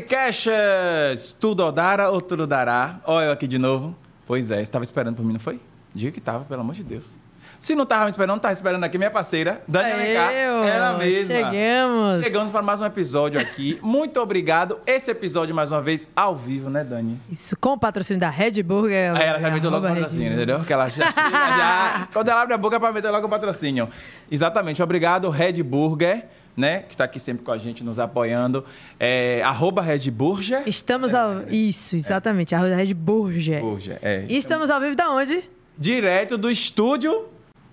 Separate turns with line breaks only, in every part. Dragcashers! Tudo ou dará ou tudo dará? Olha eu aqui de novo. Pois é, estava esperando por mim, não foi? Diga que tava, pelo amor de Deus. Se não tava me esperando, não tava esperando aqui minha parceira, Dani Alencar.
Eu,
Ela mesma.
Chegamos.
Chegamos para mais um episódio aqui. Muito obrigado. Esse episódio, mais uma vez, ao vivo, né, Dani?
Isso, com o patrocínio da Red Burger.
Aí ela já meteu logo o
arroba
patrocínio,
Red
entendeu? Porque ela já, chega, já- Quando ela abre a boca é pra meter logo o patrocínio. Exatamente. Obrigado, Red Burger, né? Que tá aqui sempre com a gente, nos apoiando. É, arroba Red Burger.
Burger. Estamos ao... Isso, exatamente. Arroba Red Burger.
É. Burger, é.
E estamos ao vivo da onde?
Direto do estúdio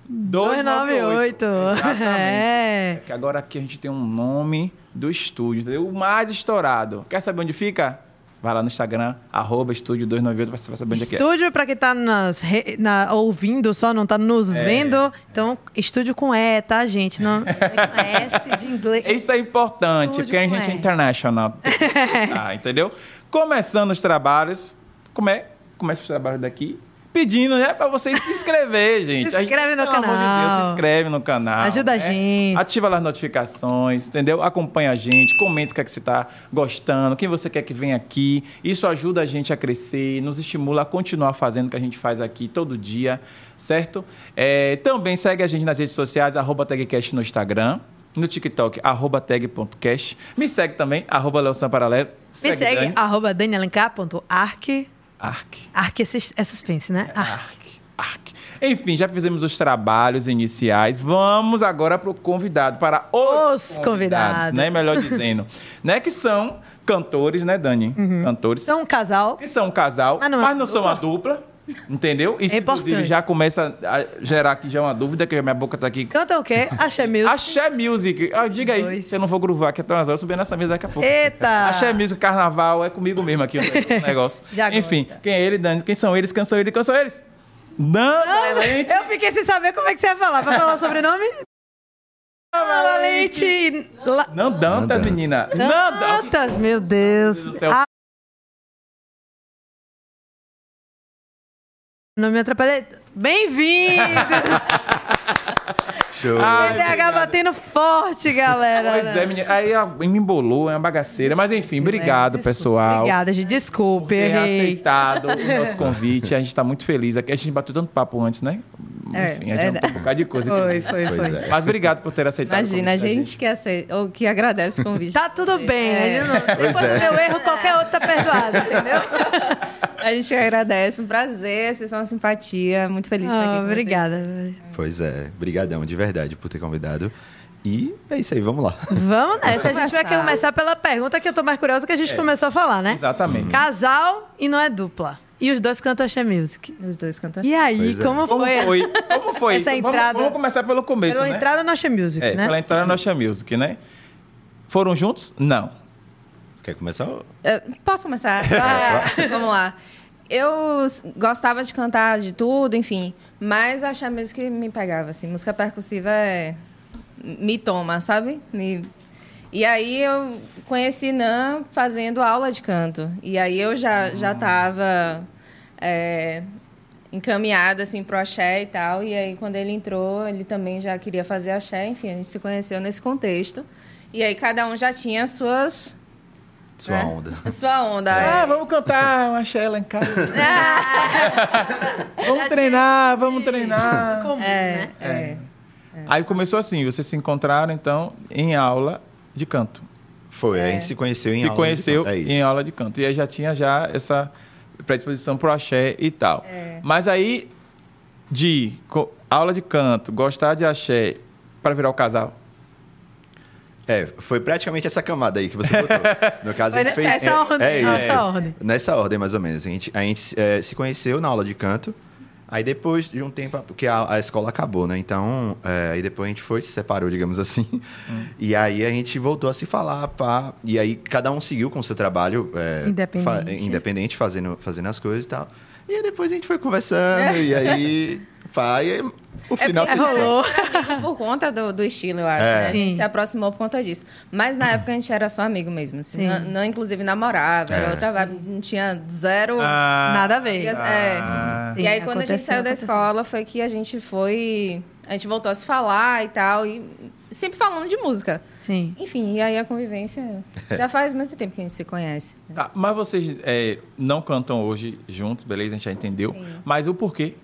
298.
298.
Exatamente.
É.
É que agora aqui a gente tem um nome do estúdio, entendeu? O mais estourado. Quer saber onde fica? Vai lá no Instagram, arroba estúdio 298, você vai saber onde é que é.
Estúdio, pra quem tá nas re- na- ouvindo só, não tá nos
É.
vendo. Então, estúdio com E, tá, gente? Não, é com S de inglês.
Isso é importante,
Estúdio
porque a
com
gente é
E. É.
international. Ah, entendeu? Começando os trabalhos, como é? Começa os trabalhos daqui. Pedindo, né, pra vocês se inscrever, gente. A gente-
inscreve no
Pelo amor de Deus,
canal.
se inscreve no canal.
Ajuda a
né?
gente.
Ativa lá as notificações, entendeu? Acompanha a gente, comenta o que é que você tá gostando, quem você quer que venha aqui. Isso ajuda a gente a crescer, nos estimula a continuar fazendo o que a gente faz aqui todo dia, certo? É, também segue a gente nas redes sociais, arroba tagcast no Instagram. No TikTok, arroba tag.cast. Me segue também, arroba Léo Samparalelo.
Me segue,
Dani.
arroba danialencar.arc.
Arc.
Arc é sus- é suspense, né? Arc.
Arc. Arc. Enfim, já fizemos os trabalhos iniciais. Vamos agora para o convidado, para os,
Os convidados.
né? Melhor dizendo, né? Que são cantores, né, Dani? Cantores.
São um casal.
Que são um casal, mas
Mas
não,
não é uma
são uma dupla, entendeu? Isso, inclusive,
importante.
já começa a gerar aqui já uma dúvida, que minha boca tá aqui.
Cantam o quê? Axé Music.
Axé Music. Ah, diga aí,
Dois.
se eu não vou gruvar é aqui até umas horas, subir nessa mesa daqui a pouco.
Eita!
Axé Music, carnaval, é comigo mesmo aqui o ne- o negócio.
Já
Enfim,
gosta.
quem é ele, Dani? Quem são eles? Quem são eles? Quem são eles? Dana Valente!
Eu fiquei sem saber como é que você ia falar. Vai falar o sobrenome? Ana Valente. La-
Não, Dantas,
Dantas.
menina. Não,
Dantas, meu Deus.
do céu.
Ah. Não me atrapalhei. Bem-vindo!
Show.
Ah,
TDH batendo forte, galera.
Pois é, menina. Aí ela me embolou, é uma bagaceira. Mas enfim, obrigado,
Desculpa.
pessoal.
Obrigada, gente. Desculpe,
Ter
errei.
aceitado o nosso convite. A gente tá muito feliz aqui. A gente bateu tanto papo antes, né?
É,
Enfim, adiantou
é.
um bocado de coisa.
Foi,
inclusive.
foi,
Pois
foi.
é.
Mas obrigado por ter aceitado. o
Imagina, a
Tá convite da
gente que, aceita, ou que agradece o convite.
Tá tudo bem, né? Não- Depois do
é.
meu erro, qualquer outro tá perdoado, entendeu?
A gente agradece, um prazer, vocês são uma simpatia. Muito feliz de
tá
estar aqui.
Ah,
com
obrigada.
Pois é, brigadão de verdade por ter convidado. E é isso aí, vamos lá.
Vamos nessa. A gente vai
começar.
começar pela pergunta que eu tô mais curiosa que a gente começou a falar, né?
É. Exatamente.
Casal e não é dupla. E os dois cantam Axé Music.
vocês. Os dois cantam.
E aí,
Pois é.
como,
Como
foi?
foi? Como foi
Essa
isso? Vamos-
entrada-
Vamos, começar pelo começo,
Pela
né?
entrada no Axé Music,
É,
né?
pela entrada na Noxa Music, né? Foram juntos? Não.
Quer começar?
Eh, posso começar? Ah, Vamos lá. Eu s- gostava de cantar de tudo, enfim. Mas eu achava mesmo que me pegava, assim. Música percussiva é... Me toma, sabe? Me- E aí eu conheci Nan fazendo aula de canto. E aí eu já, já tava... eh, encaminhada, assim, pro axé e tal. E aí, quando ele entrou, ele também já queria fazer axé. Enfim, a gente se conheceu nesse contexto. E aí, cada um já tinha suas
Sua
É.
onda.
a Sua onda.
Ah,
é.
vamos cantar uma Sheila em casa. vamos treinar, vamos treinar.
Comum, né?
É.
Aí começou assim, vocês se encontraram, então, em aula de canto.
Foi, a gente se conheceu em
se
aula. de
conheceu
canto, é isso.
em aula de canto. E aí já tinha já essa predisposição pro axé e tal.
É.
Mas aí, de co- aula de canto, gostar de axé para virar o casal.
É, foi praticamente essa camada aí que você botou. No caso,
Foi
a gente fez.
nessa
é,
ordem,
é isso.
nessa ordem.
Nessa ordem, mais ou menos. A gente, a gente é, se conheceu na aula de canto. Aí depois de um tempo, porque a, a escola acabou, né? Então, é, aí depois a gente foi, se separou, digamos assim. E aí a gente voltou a se falar, pá. E aí cada um seguiu com o seu trabalho. é,
Independente.
fa- independente, fazendo, fazendo as coisas e tal. E aí depois a gente foi conversando,
É.
e aí, pá, e aí, o final
porque
se
a gente
rolou.
era amigo É. por conta do, do estilo, eu acho.
É. Uhum.
né? A gente
Sim.
se aproximou por conta disso. Mas na época a gente era só amigo mesmo. assim.
Sim.
Não, não, inclusive, namorava.
É.
Era outra vibe. Não tinha zero.
Ah,
Nada a ver.
É.
Ah.
e aí,
Sim,
quando a gente
aconteceu,
saiu da
aconteceu.
escola, foi que a gente foi A gente voltou a se falar e tal, e sempre falando de música.
Sim.
Enfim, e aí a convivência. Já faz muito tempo que a gente se conhece.
Tá, mas vocês é, não cantam hoje juntos, beleza? A gente já entendeu.
Sim.
Mas o porquê?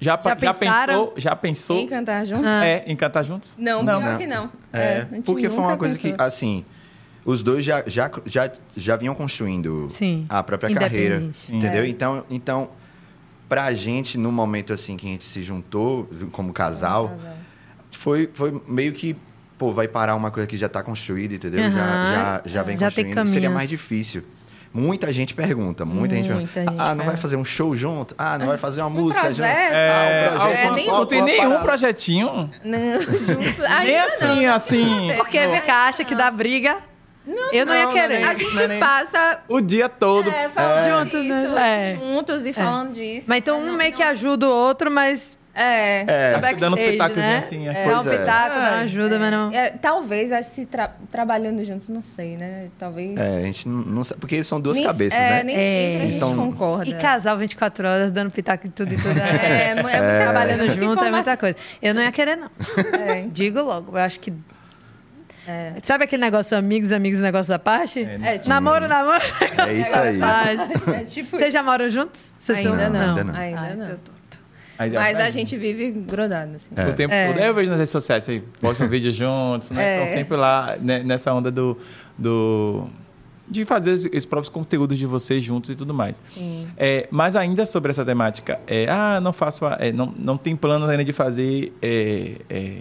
Já, pa- já
pensaram?
pensou? Já pensou?
Quem cantar junto?
É, em cantar juntos?
Não,
Não.
pior
Não.
que não.
É,
a gente
porque foi
nunca
uma coisa
pensou.
que, assim, os dois já, já, já, já vinham construindo
Sim.
a própria carreira.
Independente.
É.
Entendeu? Então, então, pra gente, no momento assim que a gente se juntou como casal, foi, foi meio que, pô, vai parar uma coisa que já tá construída, entendeu? Já, já,
Aham.
já
É,
vem
Já tem
construindo. Seria
caminhos.
mais difícil. Muita gente pergunta, muita, gente
Muita
pergunta.
gente
ah, não vai
pergunta.
fazer um show junto? Ah, não vai fazer uma
Um
música
projeto?
junto? Ah, um projeto.
É,
uma-
nem-
uma-
não tem
uma
nenhum
parada.
projetinho.
Não, junto. Ainda
Nem
não,
assim,
né?
assim.
Porque a Vika acha que dá briga. eu não,
não,
ia
não,
querer.
nem-
A
não é
gente
nem-
passa
O dia todo.
é, falando
Junto,
disso,
né? É.
juntos e falando disso.
Mas então
É,
um
não-
meio que ajuda o outro, mas
não- É.
É,
Tá dando uns
backstage,
pitacozinhos
né?
assim. aqui.
dá um
Pois é.
pitaco, dá uma
É.
ajuda, mas não.
É, talvez, acho que se tra- trabalhando juntos, não sei, né? Talvez.
é, a gente não, não sabe, porque são duas
Nem-
cabeças,
é,
né?
Nem
É.
sempre a
E
gente
são-
concorda.
E casal 24 horas, dando pitaco de tudo e tudo.
É,
né?
é, mu- é muita-
Trabalhando
muita
junto é muita
informação.
coisa. Eu não ia querer, não.
É.
Digo logo, eu acho que. Sabe aquele negócio amigos, amigos, negócio da parte?
É, tipo-
namoro, namoro.
É isso aí.
Parte.
É tipo
Vocês já moram juntos? Vocês são-
Ainda
Não,
não,
ainda não.
ainda
Ah, então
não.
tô- tô-
Aí dá
Mas
pra-
a gente vive grudado, assim.
O tempo
É.
todo. Eu vejo nas redes sociais, vocês postam vídeo juntos, né?
É.
Estão sempre lá né, nessa onda do, do. de fazer os, os próprios conteúdos de vocês juntos e tudo mais. É, mas ainda sobre essa temática, é, ah, não faço. a- é, não, não tem plano ainda de fazer é, é,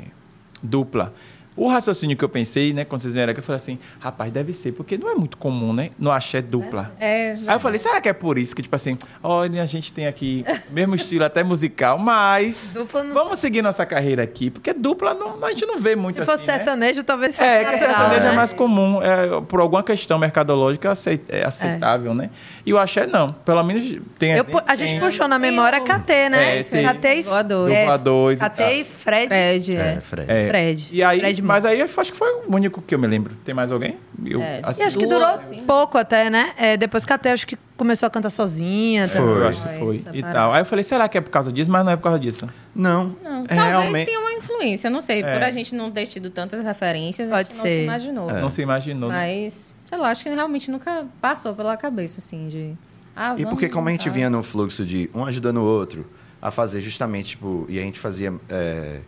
dupla. O raciocínio que eu pensei, né, quando vocês vieram aqui, eu falei assim, rapaz, deve ser, porque não é muito comum, né? No axé dupla.
É,
Aí eu falei, será que é por isso que, tipo assim, olha, a gente tem aqui mesmo estilo até musical, mas
Dupla não-
vamos seguir nossa carreira aqui, porque dupla não- a gente não vê muito
Se
assim,
fosse sertanejo, talvez fosse.
né? É, que a
natural,
sertaneja é
né?
mais comum, é, por alguma questão mercadológica acei- é aceitável, né? E o axé não, pelo menos tem...
Eu
assim,
pu- a gente
tem
puxou na memória
Tem o-
KT, né?
É, tem-
KT e
Voador.
é,
Voadores e
KT e Fred.
Fred, é.
É, Fred.
É.
Fred.
E aí,
Fred
mas aí eu acho que foi o único que eu me lembro. Tem mais alguém? Eu,
É.
assim,
E acho que
Duas,
durou
assim.
pouco até, né? É, depois KT, acho que começou a cantar sozinha. tá?
Foi.
é, eu acho que foi.
Essa
E
parada.
tal. Aí eu falei, será que é por causa disso? Mas não é por causa disso.
Não,
Não,
é
talvez
realmente...
tenha uma influência, não sei.
É.
Por a gente não ter tido tantas referências, a
Pode
gente não
ser.
se imaginou.
É.
Não se imaginou. né?
Mas, sei lá, acho que realmente nunca passou pela cabeça, assim, de... Ah,
E
vamos
porque como a gente
juntar.
vinha no fluxo de um ajudando o outro a fazer justamente, tipo, e a gente fazia é,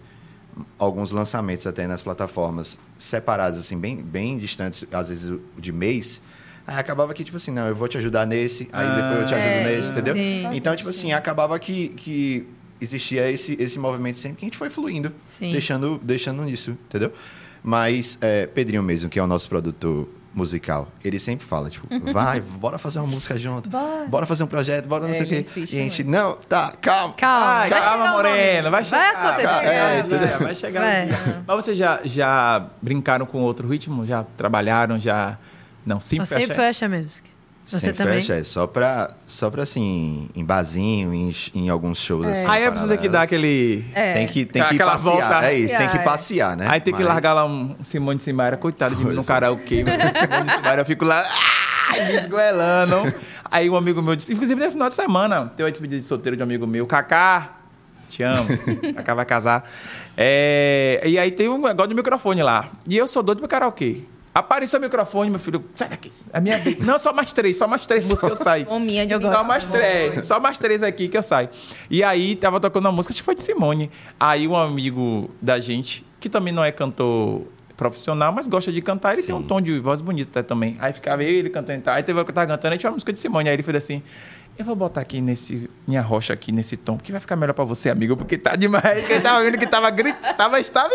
alguns lançamentos até nas plataformas separados, assim, bem, bem distantes, às vezes o- de mês, aí acabava que, tipo assim, não, eu vou te ajudar nesse, aí depois eu te ajudo
é,
nesse,
isso.
entendeu?
Sim.
Então, tipo assim, acabava que, que existia esse, esse movimento sempre que a gente foi fluindo,
Sim.
deixando, deixando nisso, entendeu? Mas é, Pedrinho mesmo, que é o nosso produtor musical, ele sempre fala, tipo, vai, bora fazer uma música junto,
Bora.
bora fazer um projeto, bora não
É,
sei o
ele
quê.
insiste
E a gente, não, tá, calma.
Calma.
Ai,
vai
calma,
chegar o
Morena,
momento.
vai chegar.
Vai acontecer.
É,
Vai, vai, vai chegar.
Vai.
Mas vocês já, já brincaram com outro ritmo? Já trabalharam? Já. Não,
Eu
sempre,
sempre
achei-
foi Axé Music. Você
Sempre
também?
fecha, é só pra, só pra assim, em barzinho, em, em alguns shows assim.
Aí é preciso que
paralelos.
dar aquele.
É.
Tem que, tem que
Aquela
passear,
volta.
é isso, tem que
É.
passear, né?
Aí tem que
Mas-
largar lá um Simone de Simaria, coitado de mim,
é.
no karaokê. meu Deus, Simone de Simaria, eu fico lá. ah, me Esgoelando. Aí um amigo meu disse, inclusive no final de semana, tem uma despedida de solteiro de um amigo meu, Kaká, te amo, Kaká vai casar. É, e aí tem um negócio de microfone lá. E eu sou doido pro karaokê. Apareceu o microfone, meu filho, sai daqui. É minha vez. Não, só mais três, só mais três músicas eu saio.
Hominha de
Só
microfone.
mais três, É, só mais três aqui que eu saio. E aí tava tocando uma música, acho que foi de Simone. Aí um amigo da gente, que também não é cantor profissional, mas gosta de cantar, ele
Sim.
tem um tom de voz bonito até também. Aí ficava eu e ele cantando, e tal. aí teve uma que eu tava cantando, aí tinha uma música de Simone, aí ele fez assim, eu vou botar aqui nesse, minha rocha aqui, nesse tom, que vai ficar melhor pra você, amigo, porque tá demais, porque ele tava vendo que tava gritando, tava, estava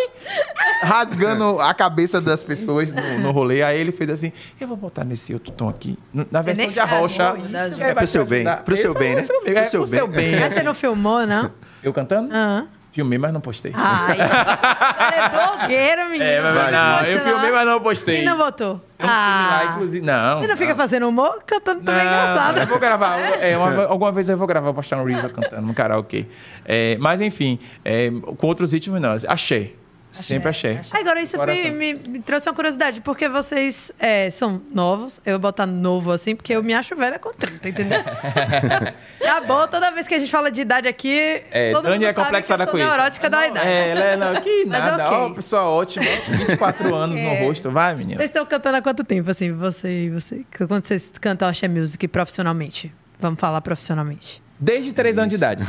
rasgando a cabeça das pessoas no, no rolê, aí ele fez assim, eu vou botar nesse outro tom aqui, no- na versão
nem
de tá? arrocha.
falou Né? isso.
Vai
É pro seu
te
bem,
ajudar.
pro seu
Ele
bem,
falou,
né?
"É seu bem,
Pro
é
seu
pro seu
bem."
bem.
Mas você não filmou, não?
Eu cantando?
Aham.
Filmei, mas não postei.
Ai, cara é blogueiro, menino.
É, mas
Vai,
não,
Posta
eu
lá.
filmei, mas não postei.
E não Ah. botou?
Eu não filmei lá, inclusive. Não.
Você não fica fazendo humor? Cantando também é engraçado.
Eu vou gravar. é, uma- alguma vez eu vou gravar, postar um Reels eu cantando no karaokê. É, mas enfim, é, com outros ritmos não. Achei. Sempre axé.
Agora, isso
Agora
me,
tá.
me- me trouxe uma curiosidade, porque vocês é, são novos, eu vou botar novo assim, porque eu me acho velha com 30, entendeu? tá bom, toda vez que a gente fala de idade aqui,
É,
todo
Dani
mundo
é
sabe
complexada
que eu
com
sou
isso.
neurótica da idade.
É, ela é, não, que
Mas
nada.
ok. É.
Ó, pessoa ótima. 24 anos no rosto. Vai, menina.
Vocês estão cantando há quanto tempo, assim, você e você? Quando vocês cantam axé music profissionalmente? Vamos falar profissionalmente.
Desde 3 anos de idade.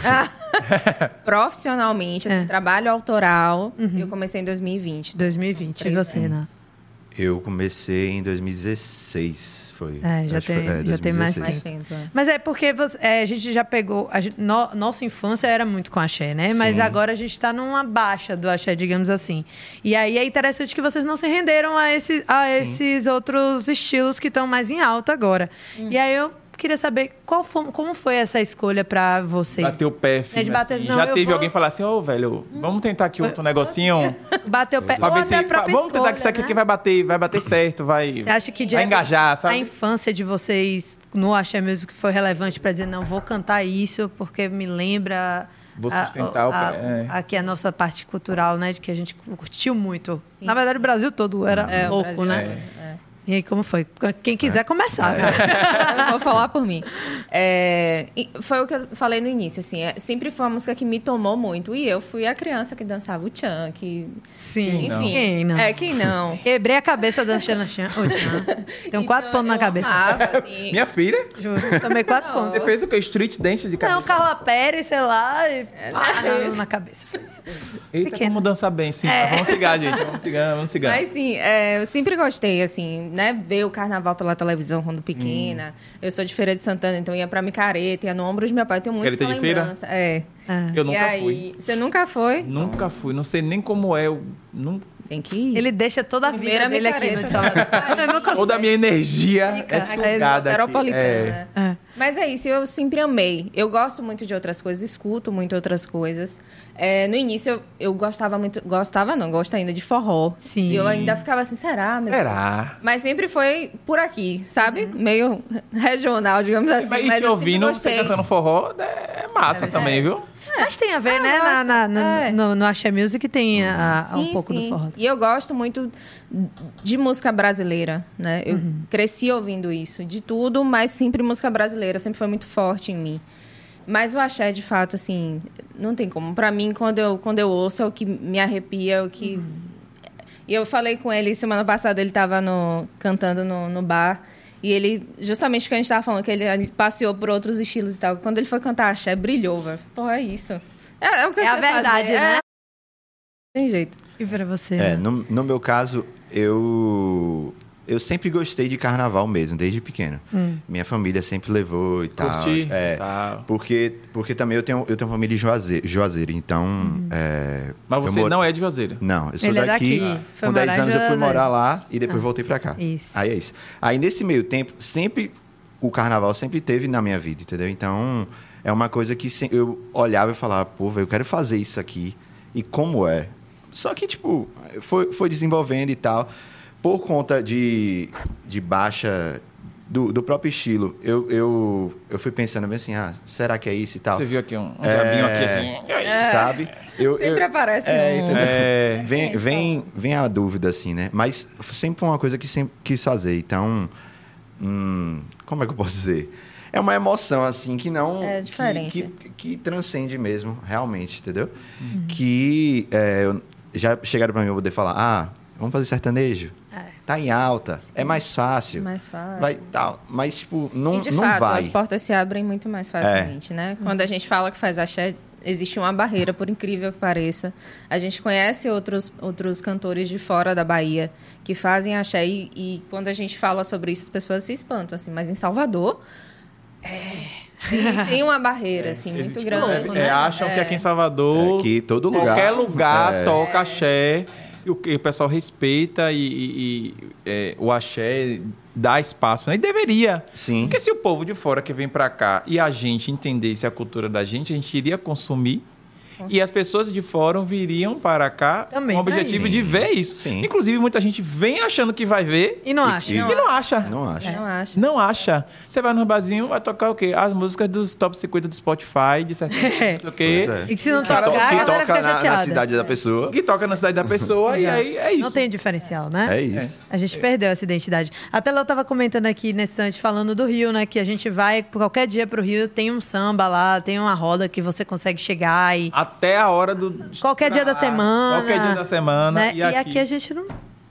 Profissionalmente, assim,
É. Uhum.
trabalho autoral, eu comecei em 2020.
2020, e
Três
você, né?
Eu comecei em 2016, foi.
É, já
Acho que
tem-
foi-
já tem mais
Mais
2016.
tempo. é.
Mas é porque você- é, a gente já pegou. a gente- no- nossa infância era muito com axé, né? Mas
Sim.
agora a gente tá numa baixa do axé, digamos assim. E aí é interessante que vocês não se renderam a, esse, a esses outros estilos que estão mais em alta agora. E aí eu queria saber qual foi- como foi essa escolha pra vocês.
Bateu o pé,
de
filho.
bater-
assim.
não,
Já
eu
teve
vou-
alguém falar assim, ô, velho, vamos tentar aqui um outro negocinho.
Bateu o pé.
Pra
Ou a
ver se,
minha própria
vamos tentar
escolha,
que isso aqui
né?
que vai bater, vai bater certo, vai,
Você acha que Ah, de
vai
repente,
engajar, sabe?
a infância de vocês no axé mesmo que foi relevante pra dizer não vou cantar isso porque me lembra
Vou
a-
sustentar o
a-
pé, é.
aqui a nossa parte cultural, né, de que a gente curtiu muito.
Sim.
Na verdade o Brasil todo era
É, o
louco,
Brasil,
né?
é.
E aí como foi? Quem
É.
quiser começar, né?
Eu vou falar por mim. É, e foi o que eu falei no início, assim. é, sempre foi uma música que me tomou muito. E eu fui a criança que dançava o tchan, que...
Sim.
Quem não?
Enfim.
Quem não?
É, quem não.
Quebrei a cabeça da Xana Chan. Ô, Tchan. Tenho um quatro
Então,
pontos na
eu
cabeça.
amava, assim,
Minha filha,
Juro, tomei quatro
Não.
pontos.
você fez o que? Street dance de cabeça.
Não, Carla Pérez, sei lá, e
É
pá, na cabeça. Foi isso.
Eita,
pequena. É.
como dançar bem, sim. Vamos cigar, gente, vamos cigar, vamos cigar.
Mas sim, é, eu sempre gostei, assim, né? Ver o carnaval pela televisão quando pequena. Eu sou de Feira de Santana, então ia pra Micareta, ia no ombro de meu pai. Eu tenho muito
Micareta
essa
de feira?
lembrança. É.
É.
Eu
e
nunca
aí,
fui.
Você nunca foi?
Nunca fui, não sei nem como é. Eu, não...
Tem que ir.
Ele deixa toda a vida
Primeira
dele aqui no
micareta.
de Salvador. Eu não consigo.
Toda a minha energia é
Fica.
sugada. aqui.
Aeropolitana.
É.
né?
É.
Mas é isso, eu sempre amei. Eu gosto muito de outras coisas, escuto muito outras coisas. É, no início eu, eu gostava muito, gostava não, gosto ainda de forró.
Sim.
E eu ainda ficava assim, será? meu Deus?
Será?
Mas sempre foi por aqui, sabe? Meio regional, digamos assim.
Mas,
Mas,
e te
eu
ouvindo,
sempre
você
gostei.
cantando forró, é massa também, viu?
Mas tem a ver, né?
Ah, eu
Na,
gosto.
na- na-
É.
no, no Axé Music tem a- a- um
Sim,
pouco do
sim.
forró.
E eu gosto muito de música brasileira, né? Eu
Uhum.
cresci ouvindo isso, de tudo, mas sempre música brasileira, sempre foi muito forte em mim. Mas o axé, de fato, assim, não tem como. Pra mim, quando eu, quando eu ouço, é o que me arrepia, é o que...
Uhum.
E eu falei com ele semana passada, ele tava no, cantando no, no bar. E ele, justamente o que a gente tava falando, que ele ele passeou por outros estilos e tal. Quando ele foi cantar axé, brilhou, velho. Pô, é isso. É, é o que eu
É a
sei fazer.
verdade,
É,
né?
Tem jeito.
E pra você?
É,
né?
no, no meu caso, eu. Eu sempre gostei de carnaval mesmo, desde pequeno.
Hum.
Minha família sempre levou e tal.
Curtir.
É,
Tal.
Porque, porque também eu tenho, eu tenho família em Juazeiro, Juazeiro então.
Uhum.
é,
Mas
eu
você
moro-
não é de Juazeiro.
Não, eu sou
Ele é
daqui. Ah.
daqui. Foi
Com 10
morar em
anos eu fui
Juazeiro.
morar lá e depois voltei pra cá.
Isso.
Aí é isso. Aí nesse meio tempo, sempre o carnaval sempre teve na minha vida, entendeu? Então, é uma coisa que se- eu olhava e falava, pô, velho, eu quero fazer isso aqui. E como é? Só que, tipo, foi, foi desenvolvendo e tal. Por conta de, de baixa. Do, do próprio estilo, eu, eu, eu fui pensando bem assim, ah, será que é isso e tal?
Você viu aqui um, um
É.
diabinho aqui assim.
Sabe? Eu,
Sempre
eu-
aparece
é,
um-
entendeu?
É.
Vem, vem, vem a dúvida, assim, né? Mas sempre foi uma coisa que sempre quis fazer. Então, hum, como é que eu posso dizer? É uma emoção, assim, que não...
É
que-
diferente.
Que, que transcende mesmo, realmente, entendeu?
Uhum.
Que é, eu- já chegaram pra mim eu poder falar, ah, vamos fazer sertanejo?
É.
Tá em alta, é mais fácil.
Mais fácil.
Vai, tal mas, tipo, não,
e de
não
fato,
vai. É.
as portas se abrem muito mais facilmente, né? Quando a gente fala que faz axé, existe uma barreira, por incrível que pareça. A gente conhece outros, outros cantores de fora da Bahia que fazem axé e, e quando a gente fala sobre isso, as pessoas se espantam, assim. Mas em Salvador, é... tem- tem uma barreira, assim, muito
Existe-
grande,
é,
né?
é, acham que aqui em Salvador.
É, que todo lugar-
Qualquer lugar
É.
toca axé. E o, que o pessoal respeita e, e- e, é, o axé dá espaço, né? E deveria.
é, Sim.
Porque se o povo de fora que vem pra cá e a gente entendesse a cultura da gente, a gente iria consumir. E as pessoas de fórum viriam para cá
Também
com o
pra
objetivo
isso.
de ver isso.
Sim.
Inclusive, muita gente vem achando que vai ver
E não
E-
acha.
e-
e não acha.
Não acho.
É. Não acho.
Não acha. Você vai no barzinho, vai tocar o quê? As músicas dos top 50 do Spotify, de certo.
É.
não sei o quê.
Pois é.
E que se não
Os caras-
tocar,
que
a galera
toca
fica
na, na
chateada.
cidade da pessoa.
Que toca na cidade da pessoa e aí é isso.
Não tem diferencial, né?
É isso.
A gente perdeu essa identidade. Até lá eu tava comentando aqui nesse instante, falando do Rio, né? Que a gente vai por qualquer dia pro Rio, tem um samba lá, tem uma roda que você consegue chegar e.
Até a hora do.
Qualquer dia da semana.
Qualquer dia da semana.
né?
E,
E
aqui,
a gente não,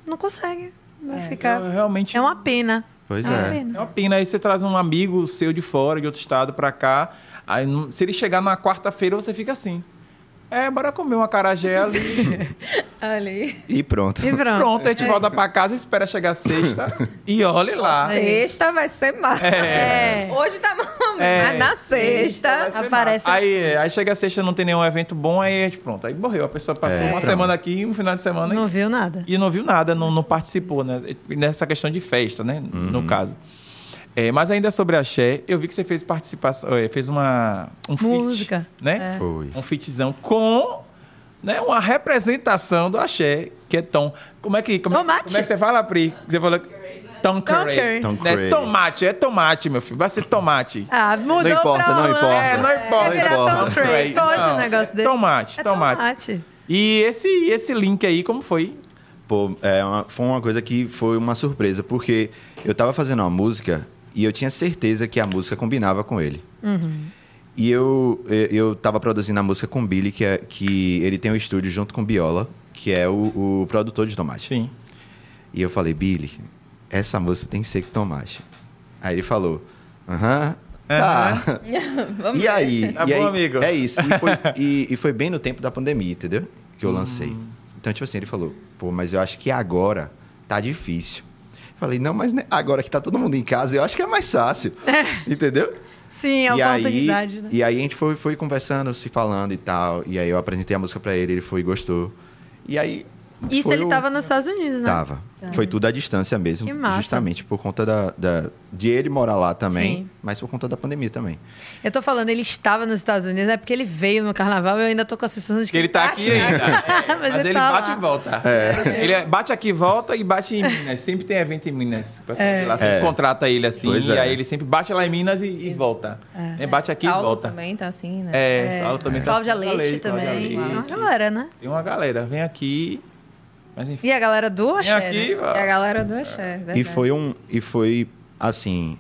não consegue. Vai
É,
ficar.
Eu realmente.
É uma pena.
Pois
é uma
é.
pena.
É uma pena. Aí você traz um amigo seu de fora, de outro estado, pra cá. Aí, não- se ele chegar na quarta-feira, você fica assim. É, bora comer uma carajé ali.
Ali.
E pronto.
E pronto.
Pronto, a gente volta pra casa, espera chegar sexta. e olhe lá.
Sexta vai ser mais.
É.
Hoje tá bom,
É.
mas na
Vai
sexta.
ser nada.
Aparece-
Aí, é, aí chega a sexta, não tem nenhum evento bom, aí a gente, pronto. Aí morreu. A pessoa passou
É,
uma
pronto.
semana aqui, um final de semana.
Não
e-
viu nada.
E não viu nada, não, não participou, né? Nessa questão de festa, né? No caso. É, mas ainda sobre a Xé, eu vi que você fez participação, é, fez uma um feat,
Música,
né?
Foi.
Um fitzão com né, uma representação do axé, que é Tom. Como é que, como, é-
Tomate.
como é que você fala, Pri? Que Você falou Tom Curry.
Curry.
Tom
Né?
Curry.
Tomate, é tomate, meu filho. Vai ser tomate.
Ah, mudou
Não importa,
pra
não
Holanda.
importa.
É, não importa.
Vai virar
Não
Tom
importa.
Cruise. Pode
Não,
um negócio desse.
Tomate,
É
tomate.
tomate.
E esse, esse link aí, como foi?
Pô, é uma- foi uma coisa que foi uma surpresa, porque eu tava fazendo uma música e eu tinha certeza que a música combinava com ele. E eu, eu- eu tava produzindo a música com o Billy, que, é, que ele tem um estúdio junto com o Biola, que é o, o produtor de Tomate.
Sim.
E eu falei, Billy, essa música tem que ser com Tomate. Aí ele falou, aham, tá.
Vamos
E aí?
Tá bom,
e aí-
amigo.
É isso. E foi, e- e foi bem no tempo da pandemia, entendeu? Que eu lancei.
Hum.
Então, tipo assim, ele falou, pô, mas eu acho que agora tá difícil. Eu Falei, não, mas né, agora que tá todo mundo em casa, eu acho que é mais fácil. Entendeu?
Sim, é
e,
uma
aí,
É. oportunidade, né?
e aí a gente foi, foi conversando, se falando e tal. E aí eu apresentei a música pra ele, ele foi e gostou. E aí.
Isso
foi
ele
o- Tá.
tava nos Estados Unidos, né?
Tava. Foi tudo à distância mesmo.
Que massa.
Justamente por conta da, da- de ele morar lá também,
Sim.
mas por conta da pandemia também.
Eu tô falando, ele estava nos Estados Unidos, é porque ele veio no carnaval e eu ainda tô com a sensação de que
Porque ele tá aqui ainda. É,
Mas
Mas,
ele
ele
tá
bate
lá.
e volta. Ele é- bate aqui, volta e bate em Minas. Sempre tem evento em Minas. O pessoal de lá sempre
É.
contrata ele assim.
Pois
E
é.
aí ele sempre bate lá em Minas e, e volta. É, bate aqui e
Saulo
volta.
também tá assim, né?
É, Saulo também tá
Cláudia
assim,
Leite também.
Cláudia Leite.
Tem uma galera, né?
Tem uma galera, vem aqui. Mas enfim.
E a galera do
Vem
Axé,
aqui.
né?
ó.
É a galera do Axé, verdade.
E foi um. E foi, assim.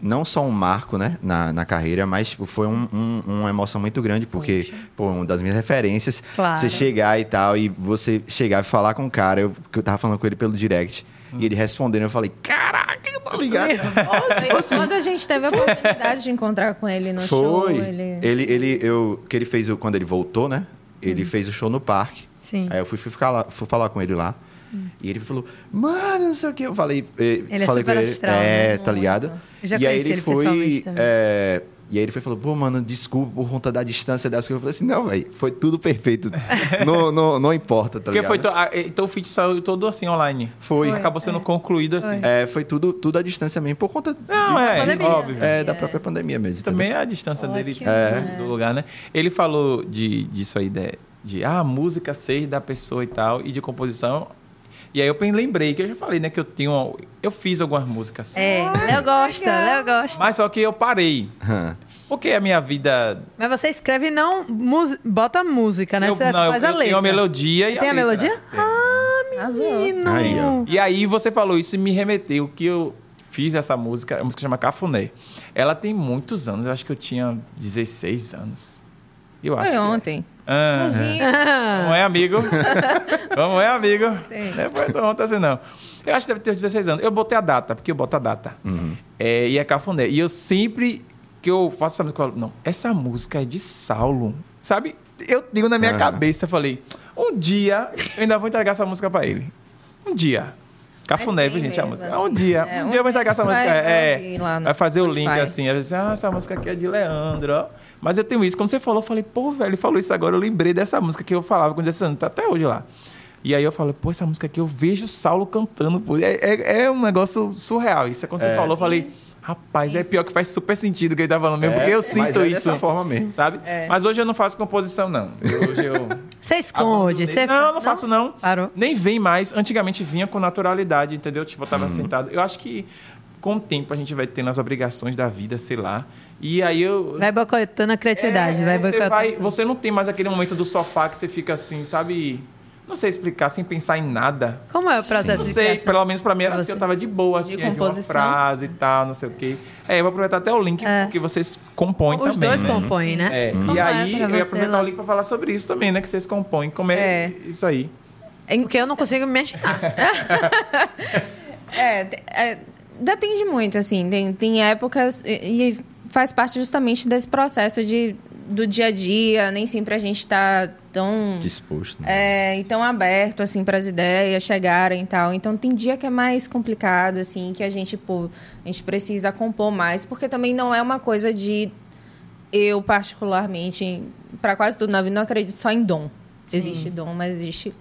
Não só um marco, né? Na, na carreira, mas tipo, foi um, um- uma emoção muito grande, porque, pô, uma das minhas referências.
Claro.
Você chegar e tal, e você chegar e falar com o cara, eu, que eu tava falando com ele pelo direct.
Hum.
E ele respondendo, eu falei, caraca, tá ligado?
Foi Quando a gente teve a oportunidade de encontrar com ele no show,
Foi.
ele...
Ele, ele, eu, que ele fez o- quando ele voltou, né? Ele fez o show no parque.
Sim. Hum.
Aí eu fui, fui ficar lá, fui falar com ele lá. E ele falou, mano, não sei o que. Eu falei, eh,
Ele é
falei
super
com ele.
astral,
é,
né?
tá ligado?
Eu já
e aí
conheci
ele,
ele pessoalmente
foi.
também.
eh, e aí ele foi e falou, pô, mano, desculpa por conta da distância das coisas. Eu falei assim, não, velho, foi tudo perfeito. não, não, não importa, tá
Porque
ligado?
foi to- ah, então o feat saiu todo assim online.
Foi.
Acabou sendo concluído assim.
É, foi tudo, tudo à distância mesmo, por conta
Não,
de-
é,
pandemia.
óbvio.
é, da própria pandemia mesmo.
Também é a distância dele
Ótimo.
do lugar, né? Ele falou de, disso aí, de, de ah, música ser da pessoa e tal, e de composição. E aí eu pen- lembrei que eu já falei, né? Que eu tenho. uma- Eu fiz algumas músicas. assim.
É, Léo gosta, Léo gosta.
Mas só que eu parei.
Hã.
Porque a minha vida.
Mas você escreve e não mus- bota música, né?
eu,
você
não,
faz
eu,
a
eu
letra.
tenho a melodia e
Tem a
letra.
melodia? Ah,
Tem.
Azul.
Menino.
Aí, ó.
E aí você falou isso e me remeteu que eu fiz essa música, a música chama Cafuné. Ela tem muitos anos, eu acho que eu tinha 16 anos. Eu acho.
Foi
que é.
ontem.
Ah,
Imagina.
Não é amigo. Vamos, é amigo.
Tem.
Não é muito ontem assim, não. Eu acho que deve ter uns 16 anos. Eu botei a data, porque eu boto a data. É, e é cafuné. E eu sempre que eu faço essa música, eu falo, não, essa música é de Saulo. Sabe? Eu digo na minha
Aham.
cabeça, eu falei, um dia eu ainda vou entregar essa música pra ele. Um dia. Cafuné,
Mas
viu,
tem
gente, a
mesmo,
música.
assim.
Um dia.
É,
um
um
dia eu vou entregar essa
dia
música.
vai
É,
ouvir lá no
vai fazer o
Spotify.
link, assim. Aí eu disse, ah, essa música aqui é de Leandro, ó. Mas eu tenho isso. Quando você falou, eu falei, pô, velho, ele falou isso agora. Eu lembrei dessa música que eu falava com 16 anos, tá até hoje lá. E aí eu falei, pô, essa música aqui eu vejo o Saulo cantando. Pô. É, é- é um negócio surreal. Isso é quando você falou, eu falei, Rapaz, é pior que faz super sentido o que ele tá falando mesmo, porque eu sinto
mas é
isso.
Dessa forma mesmo.
Sabe? Mas hoje eu não faço composição, não. Eu- Hoje eu.
Você esconde.
abandonei.
Você... é
Não, eu não faço, não.
Parou.
Nem vem mais. Antigamente vinha com naturalidade, entendeu? Tipo, eu tava sentado. Eu acho que com o tempo a gente vai tendo as obrigações da vida, sei lá. E aí eu.
Vai boicotando a criatividade.
É,
vai
você,
boicotando.
vai, você não tem mais aquele momento do sofá que você fica assim, sabe? Não sei explicar, sem pensar em nada.
Como é o
Não
processo de
sei,
criação?
pelo menos pra mim era
Pra
assim,
você.
eu tava de boa, assim,
De
aí vi uma
composição.
frase e tal, não sei o quê. É, eu vou aproveitar até o link, porque vocês compõem
É. Os
também.
dois
né?
compõem, né?
É,
Como
E
é
aí,
pra
eu ia
você
aproveitar
lá?
o link pra falar sobre isso também, né? Que vocês compõem, como é,
É.
isso aí.
Porque eu não consigo me imaginar.
É, te- é, depende muito, assim. Tem, tem épocas e, e faz parte justamente desse processo de, do dia a dia. Nem sempre a gente tá tão...
Disposto. né?
É, e tão aberto, assim, para as ideias chegarem e tal. Então, tem dia que é mais complicado, assim, que a gente, pô, a gente precisa compor mais, porque também não é uma coisa de eu, particularmente, para quase tudo na vida, não acredito só em dom. Existe dom, mas existe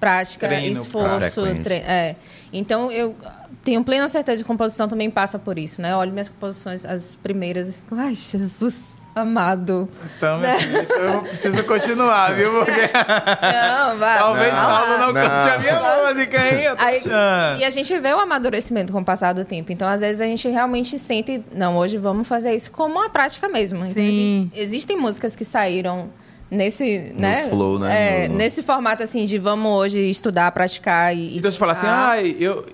prática,
Treino,
esforço,
frequência.
tre- é. Então, eu tenho plena certeza que composição também passa por isso, né? Eu olho minhas composições, as primeiras, e fico, ai, Jesus amado.
Então, meu filho, eu preciso continuar, viu? Porque
Não, vai.
talvez
vai lá.
Saulo não,
Não.
curte a minha música, hein? Eu tô
Aí-
achando.
e a gente vê o amadurecimento com o passar do tempo. Então, às vezes, a gente realmente sente, não, hoje vamos fazer isso como uma prática mesmo. Então,
Sim.
existe- existem músicas que saíram nesse, né?
flow, né?
É,
No-
Nesse formato, assim, de vamos hoje estudar, praticar e...
Então você fala assim,
Ah,
ai, eu.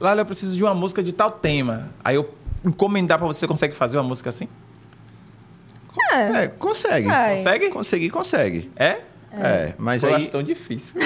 Lala, eu preciso de uma música de tal tema. Aí eu encomendar pra você, você consegue fazer uma música assim?
É, consegue.
Sai.
Consegue?
Conseguir, consegue.
É?
É, mas
eu
aí.
acho tão difícil.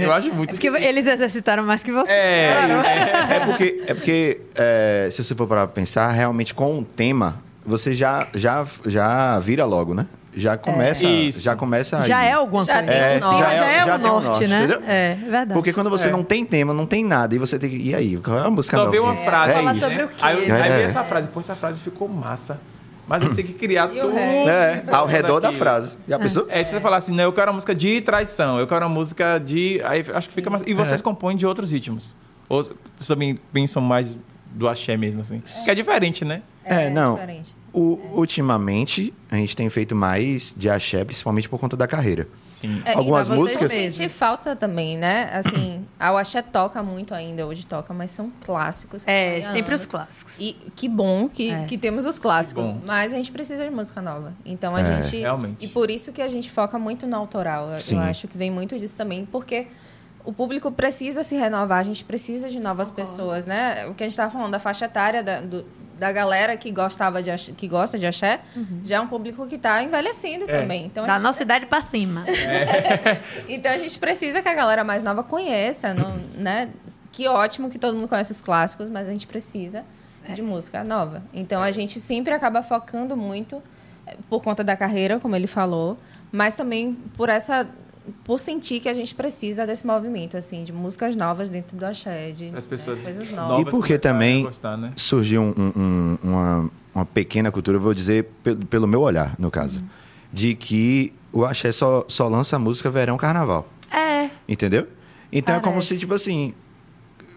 Eu acho muito
É Porque
difícil.
eles exercitaram mais que você.
É,
É porque, é porque é, se você for para pensar, realmente com o tema, você já, já, já vira logo, né? Já começa.
Isso.
Já começa Tá aí.
Já é alguma
Já
coisa.
tem um É, norte.
Já,
já
é-
é,
já
o
tem um
norte,
norte,
né?
entendeu?
É, verdade.
Porque quando você
É.
não tem tema, não tem nada, e você tem que. E aí? Qual é a música
Só
nova?
vê uma frase.
É
Falar
isso.
sobre o quê?
Aí, eu, aí
É.
vi essa frase. Pô, essa frase ficou massa. Mas eu sei que criar
E o
tudo.
resto?
É, ao redor da
daquilo.
frase. Já pensou?
É, se você falar assim, não, eu quero uma música de traição, eu quero uma música de. Aí acho que fica mais. E
É.
vocês compõem de outros ritmos. Ou vocês também pensam mais do axé mesmo, assim. Que é diferente, né?
É, não.
diferente.
O- ultimamente, a gente tem feito mais de axé, principalmente por conta da carreira.
Sim.
É,
Algumas
e pra
músicas-
Você sente falta também, né? Assim, a Axé toca muito ainda, hoje toca, mas são clássicos.
É,
italianos.
sempre os clássicos.
E que bom que,
É.
que temos os clássicos,
Que bom.
mas a gente precisa de música nova. Então a
É.
gente.
Realmente.
E por isso que a gente foca muito no autoral. Eu-
Sim.
Eu acho que vem muito disso também, porque o público precisa se renovar, a gente precisa de novas pessoas, né? O que a gente tava falando da faixa etária da, do- da galera que gostava de axé- que gosta de axé, já é um público que tá envelhecendo
É.
também. Então a
Da nossa idade pra cima.
então a gente precisa que a galera mais nova conheça, não- né? Que ótimo que todo mundo conhece os clássicos, mas a gente precisa de música nova. Então
É.
a gente sempre acaba focando muito eh, por conta da carreira, como ele falou, mas também por essa por sentir que a gente precisa desse movimento assim de músicas novas dentro do axé, de
É, As pessoas
né, coisas
novas
novas.
E porque
começarem a
também-
Gostar, né?
surgiu um- um- um- uma, uma pequena cultura, eu vou dizer pe- pelo meu olhar, no caso, de que o axé só, só lança música verão carnaval,
É.
entendeu? Então é como
Parece.
se, tipo assim,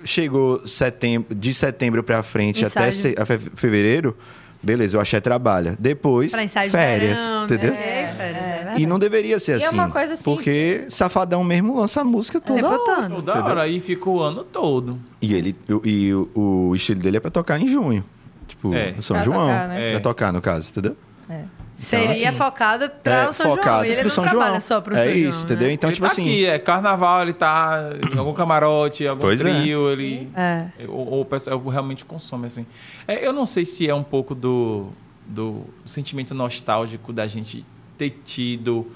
chegou setembro, de setembro pra frente até
Ensaio.
se- a fe- fevereiro, beleza, o axé trabalha. Depois,
Pra ensaio de
férias,
verão,
entendeu?
né? É, férias, é verdade.
E não deveria ser
E
assim.
é uma coisa assim-
Porque Safadão mesmo lança a música
É,
toda hora.
botando.
Toda
Entendeu?
hora aí fica o ano todo.
E, ele, o- e o, o estilo dele é pra tocar em junho. Tipo,
É.
São
Pra
João.
tocar, né?
Pra
É.
tocar, no caso, entendeu?
Seria
assim,
focado pra
é,
o São João.
focado
Ele
pro
não
São
trabalha
João.
só pro
é
São João.
isso, entendeu?
né?
Então,
ele
tipo
tá
assim,
aqui, é carnaval, ele tá em algum camarote, em algum
Pois é.
trio, ele...
É.
Ou, ou o pessoal realmente consome, assim. É, eu não sei se é um pouco do, do sentimento nostálgico da gente ter tido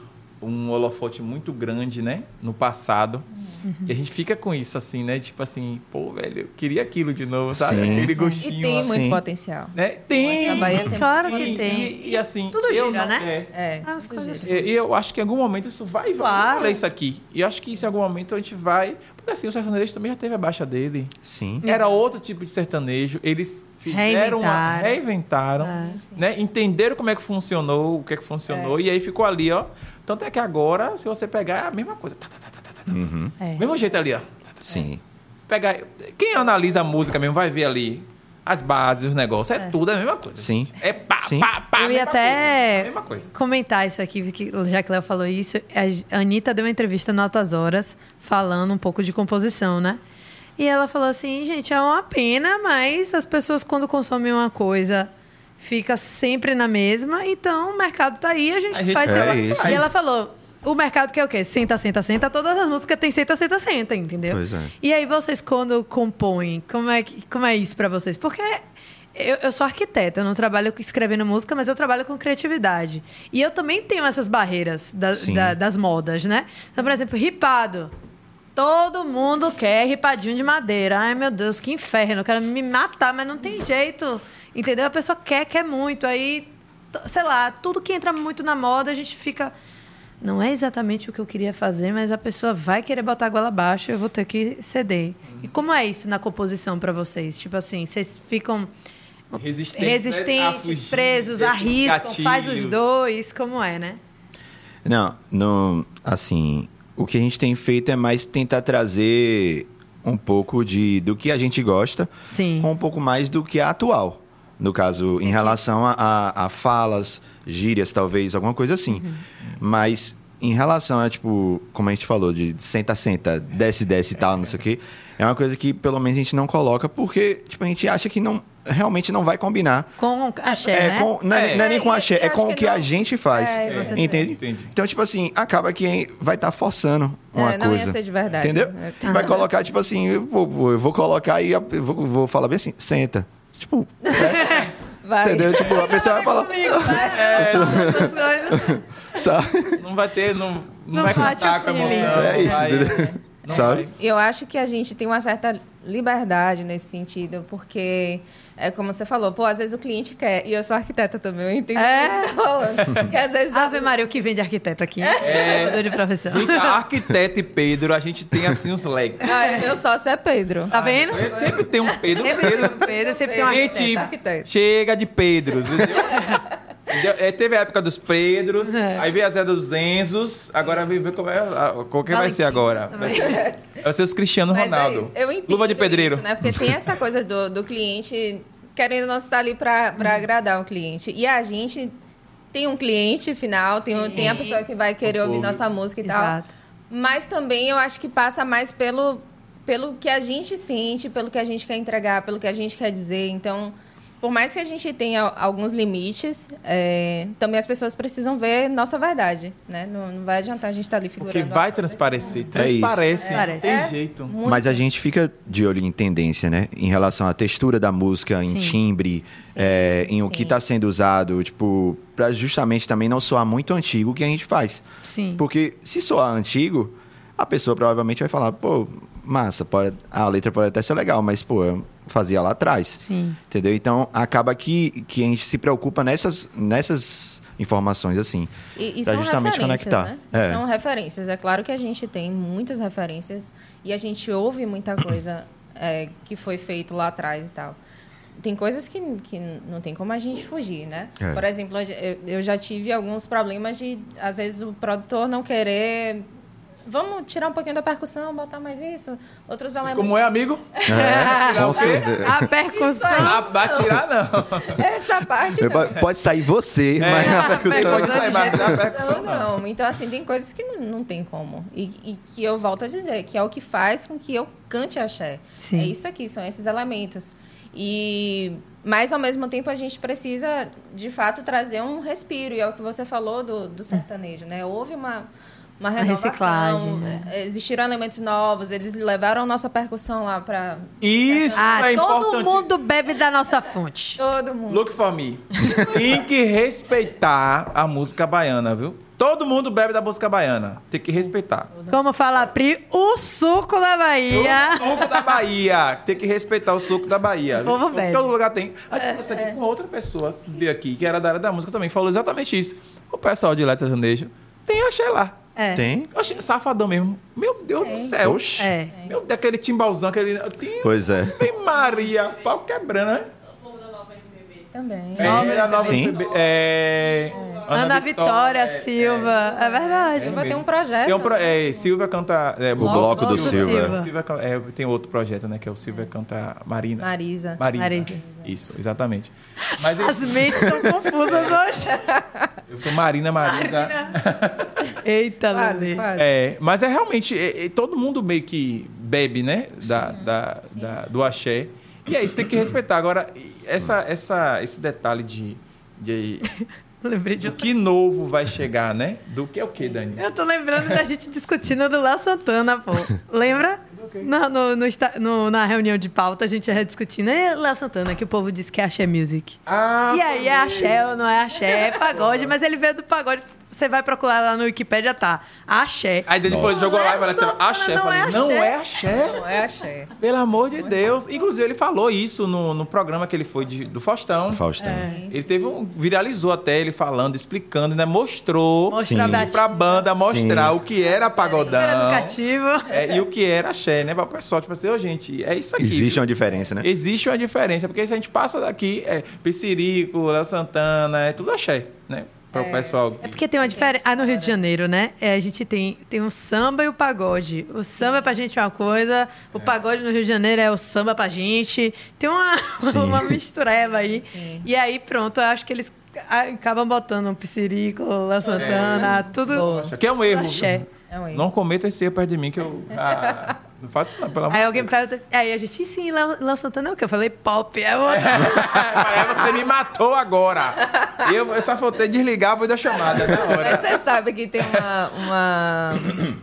um holofote muito grande, né? No passado.
Uhum.
E a gente fica com isso, assim, né? Tipo assim, pô, velho, eu queria aquilo de novo, sabe?
Sim.
Aquele
E
gostinho,
tem
assim.
muito
Sim.
potencial.
Né? Tem!
Essa Bahia tem
é Claro
E-
que tem.
E, e assim...
Tudo
eu não-
gira, né?
é.
É.
Ah, as coisas-
É, E eu acho que em algum momento isso vai e vai.
Claro.
Eu falei isso aqui. E eu acho que isso em algum momento a gente vai. Porque assim, o sertanejo também já teve a baixa dele.
sim.
Era outro tipo de sertanejo. Eles fizeram uma. Reinventaram.
Reinventaram. Ah,
Né? Entenderam como é que funcionou, o que é que funcionou. E aí ficou ali, ó. Tanto é que agora, se você pegar, é a mesma coisa. Tá, tá, tá, tá, tá, tá.
É.
Uhum.
Mesmo jeito ali, ó. Tá, tá, tá.
Sim.
Pegar. Quem analisa a música mesmo vai ver ali. as bases, os negócios, é, tudo a mesma coisa.
Sim.
É pá,
Sim.
pá, pá.
Eu ia
mesma
até-
Coisa, É mesma coisa.
Comentar isso aqui, que- já que Léo falou isso, a Anitta deu uma entrevista no Altas Horas falando um pouco de composição, né? E ela falou assim, gente, é uma pena, mas as pessoas quando consomem uma coisa fica sempre na mesma, então o mercado tá aí, a gente,
A gente-
faz...
É
sei lá.
isso.
E ela falou, o mercado quer o quê? Senta, senta, senta, todas as músicas tem senta, senta, senta, entendeu?
Pois é.
E aí vocês quando compõem, como é, que- como é isso pra vocês? Porque eu, eu sou arquiteta, eu não trabalho com- escrevendo música, mas eu trabalho com criatividade. E eu também tenho essas barreiras da-
Sim.
da- das modas, né? Então, por exemplo, ripado. Todo mundo quer ripadinho de madeira. Ai, meu Deus, que inferno. Eu quero me matar, mas não tem jeito. Entendeu? A pessoa quer, quer muito. Aí, t- sei lá, tudo que entra muito na moda, a gente fica... Não é exatamente o que eu queria fazer, mas a pessoa vai querer botar a goela abaixo, eu vou ter que ceder. E como é isso na composição pra vocês? Tipo assim, vocês ficam
Resistente, né? A
resistentes,
fugir
presos,
desses
arriscam, faz os
gatilhos.
dois, como é, né?
Não, não, assim, o que a gente tem feito é mais tentar trazer um pouco de do que a gente gosta
Sim.
com um pouco mais do que a atual. No caso, em relação a, a- a falas, gírias, talvez, alguma coisa assim. Mas em relação a, tipo, como a gente falou, de senta, senta, desce, desce e tal, não sei o quê, é uma coisa que pelo menos a gente não coloca porque, tipo, a gente acha que não realmente não vai combinar
Com axé,
é,
né?
com- não, é,
É.
não é nem com
Eu
axé, é
acho
com
que
o que a
não-
gente faz.
É, você
entende?
Entendi.
Então, tipo assim, acaba que vai estar forçando uma
É, não
coisa.
ia ser de verdade.
Entendeu?
É.
Vai colocar, tipo assim, eu vou, eu vou colocar e a- eu vou, vou falar bem assim, senta. Tipo,
Vai.
entendeu? Tipo, a pessoa vai falar. Sabe?
É. Não vai ter, não, não,
Não
vai
bate
contar
o
com a emoção.
feeling.
não
É isso,
vai-
entendeu?
não
Sabe?
vai.
Eu acho que a gente tem uma certa liberdade nesse sentido, porque é como você falou, pô, às vezes o cliente quer, e eu sou arquiteta também, eu entendo
É?
o que você tá falando. Porque às vezes
Ave Maria, o que vem de arquiteto aqui?
É.
Mudou de profissão.
Gente, a arquiteta e Pedro, a gente tem assim uns legs.
Ah, meu sócio é Pedro.
Ah,
Tá vendo?
Sempre tem um Pedro.
Sempre tem
Pedro
um Pedro, sempre tem um
Gente,
arquiteto.
arquiteta.
chega de Pedros, entendeu? Entendeu? É, teve a época dos Pedros,
É.
aí veio a Zé dos Enzos, agora vem ver qual, é, a- qual que vai ser agora. Vai ser, vai ser os Cristiano
Mas é
Ronaldo.
isso, eu entendo
Luva de pedreiro.
isso, né? Porque tem essa coisa do, do cliente querendo não estar ali pra
Uhum.
pra agradar o cliente. E a gente tem um cliente final, tem, um- tem a pessoa que vai querer
O
ouvir
público.
nossa
Tá.
música e tal.
Exato.
Mas também eu acho que passa mais pelo, pelo que a gente sente, pelo que a gente quer entregar, pelo que a gente quer dizer. Então, por mais que a gente tenha alguns limites, é, também as pessoas precisam ver nossa verdade, né? Não, não vai adiantar a gente estar ali figurando.
Porque vai transparecer.
É isso.
Transparece, não
Transparece.
tem
É.
jeito.
Mas a gente fica de olho em tendência, né? Em relação à textura da música, em timbre, é, em o que
sim.
está sendo usado, tipo, para justamente também não soar muito antigo o que a gente faz.
Sim.
Porque se soar antigo, a pessoa provavelmente vai falar, pô, massa, pode, a letra pode até ser legal, mas, pô, eu fazia lá atrás.
Sim.
Entendeu? Então acaba que, que a gente se preocupa nessas, nessas informações, assim.
E, e
Pra
são
justamente
referências,
conectar.
né?
É.
São referências. É claro que a gente tem muitas referências e a gente ouve muita coisa é, que foi feito lá atrás e tal. Tem coisas que, que não tem como a gente fugir, né?
É.
Por exemplo, eu, eu já tive alguns problemas de, às vezes, o produtor não querer... Vamos tirar um pouquinho da percussão, botar mais isso. Outros elementos...
Como é, amigo?
É, Com certeza.
A percussão.
Ah, batirar não.
Essa parte não.
Pode- Pode sair você,
É.
mas a
Você
percussão.
pode sair, mas a percussão
Não,
não.
não. Então, assim, tem coisas que não, não tem como. E, e que eu volto a dizer, que é o que faz com que eu cante axé.
Sim.
É isso aqui, são esses elementos. E... Mas, ao mesmo tempo, a gente precisa, de fato, trazer um respiro. E é o que você falou do, do sertanejo, né? Houve uma... Uma renovação,
reciclagem, né?
eh, existiram elementos novos, eles levaram nossa percussão lá para
Isso
Ah,
é
todo
importante.
mundo bebe da nossa fonte.
todo mundo.
Look for me. Tem que respeitar a música baiana, viu? Todo mundo bebe da música baiana. Tem que respeitar.
Como fala a Pri, o suco da
O
Bahia.
suco da Bahia. Tem que respeitar o suco da Bahia.
O povo
Em
bebe. É,
Todo lugar tem. A gente conversou aqui com outra pessoa que veio aqui, que era da área da música também, falou exatamente isso. O pessoal de lá de sertanejo tem axé lá.
É.
Tem?
Oxe, safadão mesmo. Meu Deus do céu.
Oxe.
É.
Meu Deus, aquele timbalzão, aquele. Tem-
Pois é.
Tem Maria, pau quebrando, né?
Também.
É, da nova
Sim.
MPB. É,
Ana, Vitória,
é-
Silva. É, verdade.
Silva tem
mesmo.
um projeto.
Tem um pro- é, Silvia canta. é,
O bloco do
do Silva.
Silva.
Silvia can- é, tem outro projeto, né? Que é o Silvia canta Marina.
Marisa.
Marisa.
Marisa.
Isso, exatamente. Mas eu,
As mentes estão confusas hoje.
eu fico Marina, Marisa.
Eita,
Quase,
Lili.
quase.
É, mas é realmente, é- é, todo mundo meio que bebe, né? Da, da- da- Do axé. E é isso, tem que respeitar. Agora, essa, essa, esse detalhe de, de
Lembrei de
do que novo vai chegar, né? Do que é o que, Dani?
Eu tô lembrando da gente discutindo do Léo Santana, pô. Lembra? Na, no- no insta- no- na reunião de pauta, a gente ia discutindo. É Léo Santana, que o povo disse que é axé music.
Ah,
e aí, é axé ou não é axé? É pagode, mas ele veio do pagode. Você vai procurar lá no Wikipedia, tá. Axé.
Aí Dani foi,
Nossa.
jogou lá e falou
Santana
assim, axé.
não
Falei,
é
não
axé.
é axé.
Não, é axé.
Pelo amor de Deus. Inclusive, ele falou isso no, no programa que ele foi de- do Faustão.
Faustão.
É.
Ele teve um. Viralizou até ele falando, explicando, né? Mostrou
Mostrou
Sim.
a
pra, pra
batida.
banda mostrar
Sim.
o que era pagodão.
Super educativo.
É, e o que era axé, né? Pra pessoal, tipo assim, ô gente, é isso aqui.
Existe uma diferença, né?
Existe uma diferença, porque se a gente passa daqui, é Piscirico, Léo Santana, é tudo axé, né? Para o pessoal.
É porque tem uma diferença. Ah, no Rio de Janeiro, né? É, a gente tem, tem o samba e o pagode. O samba pra gente é uma coisa, o pagode no Rio de Janeiro é o samba pra gente. Tem uma,
Sim.
uma mistureba aí.
Sim.
E aí, pronto, eu acho que eles a- acabam botando um psirico, La Santana, tudo.
É. Boa.
que é um erro.
Axé.
É um erro.
Não cometa esse erro perto de mim, que eu. ah, não faço não, pelo amor
Aí
de
alguém pergunta. Aí a gente, "E sim, La, Santana é o que? Eu falei pop. É outra.
Aí você me matou agora. Eu, eu só faltei desligar, vou dar chamada né? na hora.
Mas você sabe que tem uma. uma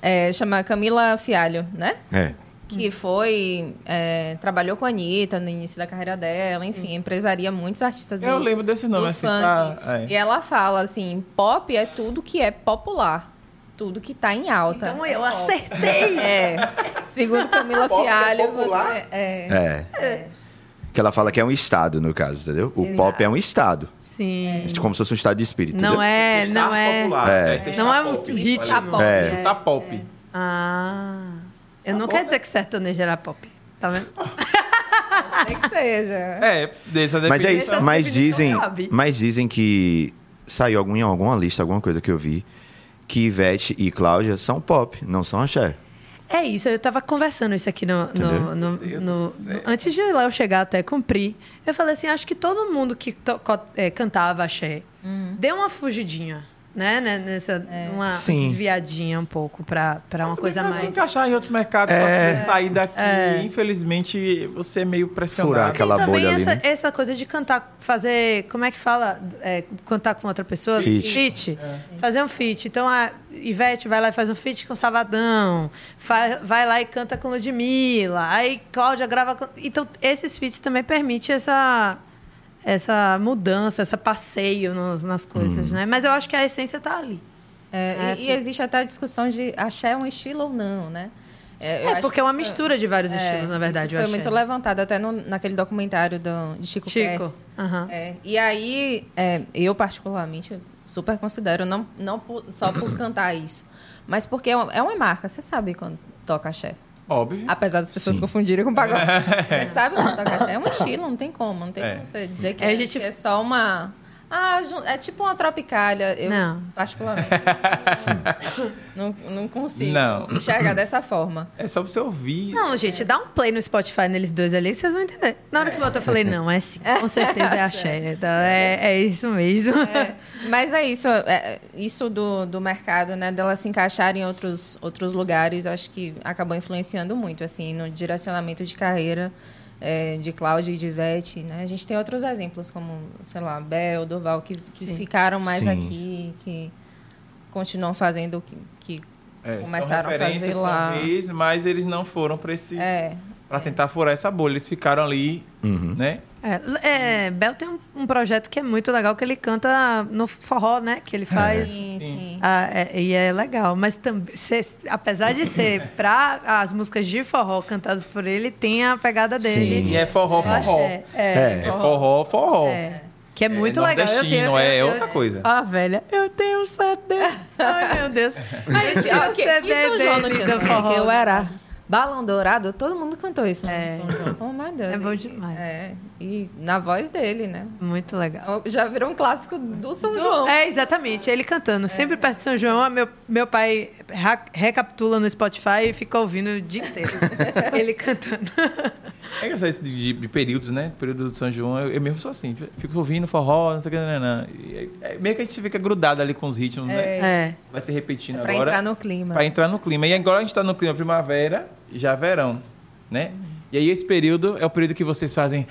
é, chama Camila Fialho, né?
É.
Hum.
Que foi. é, trabalhou com a Anitta no início da carreira dela, enfim, empresaria muitos artistas
Eu
do-
lembro desse
do
nome, assim.
funk.
Tá,
E
é.
ela fala assim: pop é tudo que é popular. Tudo que tá em alta.
Então eu acertei!
É. Segundo Camila
Pop é
Fialho,
popular?
você. É.
É. Que ela fala que é um estado, no caso, entendeu? O pop é um estado.
Sim.
É.
Como se fosse um estado de espírito.
Não
entendeu?
é,
Você
não
está
é.
popular, né?
É.
Você
Não
está
é muito
pop.
ritmo.
Olha,
Pop,
É.
Isso tá pop.
Ah. Eu não
bom,
quero
né?
dizer que sertanejo era pop. Tá vendo?
sei que seja.
É, dessa
Mas é
definição.
isso. Mas
definição
dizem,
cabe.
mas dizem que saiu algum, em alguma lista, alguma coisa que eu vi, que Ivete e Cláudia são pop, não são axé.
É isso, eu tava conversando isso aqui no. no,
Entendeu?
no-
Deus
no-
do céu.
antes de lá eu chegar até cumprir, eu falei assim: acho que todo mundo que to- co- é, cantava axé deu uma fugidinha, né? né, Nessa, Uma
Sim.
desviadinha um pouco pra, pra uma
Você
coisa
vai se
mais. É.
encaixar em outros mercados pra
É.
você sair daqui. Infelizmente, você é meio pressionado.
Furar aquela
Tem também
bolha ali,
essa,
né?
essa coisa de cantar, fazer. Como é que fala? É, cantar com outra pessoa?
Feat.
é.
Fazer um feat. Então a Ivete vai lá e faz um feat com Sabadão. fa- vai lá e canta com Ludmilla. Aí Cláudia grava. com- Então, esses feats também permitem essa. Essa mudança, esse passeio nos- nas
Hum.
coisas, né? Mas eu acho que a essência tá ali.
É, e, e existe até a discussão de axé é um estilo ou não, né? eu
É,
acho
porque
que
é uma
foi-
mistura de vários
é,
estilos, na
isso
verdade. eu
foi
achei.
muito levantado até no- naquele documentário do, de Chico,
Chico.
Pertz.
aham.
É, e aí, é, eu particularmente eu super considero, não, não por- só por cantar isso, mas porque é uma, é uma marca, você sabe quando toca axé.
Hum?
Óbvio.
Apesar das pessoas
Sim.
confundirem com pagode. Você sabe quando toca axé. É um estilo, não tem como. Não tem
É.
como você dizer que
É,
é,
a gente-
que é só uma... Ah, ju- é tipo uma tropicalha. Eu,
Não.
particularmente, não, não consigo
Não.
enxergar dessa forma.
É só você ouvir.
Não, gente, dá um play no Spotify neles dois ali que vocês vão entender. Na hora que voltou, eu falei, não, é sim, com certeza é axé. Então, é, é isso mesmo.
É, mas é isso. é, isso do, do mercado, né? Dela se encaixar em outros, outros lugares, eu acho que acabou influenciando muito, assim, no direcionamento de carreira é, de Cláudia e de Ivete, né? A gente tem outros exemplos, como, sei lá, Bel, Doval, que, que
Sim.
ficaram mais
Sim.
aqui, que continuam fazendo o que... que
É,
Começaram
são
a
referências,
fazer
são
lá.
reis, mas eles não foram pra esses...
é,
Pra tentar furar essa bolha. Eles ficaram ali,
Uhum.
né?
É, é, Bel tem um, um projeto que é muito legal, que ele canta no forró, né? Que ele faz.
sim, sim.
Ah, é- e é legal, mas também, cê- apesar de ser para as músicas de forró cantadas por ele, tem a pegada dele.
Sim.
E é forró,
Eu acho,
forró.
É, é,
É.
É forró, forró.
é. Que é muito
é
legal. Eu
nordestino,
tenho,
é
eu-
outra
eu-
coisa.
Ó, velha, eu tenho um CD. Ai, meu Deus.
Aí,
tinha
ó,
o
que,
CD
que São João não
dele
tinha
do
CD, que
forró.
eu era Balão Dourado, todo mundo cantou isso, né?
É.
São João. Oh, meu Deus.
É bom
E-
demais.
É, e na voz dele, né?
Muito legal.
Já virou um clássico do São João. É.
É, exatamente, ele cantando. Sempre perto de São João, meu, meu pai ra- recapitula no Spotify e fica ouvindo o dia inteiro. ele cantando.
É engraçado isso de, de- de períodos, né? Período do São João, eu, eu mesmo sou assim, fico ouvindo forró, não sei o que, não, não, não. E é- é meio que a gente fica grudado ali com os ritmos, né?
É.
Vai se repetindo
Pra
agora.
entrar no clima.
Pra entrar no clima. E agora a gente tá no clima primavera, já verão, né? E aí esse período é o período que vocês fazem.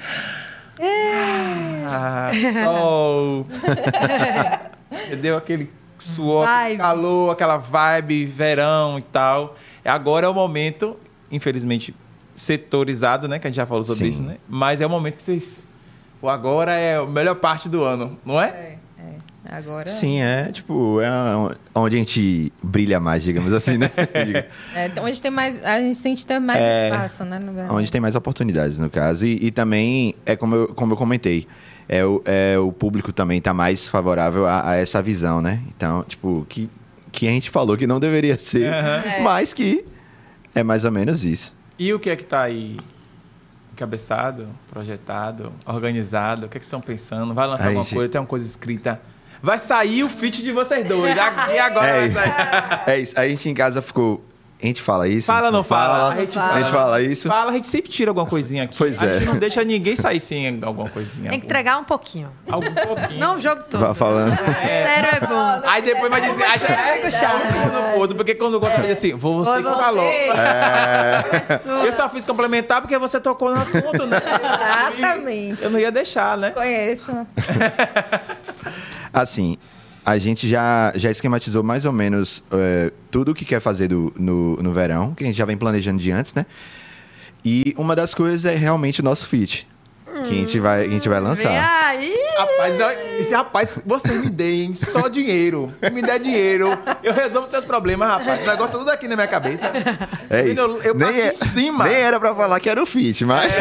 Ah, sol. Entendeu? Aquele suor, aquele
Vibe.
calor, aquela vibe, verão e tal. Agora é o momento, infelizmente, setorizado, né? Que a gente já falou sobre
Sim.
isso, né? Mas é o momento que vocês. Pô, agora é a melhor parte do ano, não é?
É, é. Agora
Sim, é tipo, é onde a gente brilha mais, digamos assim, né? Digo.
É, então a gente tem mais. A gente sente ter mais
É.
espaço, né? No verão.
Onde tem mais oportunidades, no caso. E, e também, é como eu, como eu comentei, é o, é o público também tá mais favorável a, a essa visão, né? Então, tipo, que, que a gente falou que não deveria ser, mas que é mais ou menos isso.
E o que é que tá aí encabeçado, projetado, organizado? O que é que vocês estão pensando? Vai lançar
Aí,
alguma
gente.
coisa? Tem uma coisa escrita? Vai sair o feat de vocês dois. Aqui agora vai
É isso.
sair.
É isso. A gente em casa ficou. A gente fala isso. a
Fala
gente
ou não fala?
A gente fala, isso.
Fala, a gente sempre tira alguma coisinha aqui.
Pois
A
é.
gente não deixa ninguém sair sem alguma coisinha.
Tem que entregar um pouquinho.
Algum pouquinho.
Não o jogo todo.
Vá falando.
Mistério é bom.
Aí depois vai dizer, acha
Pega o chá.
no outro, porque quando o outro vai dizer assim, vou você
Foi
que falou. Eu
É.
só fiz complementar porque você tocou no assunto, né?
Exatamente.
Eu não ia deixar, né?
Conheço.
Assim, a gente já, já esquematizou mais ou menos é, tudo o que quer fazer do- no, no verão, que a gente já vem planejando de antes, né? E uma das coisas é realmente o nosso feat. Que a gente vai, a gente
Hum,
vai
Vem
lançar.
aí.
Rapaz, eu- rapaz, você me deem só dinheiro. Se me der dinheiro, eu resolvo seus problemas, rapaz. O negócio tá tudo aqui na minha cabeça.
É isso.
Eu, eu bati
é-
em cima. É.
nem era pra falar que era o feat, mas.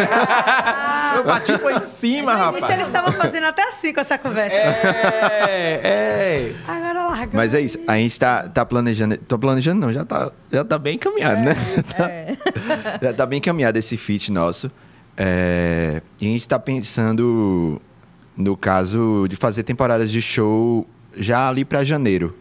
Eu bati foi em cima,
Mas isso
rapaz.
eles estavam fazendo até assim com essa conversa.
É, é.
Agora larga.
Mas é isso. A gente tá, tá planejando. Tô planejando, não, já tá, já tá bem encaminhado, né?
É.
Já tá bem encaminhado esse feat nosso. É, e a gente tá pensando, no caso, de fazer temporadas de show já ali pra janeiro.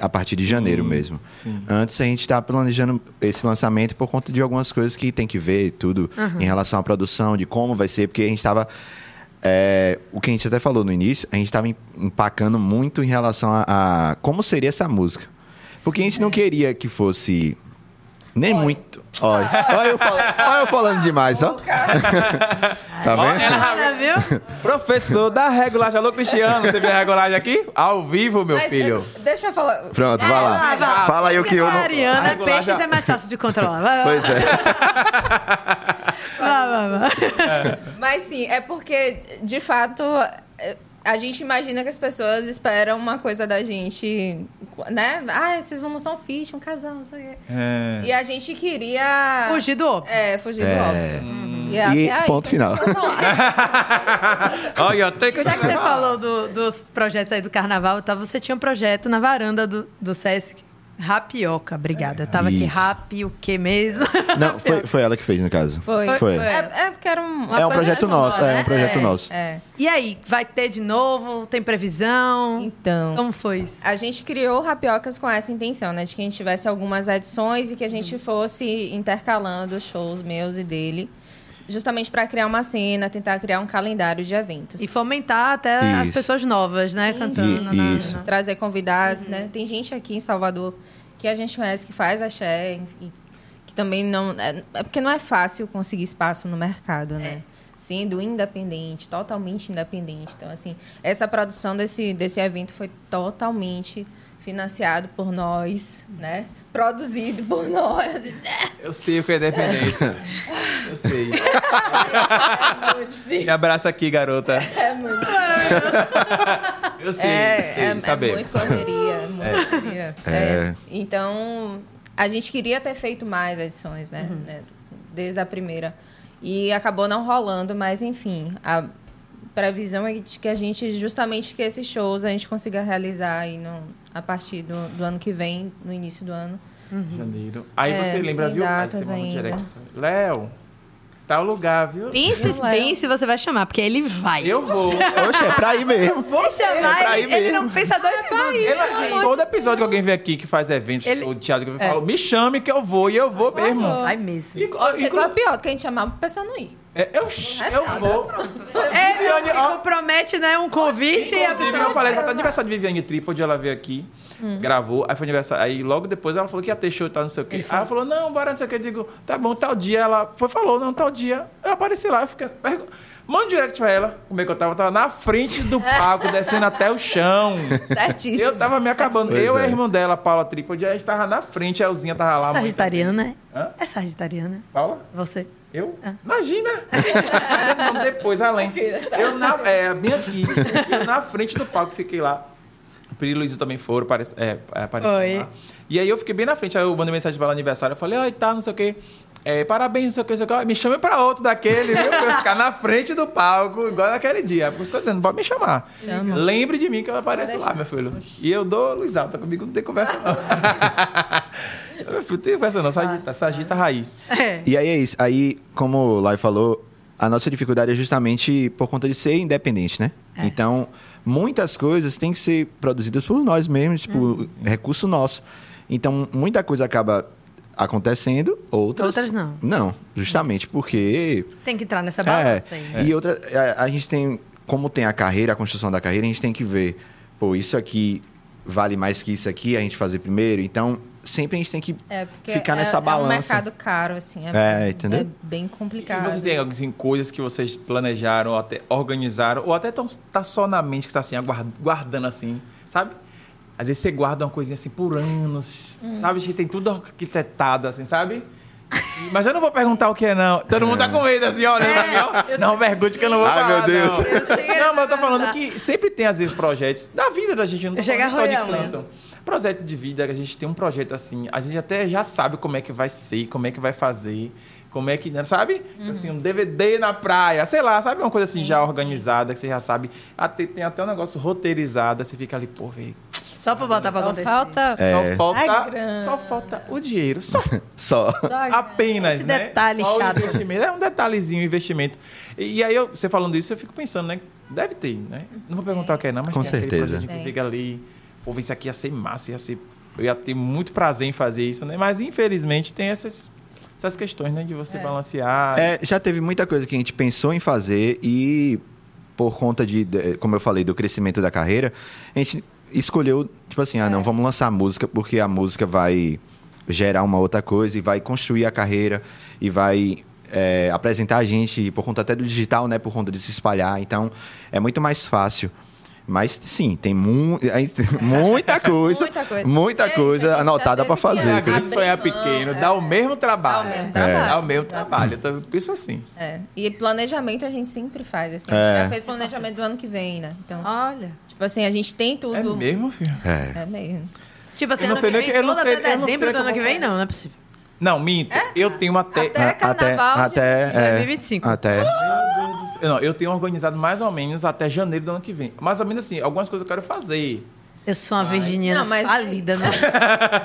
A partir de janeiro mesmo.
Uhum. sim.
Antes a gente tá planejando esse lançamento por conta de algumas coisas que tem que ver e tudo
Uhum.
em relação à produção, de como vai ser, porque a gente tava. é, o que a gente até falou no início, a gente tava em- empacando muito em relação a, a como seria essa música. Porque a gente
É.
não queria que fosse. Nem muito. Olha, olha, eu falo- olha eu falando demais, ó. tá
Ó,
vendo?
ela-
Olha, viu?
Professor da regulagem. Alô, Cristiano, você viu a regulagem aqui? Ao vivo, meu
Mas,
filho.
eu- deixa eu falar.
Pronto, vai
Vai lá,
lá.
vai.
Fala aí o que eu
A
não.
Ariana
Vai,
Peixes
Golaja.
é mais fácil de controlar. Vai, vai,
Pois é.
vai, vai, vai.
Mas sim, é porque, de fato, é, a gente imagina que as pessoas esperam uma coisa da gente, né? Ah, vocês vão lançar um feat, um casal, não sei o quê.
É.
E a gente queria...
Fugir do óbvio.
É, fugir
É.
do óbvio. é
E
até aí
ponto
que a gente
final.
vai falar.
Olha, eu tenho que
Já que você falou do- dos projetos aí do carnaval, e tal, você tinha um projeto na varanda do, do Sesc. Rapioca, obrigada. Eu tava aqui,
Isso.
rapi o que mesmo?
Não, foi, foi ela que fez, no caso.
Foi.
Foi.
É, é porque era
Uma
um...
É um
coisa
projeto nosso,
nova,
é
né?
um projeto
É.
nosso.
É.
E aí, vai ter de novo? Tem previsão?
Então...
Como foi isso?
A gente criou o Rapiocas com essa intenção, né? De que a gente tivesse algumas edições e que a gente fosse intercalando shows meus e dele. Justamente para criar uma cena, tentar criar um calendário de eventos.
E fomentar até as
Isso.
pessoas novas, né?
Sim,
Cantando.
sim.
na-
Isso.
na-
Uhum. Trazer convidados, né? Tem gente aqui em Salvador que a gente conhece que faz axé, e que também não. É, é porque não é fácil conseguir espaço no mercado, né? Sendo independente, totalmente independente. Então, assim, essa produção desse, desse evento foi totalmente financiado por nós, né? Produzido por nós.
Eu sei o que é independência. Eu sei.
É muito
Me
difícil.
abraça aqui, garota.
É muito
Eu sei,
é,
eu sei,
é, é
saber.
muito correria. é muito correria.
É.
É, Então, a gente queria ter feito mais edições, né?
Uhum.
né, Desde a primeira. E acabou não rolando, mas enfim, a previsão é de que a gente, justamente que esses shows a gente consiga realizar aí no, a partir do, do ano que vem, no início do ano.
Janeiro. Aí
É,
você lembra,
sem
viu? Aí
datas
você manda um
ainda.
direct. Léo, tá o lugar, viu?
Pense
Eu-
bem se você vai chamar, porque ele vai.
Eu vou.
Oxe, é pra ir mesmo.
vou chamar,
É pra
ele,
ir
ele não
mesmo.
pensa dois
É
segundos.
Eu, gente, todo episódio que alguém vem aqui que faz eventos
Ele-
ou teatro, eu falo, me chame que eu vou, e eu vou mesmo.
Vai mesmo.
E- e-
Igual é pior, do que a gente chamava pra pessoa não ir.
é, eu, eu vou.
É, não,
Viviane, ó.
que promete, né, um convite e a
Inclusive,
pessoa...
eu falei, tá aniversário de Viviane Tripod, ela veio aqui, gravou, aí foi aniversário. Aí logo depois ela falou que ia ter show, tá, não sei o quê. Aí ela falou, não, bora, não sei o quê. Eu digo, tá bom, tal dia. Ela foi, falou, não, tal dia. Eu apareci lá, eu fiquei. pergu- Manda um direct pra ela, como é que eu tava? Eu tava na frente do palco, descendo até o chão.
Certíssimo.
Eu tava me acabando.
Pois
eu e a
é.
irmã dela, Paula Tripod, a gente tava na frente, a Elzinha tava lá. muito-
Sagitariana,
Hã?
é? É sagitariana,
Paula?
você?
Eu? Imagina! Não, depois, além. Eu na, é, bem aqui. Eu na frente do palco fiquei lá. Pri e Luiz também foram, parece, é, é, apareceram
Oi.
lá. E aí eu fiquei bem na frente. Aí eu mandei mensagem pra ela no aniversário. Eu falei, ai, tá, não sei o quê. É, parabéns, não sei o quê, não sei o quê. Ó, Me chame pra outro daquele, viu? Pra eu ficar na frente do palco, igual naquele dia. Por isso que eu tô dizendo, pode me chamar.
Chama.
Lembre de mim que eu apareço lá, meu filho. E eu dou Luiz Alta, comigo não tem conversa, não. meu filho, não tem conversa, não. Sagita, sagita raiz.
É.
E aí é isso. Aí, como o Lai falou, a nossa dificuldade é justamente por conta de ser independente, né?
É.
Então, muitas coisas têm que ser produzidas por nós mesmos, tipo,
Uhum.
recurso nosso. Então, muita coisa acaba acontecendo, outras...
Outras não.
Não, justamente porque...
Tem que entrar
Tá
nessa
É,
balança aí.
e outra, a, a gente tem... Como tem a carreira, a construção da carreira, a gente tem que ver, pô, isso aqui vale mais que isso aqui, a gente fazer primeiro. Então, sempre a gente tem que
É, porque
ficar
é,
nessa
é um
balança.
mercado caro, assim. É,
É, entendeu?
é bem
E
complicado.
você tem assim, coisas que vocês planejaram, ou até organizaram, ou até tão, tá só na mente que tá assim, aguar- guardando assim, sabe? Às vezes você guarda uma coisinha assim por anos, sabe? Que tem tudo arquitetado, assim, sabe? Mas eu não vou perguntar o que é, não. Todo mundo tá com medo, assim, olhando. assim, ó. não pergunte que eu não vou
Ai,
falar,
meu Deus.
não.
Eu sei que ele
Não, mas eu tô
vai
falando
perguntar.
que sempre tem, às vezes, projetos da vida da gente, eu não tô
Eu chego
falando só de
a roer a unha.
canto. Projeto de vida, que a gente tem um projeto assim, a gente até já sabe como é que vai ser, como é que vai fazer, como é que, né, sabe? Assim, um DVD na praia, sei lá, sabe? Uma coisa assim já organizada, que você já sabe. Até- tem até um negócio roteirizado, você fica ali, pô, velho.
Só pra botar pra
Só
um
acontecer.
falta
Só, falta,
grana.
só falta o dinheiro, só
Só...
só a grana.
apenas,
Esse
né?
detalhe
Só o
chato.
investimento. É um detalhezinho o investimento. E, e aí, eu- você falando isso, eu fico pensando, né? Deve ter, né? Não vou perguntar o que é, não, mas
Com
tem aquele
certeza.
projetinho que você
Tem.
fica ali. Pô, isso aqui ia ser massa, ia ser. Eu ia ter muito prazer em fazer isso, né? Mas infelizmente tem essas, essas questões, né? De você balancear.
É, já teve muita coisa que a gente pensou em fazer e por conta de, de- como eu falei, do crescimento da carreira, a gente escolheu, tipo assim,
É.
ah, não, vamos lançar a música porque a música vai gerar uma outra coisa e vai construir a carreira e vai é, apresentar a gente e por conta até do digital, né, por conta de se espalhar. Então, é muito mais fácil. Mas sim, tem mu aí tem muita coisa,
Muita coisa.
muita
É isso,
coisa
a gente já
anotada
teve
para
que
fazer.
Sonhar
abrir
entendeu?
é grande, sonhar pequeno, dá o mesmo trabalho.
É. Dá o mesmo
É. Dá o mesmo
trabalho.
trabalho. Eu tô- penso assim.
É. E planejamento a gente sempre faz, assim. A
É.
gente já fez planejamento do ano que vem, né? Então,
Olha.
tipo assim, a gente tem tudo.
É mesmo, filho?
É.
É mesmo.
Tipo assim,
Eu não
ano
sei
que
nem
vem,
que- eu não
todo
sei-
até
eu não sei
dezembro
o
do
que
ano
eu
que
vou
vem, não, não é possível.
Não, minto. Eu tenho uma te...
É? Até carnaval de
até, é,
2025.
até
Meu Deus do céu. Não, eu tenho organizado mais ou menos até janeiro do ano que vem. Mais ou menos assim, algumas coisas eu quero fazer.
Eu sou uma virginiana
Não, mas-
falida, né?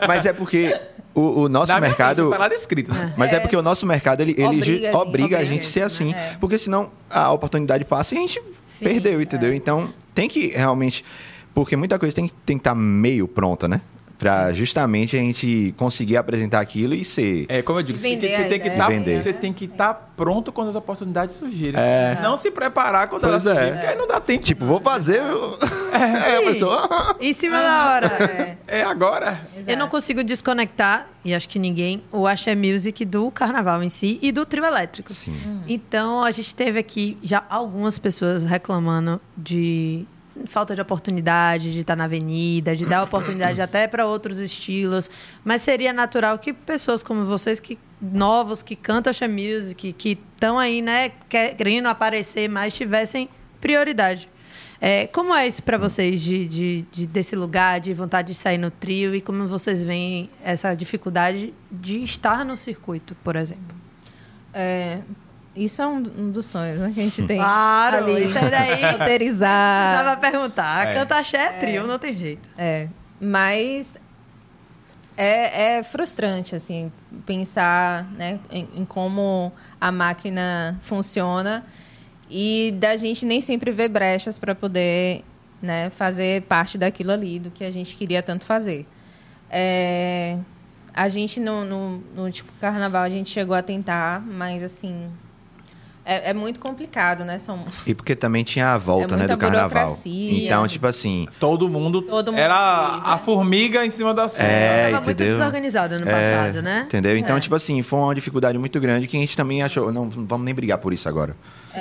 Mas é porque o, o nosso
Dá minha
mercado.
lista, Tá lá descrito. né?
Mas é. porque o nosso mercado ele, ele
Obriga
ju-
a
obriga,
gente.
a
Obriga
gente a ser
a
assim.
gente, né? É.
Porque senão a oportunidade passa e a gente
Sim,
perdeu, entendeu? Então tem que realmente. Porque muita coisa tem, que- tem que estar meio pronta, né? Pra justamente a gente conseguir apresentar aquilo e ser.
É, como eu digo, você
Vender
tem, você
a
tem que
ideia,
tá,
Vender.
você tem que estar pronto quando as oportunidades surgirem. Não se preparar quando elas
É. Pois é.
surgirem, porque aí não dá tempo.
Tipo, vou fazer. eu- É, a pessoa.
em cima da hora.
É,
É agora.
Eu não consigo desconectar, e acho que ninguém, o Axé Music do carnaval em si e do trio elétrico.
Sim.
Então, a gente teve aqui já algumas pessoas reclamando de falta de oportunidade, de estar na avenida, de dar oportunidade até para outros estilos. Mas seria natural que pessoas como vocês, que novos, que cantam Axé Music, que estão aí, né, querendo aparecer mais, tivessem prioridade. É, como é isso para vocês de, de- de- desse lugar, de vontade de sair no trio e como vocês veem essa dificuldade de estar no circuito, por exemplo?
É, isso é um, um dos sonhos né, que a gente tem.
Claro,
ali.
isso aí daí-
Roteirizar.
É.
Precisava perguntar.
É.
Canta axé é trio, não tem jeito.
É. Mas é, é frustrante, assim, pensar né, em, em como a máquina funciona e da gente nem sempre ver brechas para poder né, fazer parte daquilo ali, do que a gente queria tanto fazer. É, a gente, no, no, no tipo carnaval, a gente chegou a tentar, mas, assim, é, é muito complicado, né? São,
E porque também tinha a volta, né,
É muita
do carnaval.
burocracia.
Então, tipo assim,
Todo mundo,
Todo mundo
era
fez,
a
né?
formiga em cima da sombra.
É,
Tava muito
entendeu?
desorganizado ano passado, né?
Entendeu? Então, tipo assim, foi uma dificuldade muito grande que a gente também achou, não, não vamos nem brigar por isso agora.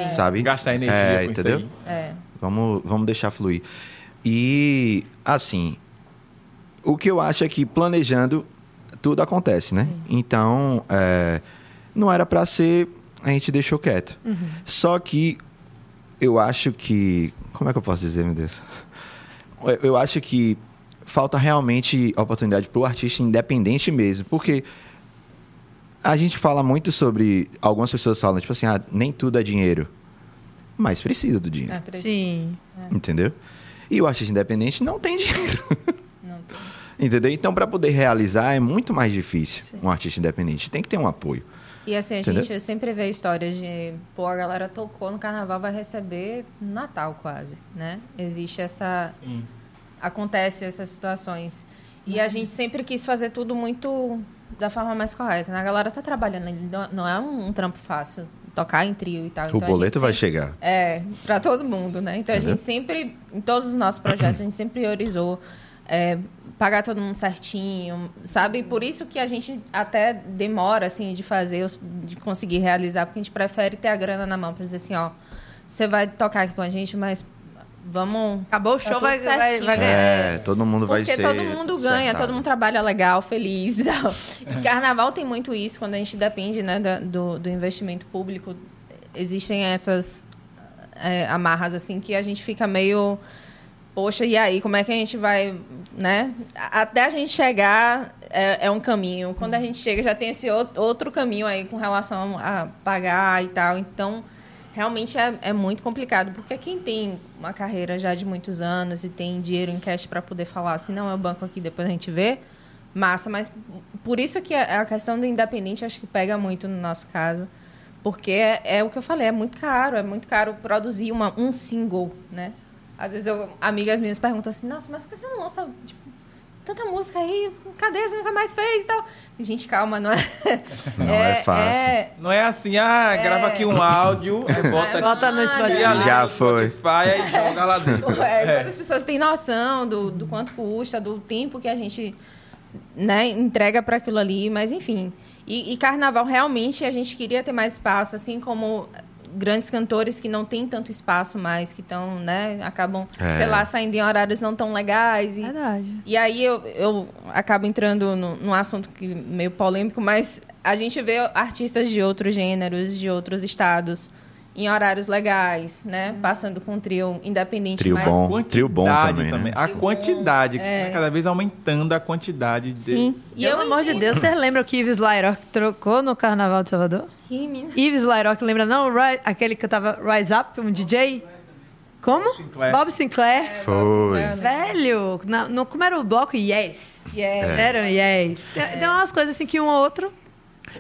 Sabe?
Gastar energia
É,
com
entendeu?
isso aí.
é,
Vamos, vamos deixar fluir. E, assim, o que eu acho é que planejando, tudo acontece, né? Então, é, não era pra ser, a gente deixou quieto. Só que eu acho que. Como é que eu posso dizer, meu Deus? Eu- Eu acho que falta realmente oportunidade pro artista independente mesmo, porque. A gente fala muito sobre. Algumas pessoas falam, tipo assim, ah, nem tudo é dinheiro. Mas precisa do dinheiro.
é pra-
Sim.
Entendeu? E o artista independente não tem dinheiro. Entendeu? Então, para poder realizar é muito mais difícil um artista independente. Tem que ter um apoio.
E assim, a
Entendeu?
gente sempre vê histórias de, pô, a galera tocou no carnaval, vai receber no Natal quase, né? Existe essa.
Sim.
Acontece essas situações. E a gente sempre quis fazer tudo muito da forma mais correta. Né? A galera tá trabalhando, ele não- não é um, um trampo fácil tocar em trio e tal.
o
Então, a
boleto
gente
vai
sempre-
chegar.
é, para todo mundo, né? Então a
Entendeu?
gente sempre, em todos os nossos projetos, a gente sempre priorizou é, pagar todo mundo certinho, sabe? Por isso que a gente até demora, assim, de fazer, os- de conseguir realizar, porque a gente prefere ter a grana na mão para dizer assim, ó, você vai tocar aqui com a gente, mas vamos
Acabou o show,
tudo
vai, vai,
certinho.
vai ganhar.
É, todo mundo vai
porque
ser.
todo mundo ganha,
acertado.
todo mundo trabalha legal, feliz. e tal. E carnaval tem muito isso, quando a gente depende né, da- do, do investimento público, existem essas é, amarras assim que a gente fica meio. Poxa, e aí, como é que a gente vai, né? A- Até a gente chegar é, é um caminho. Quando a gente chega, já tem esse ou- outro caminho aí com relação a pagar e tal. Então, realmente é, é muito complicado. Porque quem tem uma carreira já de muitos anos e tem dinheiro em cash para poder falar assim, não, é o banco aqui, depois a gente vê, massa. Mas por isso que a, a questão do independente acho que pega muito no nosso caso. Porque é, é o que eu falei, é muito caro. É muito caro produzir uma, um single, né? Às vezes, eu, amigas minhas perguntam assim, nossa, mas por que você não lança tipo, tanta música aí? Cadê? Você nunca mais fez e tal. Gente, calma, não é...
Não é fácil.
Não é assim, ah, grava aqui um áudio, aí bota,
Bota
aqui,
no Spotify.
e ali
Já
no
foi.
Spotify e joga lá dentro.
É, Quantas pessoas têm noção do, do quanto custa, do tempo que a gente né, entrega para aquilo ali, mas enfim. E, e carnaval, realmente, a gente queria ter mais espaço, assim como grandes cantores que não têm tanto espaço mais, que estão, né, acabam,
É.
sei lá, saindo em horários não tão legais.
É,
E,
Verdade.
e aí eu, eu acabo entrando no- num assunto que meio polêmico, mas a gente vê artistas de outros gêneros, de outros estados, em horários legais, né? Passando com um trio independente.
Trio
mas-
bom.
Quantidade
Trio bom também, né?
A quantidade, tá cada vez aumentando a quantidade de...
Sim.
E pelo amor de Deus, vocês lembram que Ives Lyrock trocou no Carnaval de Salvador?
Deus.
Ives Lyrock, lembra não? Ri- aquele que cantava Rise Up, um DJ? Como?
Sinclair.
Bob Sinclair.
Foi.
né?
Velho, na- no, como era o bloco? Yes.
É.
Yeah.
Era um yes. Tem- Tem umas coisas assim que um ou outro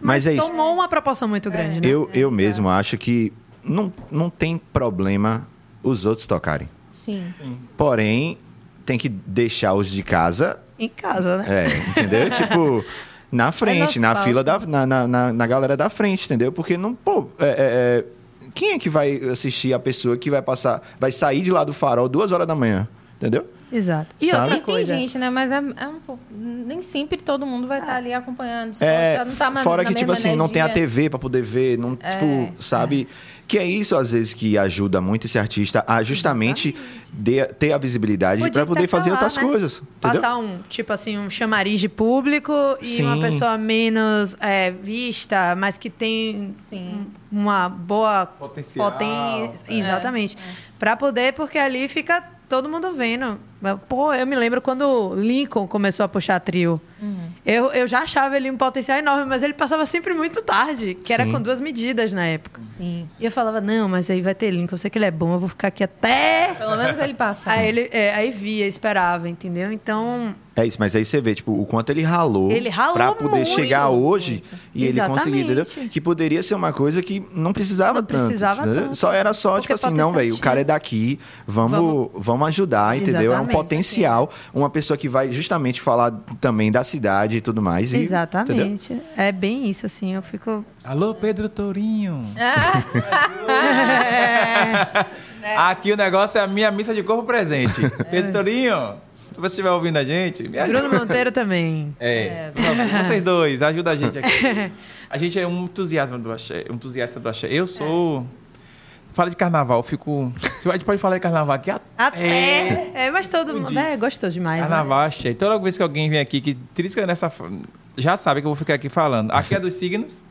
Mas é isso.
tomou uma proporção muito grande, né?
Eu, eu mesmo acho que não, não tem problema os outros tocarem.
Sim.
Porém, tem que deixar os de casa
Em casa, né?
É, entendeu? tipo, na frente,
nosso
na
palco.
fila da. Na, na, na, na galera da frente, entendeu? Porque não, pô, é, é, é, quem é que vai assistir a pessoa que vai passar. Vai sair de lá do farol duas horas da manhã? Entendeu?
Exato. E
Sabe?
Tem,
outra
tem
coisa.
gente, né? Mas é, é um pouco. Nem sempre todo mundo vai estar ali acompanhando.
É,
disposto, não tá mais
fora
na
que, tipo
mesma
assim, não tem a
energia. É,
TV pra poder ver, não, tipo, sabe? Que é isso, às vezes, que ajuda muito esse artista a justamente de- ter a visibilidade
Podia
pra poder
até
fazer
falar,
outras
né?
coisas. Entendeu?
Passar um, tipo assim, um chamariz de público e
Sim.
uma pessoa menos é, vista, mas que tem
Sim.
uma boa
Potencial. é.
poten- Exatamente. Pra poder, porque ali fica todo mundo vendo. Pô, eu me lembro quando Lincoln começou a puxar trio. Eu, eu já achava ele um potencial enorme, mas ele passava sempre muito tarde, que era
Sim.
com duas medidas na época.
Sim.
E eu falava, não, mas aí vai ter link, eu sei que ele é bom, eu vou ficar aqui até.
Pelo menos ele passa.
Aí ele é, aí via, esperava, entendeu? Então,
É isso, mas aí você vê, tipo, o quanto ele ralou,
Ele ralou
pra poder
muito.
chegar hoje e
Exatamente.
ele conseguir, entendeu? Que poderia ser uma coisa que não precisava
Não
tanto.
precisava
entendeu?
tanto.
Só era só,
Porque
tipo assim, não,
potencial
velho, o
tinha.
cara é daqui, vamos, vamos. ajudar, entendeu? É
Exatamente.
um potencial, uma pessoa que vai justamente falar também da cidade e tudo mais. e- entendeu?
exatamente. É bem isso, assim, eu fico.
Alô, Pedro Tourinho.
É,
Aqui o negócio é a minha missa de corpo presente. Pedro Tourinho, se você estiver ouvindo a gente, me ajuda.
Bruno Monteiro também.
É, por favor, vocês dois, ajuda a gente aqui. A gente é um entusiasma do axé, um entusiasta do axé. Eu sou... Fala de carnaval, eu fico... A gente pode falar de carnaval aqui até...
Até. É, mas todo mundo.
Entendi. Ah,
É, gostou demais. né?
Carnaval, achei. Toda vez que alguém vem aqui que trisca nessa. fa- Já sabe que eu vou ficar aqui falando. Aqui é dos signos.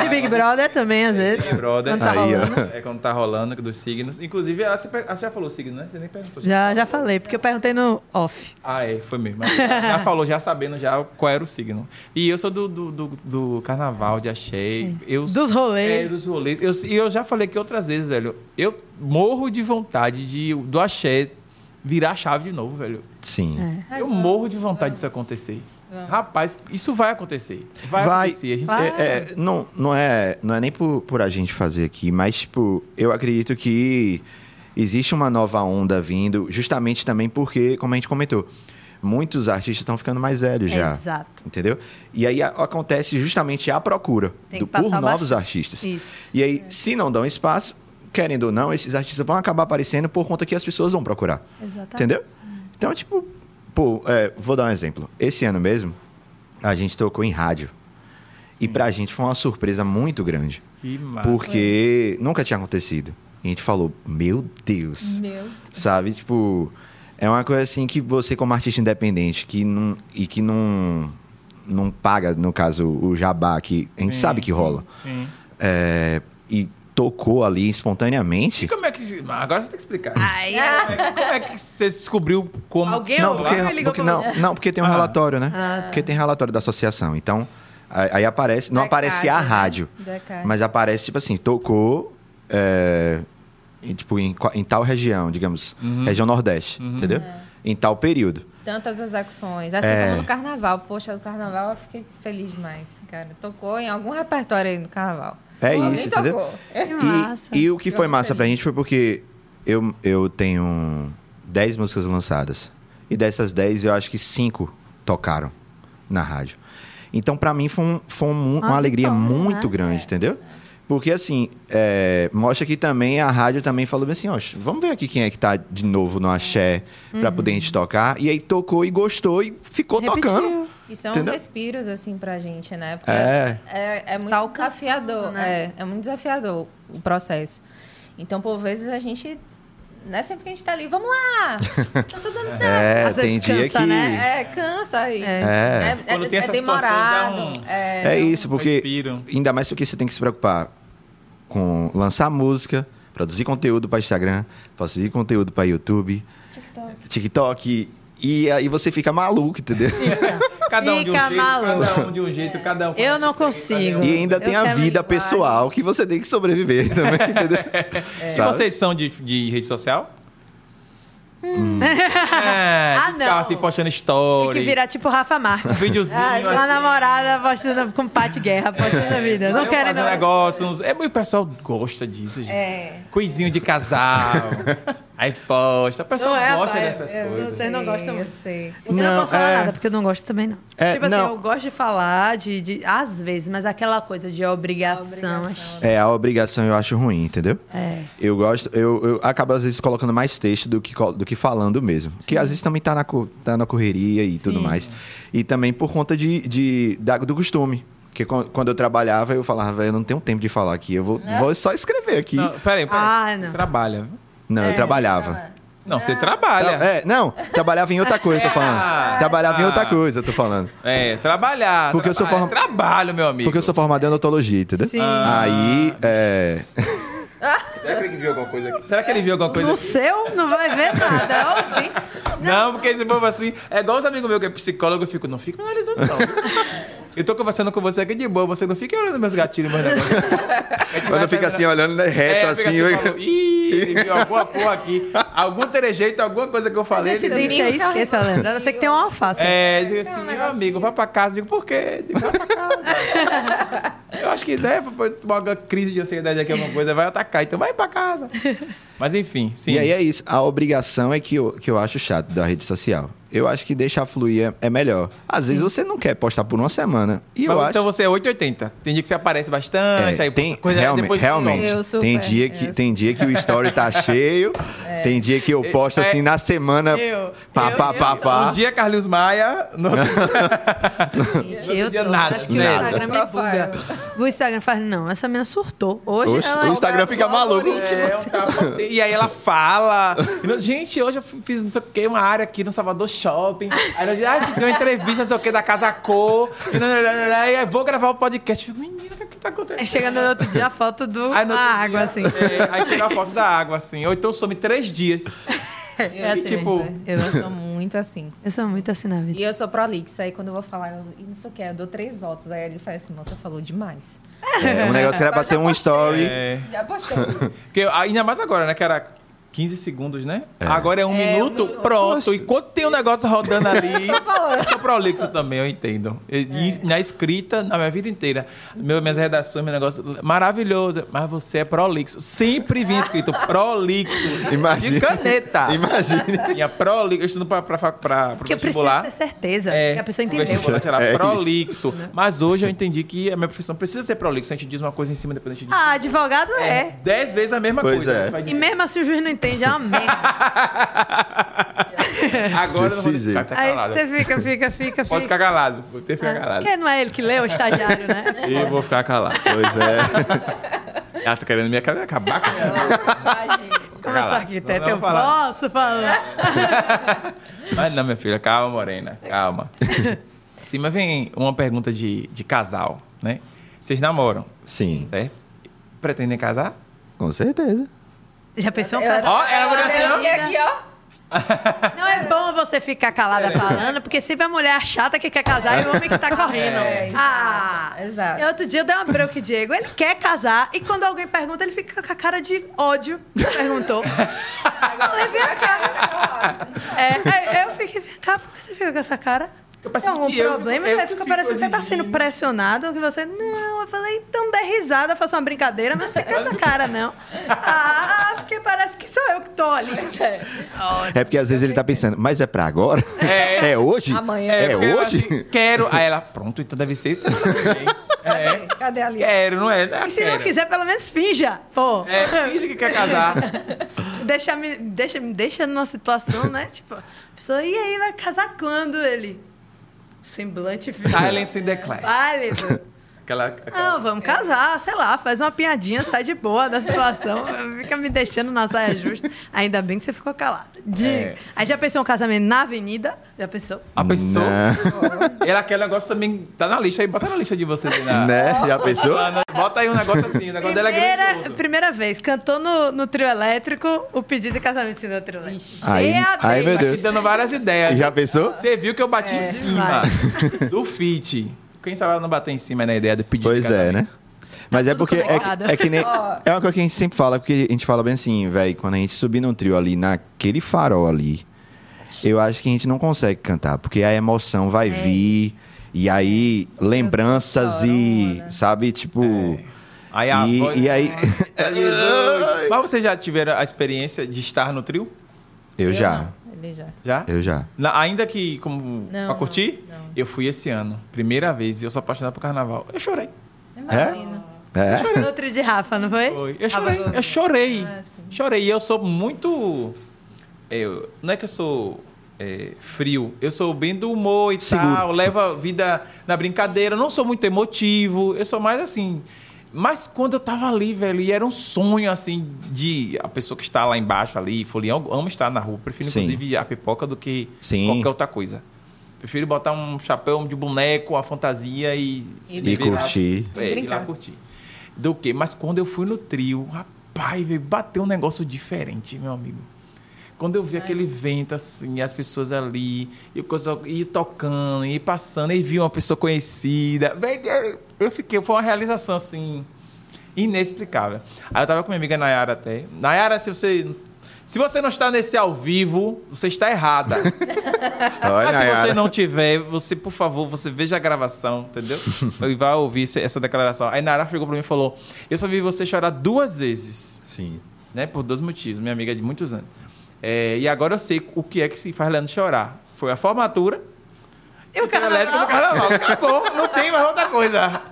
De Big Brother também, às vezes.
Big Brother.
Quando tá
Aí, ó.
rolando.
É quando tá rolando, dos signos. Inclusive, ela- você, pe- ah, você já falou o signo, né? Você nem perguntou.
Já, já falei, porque eu perguntei no off.
Ah, é, foi mesmo. Mas Já falou, já sabendo já qual era o signo. E eu sou do, do, do, do carnaval, de achei. Eu,
Dos rolês.
É, dos rolês. Eu- E eu, já falei aqui outras vezes, velho. Eu morro de vontade de, do axé virar a chave de novo, velho.
É.
Sim.
eu morro de vontade disso acontecer. Rapaz, isso vai acontecer. Vai, acontecer. A gente
Vai.
É, é, não, não, é, não é nem por, por a gente fazer aqui, mas, tipo, eu acredito que existe uma nova onda vindo, justamente também porque, como a gente comentou, muitos artistas estão ficando mais velhos já.
Exato.
Entendeu? E aí a- acontece justamente a procura
Tem que
do- por
passar
novos
bastante.
artistas.
Isso.
E aí, se não dão espaço, querendo ou não, esses artistas vão acabar aparecendo por conta que as pessoas vão procurar.
Exatamente.
Entendeu? Então, tipo, pô, é, vou dar um exemplo. Esse ano mesmo, a gente tocou em rádio. E pra gente foi uma surpresa muito grande.
Que massa.
Porque nunca tinha acontecido. E a gente falou, meu Deus.
é. Meu.
Sabe? Tipo, é uma coisa assim que você, como artista independente, que não. E que não. Não paga, no caso, o jabá, que a gente
Sim,
sabe que rola.
Sim.
É, e tocou ali
E
espontaneamente.
como é que. Agora você tem que explicar.
Aí,
Como é- Como é que você descobriu como.
Alguém
não,
ouviu
porque, é
e ligou
porque-
pra
não,
você?
não, porque tem um
Ah.
relatório, né? Porque tem relatório da associação. Então, aí aí aparece. Não
Da
aparece a
Cátia, né?
rádio.
Da Cátia.
Mas aparece, tipo assim, tocou. é, em, tipo, em, qua- em tal região, digamos.
Uhum.
Região Nordeste, entendeu?
É.
Em tal período.
Tantas ações. Assim
É.
como no carnaval. Poxa, no carnaval eu fiquei feliz demais, cara. Tocou em algum repertório aí no carnaval.
É
Alguém
isso, entendeu?
tocou.
Que
É. E-
massa.
E, o que
Eu
foi
tô
massa
feliz.
pra gente foi porque eu, eu tenho 10 músicas lançadas. E dessas 10, eu acho que 5 tocaram na rádio. Então, pra mim, foi, um- foi um- uma
Uma
alegria
vitória,
muito
né?
grande, entendeu? Porque, assim, é, mostra que também a rádio também falou bem assim, ó, vamos ver aqui quem é que tá de novo no axé pra poder
Uhum.
a gente tocar. E aí tocou e gostou e ficou
Repetiu.
tocando.
E são
Entendeu?
respiros, assim, pra gente, né? Porque
É.
é, é muito
Tá alcançando,
desafiador.
né?
É, é muito desafiador o processo. Então, por vezes, a gente. Não é sempre que a gente tá ali, vamos lá! tá tudo dando certo!
É,
Às vezes
tem dia
cansa,
que...
né?
É, cansa aí.
É.
É.
Quando tem
é
essas situações, dá
demorado.
um-
É,
É isso, porque
respiro.
ainda mais porque você tem que se preocupar com lançar música, produzir conteúdo para Instagram, produzir conteúdo para YouTube,
TikTok.
TikTok e aí você fica maluco, entendeu?
Cada um de um
Fica
jeito,
maluco.
cada um de um jeito, cada um.
Eu não consigo.
E ainda
Eu
tem a
quero
vida
linguagem.
pessoal que você tem que sobreviver também, entendeu?
É.
Se
Sabe?
vocês são de, de rede social?
Hum.
É,
Ah,
de
não.
Ficar assim, postando
Tem que
stories.
virar tipo Rafa Marques.
Videozinho.
Ah,
assim.
uma namorada postando com Pat Guerra, postando a vida. Não
Eu
quero
faço um
não.
negócio, uns- É, mas o pessoal gosta disso, gente.
É.
Coisinho de casal. aí posta. O pessoal
Não é,
gosta
rapaz,
dessas
eu não
coisas.
sei. Vocês não
Sim,
gostam
Eu
muito.
sei.
Eu não,
Não,
posso falar
é.
nada, porque eu não gosto também, não.
É,
tipo assim,
não.
eu gosto de falar, de, de- às vezes, mas aquela coisa de obrigação.
Obrigação.
É, a obrigação eu acho ruim, entendeu?
É.
Eu gosto, eu, eu acabo às vezes colocando mais texto do que, col- do que falando mesmo. Que às vezes também tá na, co- tá na correria e tudo mais. E também por conta de, de, da- do costume. Porque quan- quando eu trabalhava, eu falava, "Véi, eu não tenho tempo de falar aqui, eu vou, vou só escrever aqui.
Não,
Não,
peraí, peraí.
Ah,
Você
não.
trabalha.
É.
eu trabalhava.
Não, você trabalha.
É, não, trabalhava em outra coisa, eu tô
Ah.
falando. Trabalhava em outra coisa, eu tô falando.
É, trabalhar.
Porque eu sou
trabalha.
forma-
Trabalho, meu amigo.
Porque eu sou formado em odontologia, entendeu?
Sim.
Ah.
Aí, é,
Será que ele viu alguma coisa aqui? Será que ele viu alguma coisa
No
aqui?
seu, não vai ver nada. Ó, tem-
Não, porque esse povo assim, é igual os amigos meus que é psicólogo, eu fico, não fica me analisando, não. Eu tô conversando com você aqui de boa, você não fica olhando meus gatilhos, meus negócios. A gente vai
Quando fica
fazendo-
assim, olhando né, reto,
é,
assim.
fica assim,
eu-
falou, Ih, ele viu alguma porra aqui. Algum trejeito, alguma coisa que eu falei.
Esse
Ele...
dente aí, esqueça, Leandro. A não ser que tem uma alface.
É, eu digo assim,
um
meu
negocinho.
amigo, vai pra casa. Eu digo, por quê? Eu digo, vai pra casa. eu acho que né, pra- pra tomar uma crise de ansiedade aqui, alguma coisa, vai atacar, então vai pra casa. Mas enfim, sim.
E aí é isso. A obrigação é que eu, que eu acho chato da rede social. Eu acho que deixar fluir é, é melhor. Às vezes você não quer postar por uma semana. E eu
Mas,
acho.
então você é 880. Tem dia que você aparece bastante,
É,
aí
tem,
posta coisa aí
realmente,
depois
realmente.
some.
Eu super,
tem, dia que, tem dia que o story tá cheio, tem dia que eu
É,
posto assim na semana,
Eu,
pá,
eu,
pá,
eu.
pá, pá.
Um dia Carlos Maia, no outro
Gente,
Não
eu
podia
tô,
nada,
acho que
nada.
o Instagram me buga. O Instagram faz, não, essa menina surtou. Hoje
O,
ela
o Instagram fica maluco.
É, um tapa- e aí ela fala. e não- Gente, hoje eu fiz não sei o que, uma área aqui no Salvador Shopping. Aí ela diz, ah, deu uma entrevista, não sei o que, da Casa Cor. E, não, não, não, não, e aí vou gravar o podcast. Eu fico, menina, o que, que tá
Aí
acontecendo?
chega no outro dia a foto do
Aí, no outro
a
dia,
água, assim.
é, aí tira a foto da água, assim. Ou então some três dias.
É assim.
tipo-
Eu sou muito assim.
Eu sou muito assim na vida.
né? E é eu sou prolixa, aí quando eu vou falar, eu "Ih, não sei o que, eu dou três voltas. Aí ele faz assim, moça, falou demais.
É, o negócio era pra ser um story.
É.
Já postou.
Porque ainda mais agora, né? Que era 15 segundos, né? Agora é um
É, um
minuto,
minuto.
pronto.
Poxa.
Enquanto tem um negócio rodando ali. eu sou prolixo também, eu entendo.
É.
E- e na escrita, na minha vida inteira. Meu- minhas redações, meu negócio. Maravilhoso. Mas você é prolixo. Sempre vinha escrito prolixo.
Imagina.
De caneta.
Imagine.
Vinha prolixo. Eu estudo pra, pra, pra, pra pro
Porque precisa
vestibular.
ter certeza que a pessoa
o
entendeu.
vestibular será
É isso.
prolixo. Mas hoje eu entendi que a minha profissão precisa ser prolixo. A gente diz uma coisa em cima, depois a gente diz.
Ah, advogado é.
Dez vezes a mesma
Pois
coisa.
é.
A gente vai
E
dizer.
mesmo assim o juiz não entende, é uma merda.
Agora eu não vou
Desse
ficar tá
Aí
calado.
você fica, fica, fica,
Pode
fica.
ficar calado. Vou ter que ficar calado.
Porque não é ele que lê o estagiário, né?
Eu vou ficar calado.
Pois é.
Ela tá querendo me ac- acabar com ela.
Como eu sou
Calado.
arquiteto,
Não,
eu
não fala.
posso falar.
Mas não, minha filha, calma, Morena, calma. Sim, mas vem uma pergunta de, de casal, né? Vocês namoram,
Sim,
certo? Pretendem casar?
com certeza.
Já pensou um
Eu-
casal?
Ó, era
eu-
mulher
eu-
assim,
ó.
E aqui, ó.
Não é bom você ficar
É.
calada falando, porque sempre a mulher chata que quer casar e o homem que tá correndo.
É, exato,
ah,
exato.
E outro dia eu dei uma bronca em Diego, ele quer casar e quando alguém pergunta, ele fica com a cara de ódio. Perguntou.
Agora vem a cara.
É, aí eu fiquei, cá, por que você fica com essa cara?
Eu
Tem
pensei
algum
que eu-
problema?
eu
vai
que
ficar
fico
parecendo que você tá sendo
exigindo.
pressionado, que você. Não, eu falei, então dê risada, faça uma brincadeira, mas não fica essa cara, não. Ah, porque parece que sou eu que tô ali.
É porque às vezes ele tá pensando, mas é pra agora?
É.
hoje?
Amanhã.
É,
porque eu,
hoje?
assim, quero. Aí ela, pronto, então deve ser isso.
Tá
É.
Cadê a linha?
Quero, não é?
E se não quiser, pelo menos finja. Pô,
É, finge que quer casar.
deixa, me, deixa, me deixa numa situação, né? Tipo, a pessoa, e aí, vai casar quando ele? Semblante
Silence in the
Ah.
class. É.
Válido.
Aquela, aquela-
Não, vamos casar, sei lá, faz uma piadinha, sai de boa da situação, fica me deixando na saia justa. Ainda bem que você ficou calada. De...
É.
Aí já pensou um casamento na avenida? Já pensou?
A pessoa.
Não.
Ela quer negócio também. Tá na lista aí, bota na lista de vocês aí na.
Né? Já pensou?
Mano, Bota aí um negócio assim, o negócio dela é
Primeira,
grandioso.
primeira vez, cantou no, no trio elétrico, o pedido de casamento no trio elétrico.
Aí- aí, meu
Tá
Deus.
aqui dando várias ideias.
Já pensou?
Você viu que eu
É,
bati em cima do fit. Quem sabe ela não bateu em cima na ideia do pedido
Pois
de
é,
casamento.
né?
Tá
Mas é
tudo
porque é,
conectado.
que- é que nem. É uma coisa que a gente sempre fala, porque a gente fala bem assim, velho, quando a gente subir num trio ali, naquele farol ali, eu acho que a gente não consegue cantar, porque a emoção
É.
vai vir, e aí lembranças e.
chorona.
Sabe, tipo.
Aí É. a
e,
voz-
e aí.
Jesus. Mas vocês já tiveram a experiência de estar no trio?
eu já,
não, Ele já.
Já?
eu já.
Na- ainda que como
Não,
pra curtir,
não, não.
eu fui esse ano, primeira vez, e eu sou apaixonado por carnaval. Eu chorei.
Imagina.
É?
No trio de Rafa, não foi?
Foi. Eu chorei,
Ah,
eu chorei.
Ah, sim.
Chorei. E eu sou muito. Eu, não é que eu sou é, frio, eu sou bem do humor e tal,
Seguro.
levo a vida na brincadeira, não sou muito emotivo, eu sou mais assim. Mas quando eu tava ali, velho, e era um sonho, assim, de a pessoa que está lá embaixo ali, folião, eu amo estar na rua, prefiro
Sim.
inclusive a pipoca do que
Sim.
qualquer outra coisa. Prefiro botar um chapéu de boneco, uma fantasia e...
E
E curtir.
É, ir lá
Brincar.
curtir. Do que? Mas quando eu fui no trio, rapaz, velho, bateu um negócio diferente, meu amigo. Quando eu vi aquele vento assim, as pessoas ali, e o coisa- e tocando, e passando, e vi uma pessoa conhecida. Velho, eu- eu fiquei, foi uma realização assim inexplicável. Aí eu tava com minha amiga Nayara até. Nayara, se você se você não está nesse ao vivo, você está errada.
Olha,
Mas Ah, se
Nayara.
você não tiver, você, por favor, você veja a gravação, entendeu? E vai ouvir esse- essa declaração. Aí Nayara chegou pra mim e falou: Eu só vi você chorar duas vezes
Sim.
né? Por dois motivos. Minha amiga de muitos anos. É, e agora eu sei o que é que se faz Leandro chorar. Foi a formatura
E o
trio elétrico no
carnaval?
carnaval. Acabou, não tem mais outra coisa.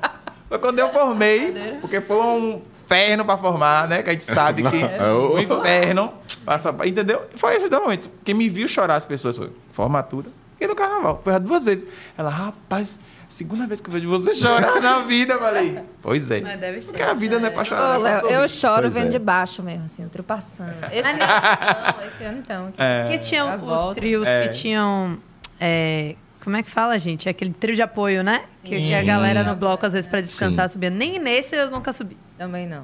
Foi quando eu formei, porque foi um inferno pra formar, né? Que a gente sabe que
É,
Não.
o inferno passa, entendeu? Foi esse o momento. Quem me viu chorar as pessoas foi formatura e no carnaval. Foi duas vezes. Ela, rapaz, segunda vez que eu vejo você chorar na vida, eu falei. Pois é.
Mas deve ser. né?
Porque a vida não é pra chorar,
Ô,
não é pra
Léo,
sorrir.
eu choro
Pois
vendo
é.
de baixo mesmo, assim, ultrapassando. Esse ano então, esse ano então.
Que
Já
tinham os
volta.
trios
É.
que tinham. é, como é que fala, gente? Aquele trio de apoio, né? Que tinha a
Sim.
galera no bloco, às vezes, pra descansar, subia. Nem nesse eu nunca subi.
Também não.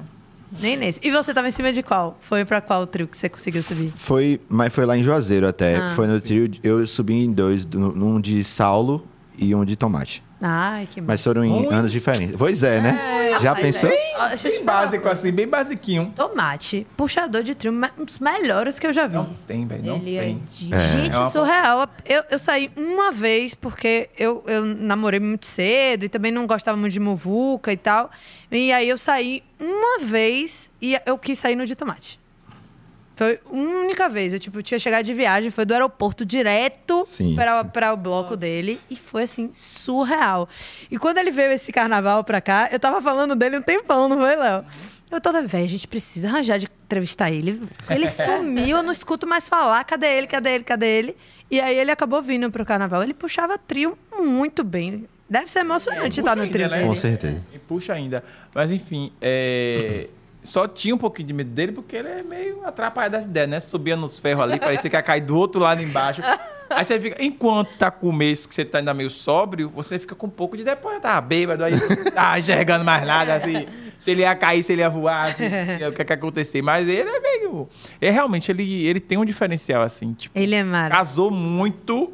Nem nesse. E você tava em cima de qual? Foi pra qual trio que você conseguiu subir?
Foi, mas foi lá em Juazeiro até.
Ah,
foi no trio. de- Eu subi em dois, no- num de Saulo e um de Tomate.
Ai, que
Mas foram em
Ui.
anos diferentes. Pois é, né? Já
Ai,
pensou?
é.
velho. é, Ó, Deixa eu te
Bem
falar.
básico assim, bem basiquinho.
Tomate, puxador de trio, me- um dos melhores que eu já vi.
Não tem, velho, não
Ele é
tem.
de...
Gente,
É uma-
surreal. Eu, eu saí uma vez porque eu, eu namorei muito cedo e também não gostava muito de muvuca e tal. E aí eu saí uma vez e eu quis sair no de tomate. Foi a única vez. Eu, tipo, tinha chegado de viagem, foi do aeroporto direto
Sim.
para para o bloco dele. E foi, assim, surreal. E quando ele veio esse carnaval pra cá, eu tava falando dele um tempão, não foi, Léo? Eu toda vez, a gente precisa arranjar de entrevistar ele. Ele sumiu, eu não escuto mais falar. Cadê ele? Cadê ele? Cadê ele? E aí ele acabou vindo pro carnaval. Ele puxava trio muito bem. Deve ser emocionante
É,
estar
puxa
no trio
ainda, né?
dele.
Com certeza.
E puxa ainda. Mas enfim, é, só tinha um pouquinho de medo dele porque ele é meio atrapalhado das ideias, né? Subia nos ferros ali, parecia que ia cair do outro lado embaixo. Aí você fica, enquanto tá com o mês que você tá ainda meio sóbrio, você fica com um pouco de depois, eu tava bêbado, aí não tava enxergando mais nada, assim. Se ele ia cair, se ele ia voar, assim, o que que ia acontecer. Mas ele é meio. É, realmente, ele, ele tem um diferencial, assim, tipo.
Ele é maravilhoso.
casou muito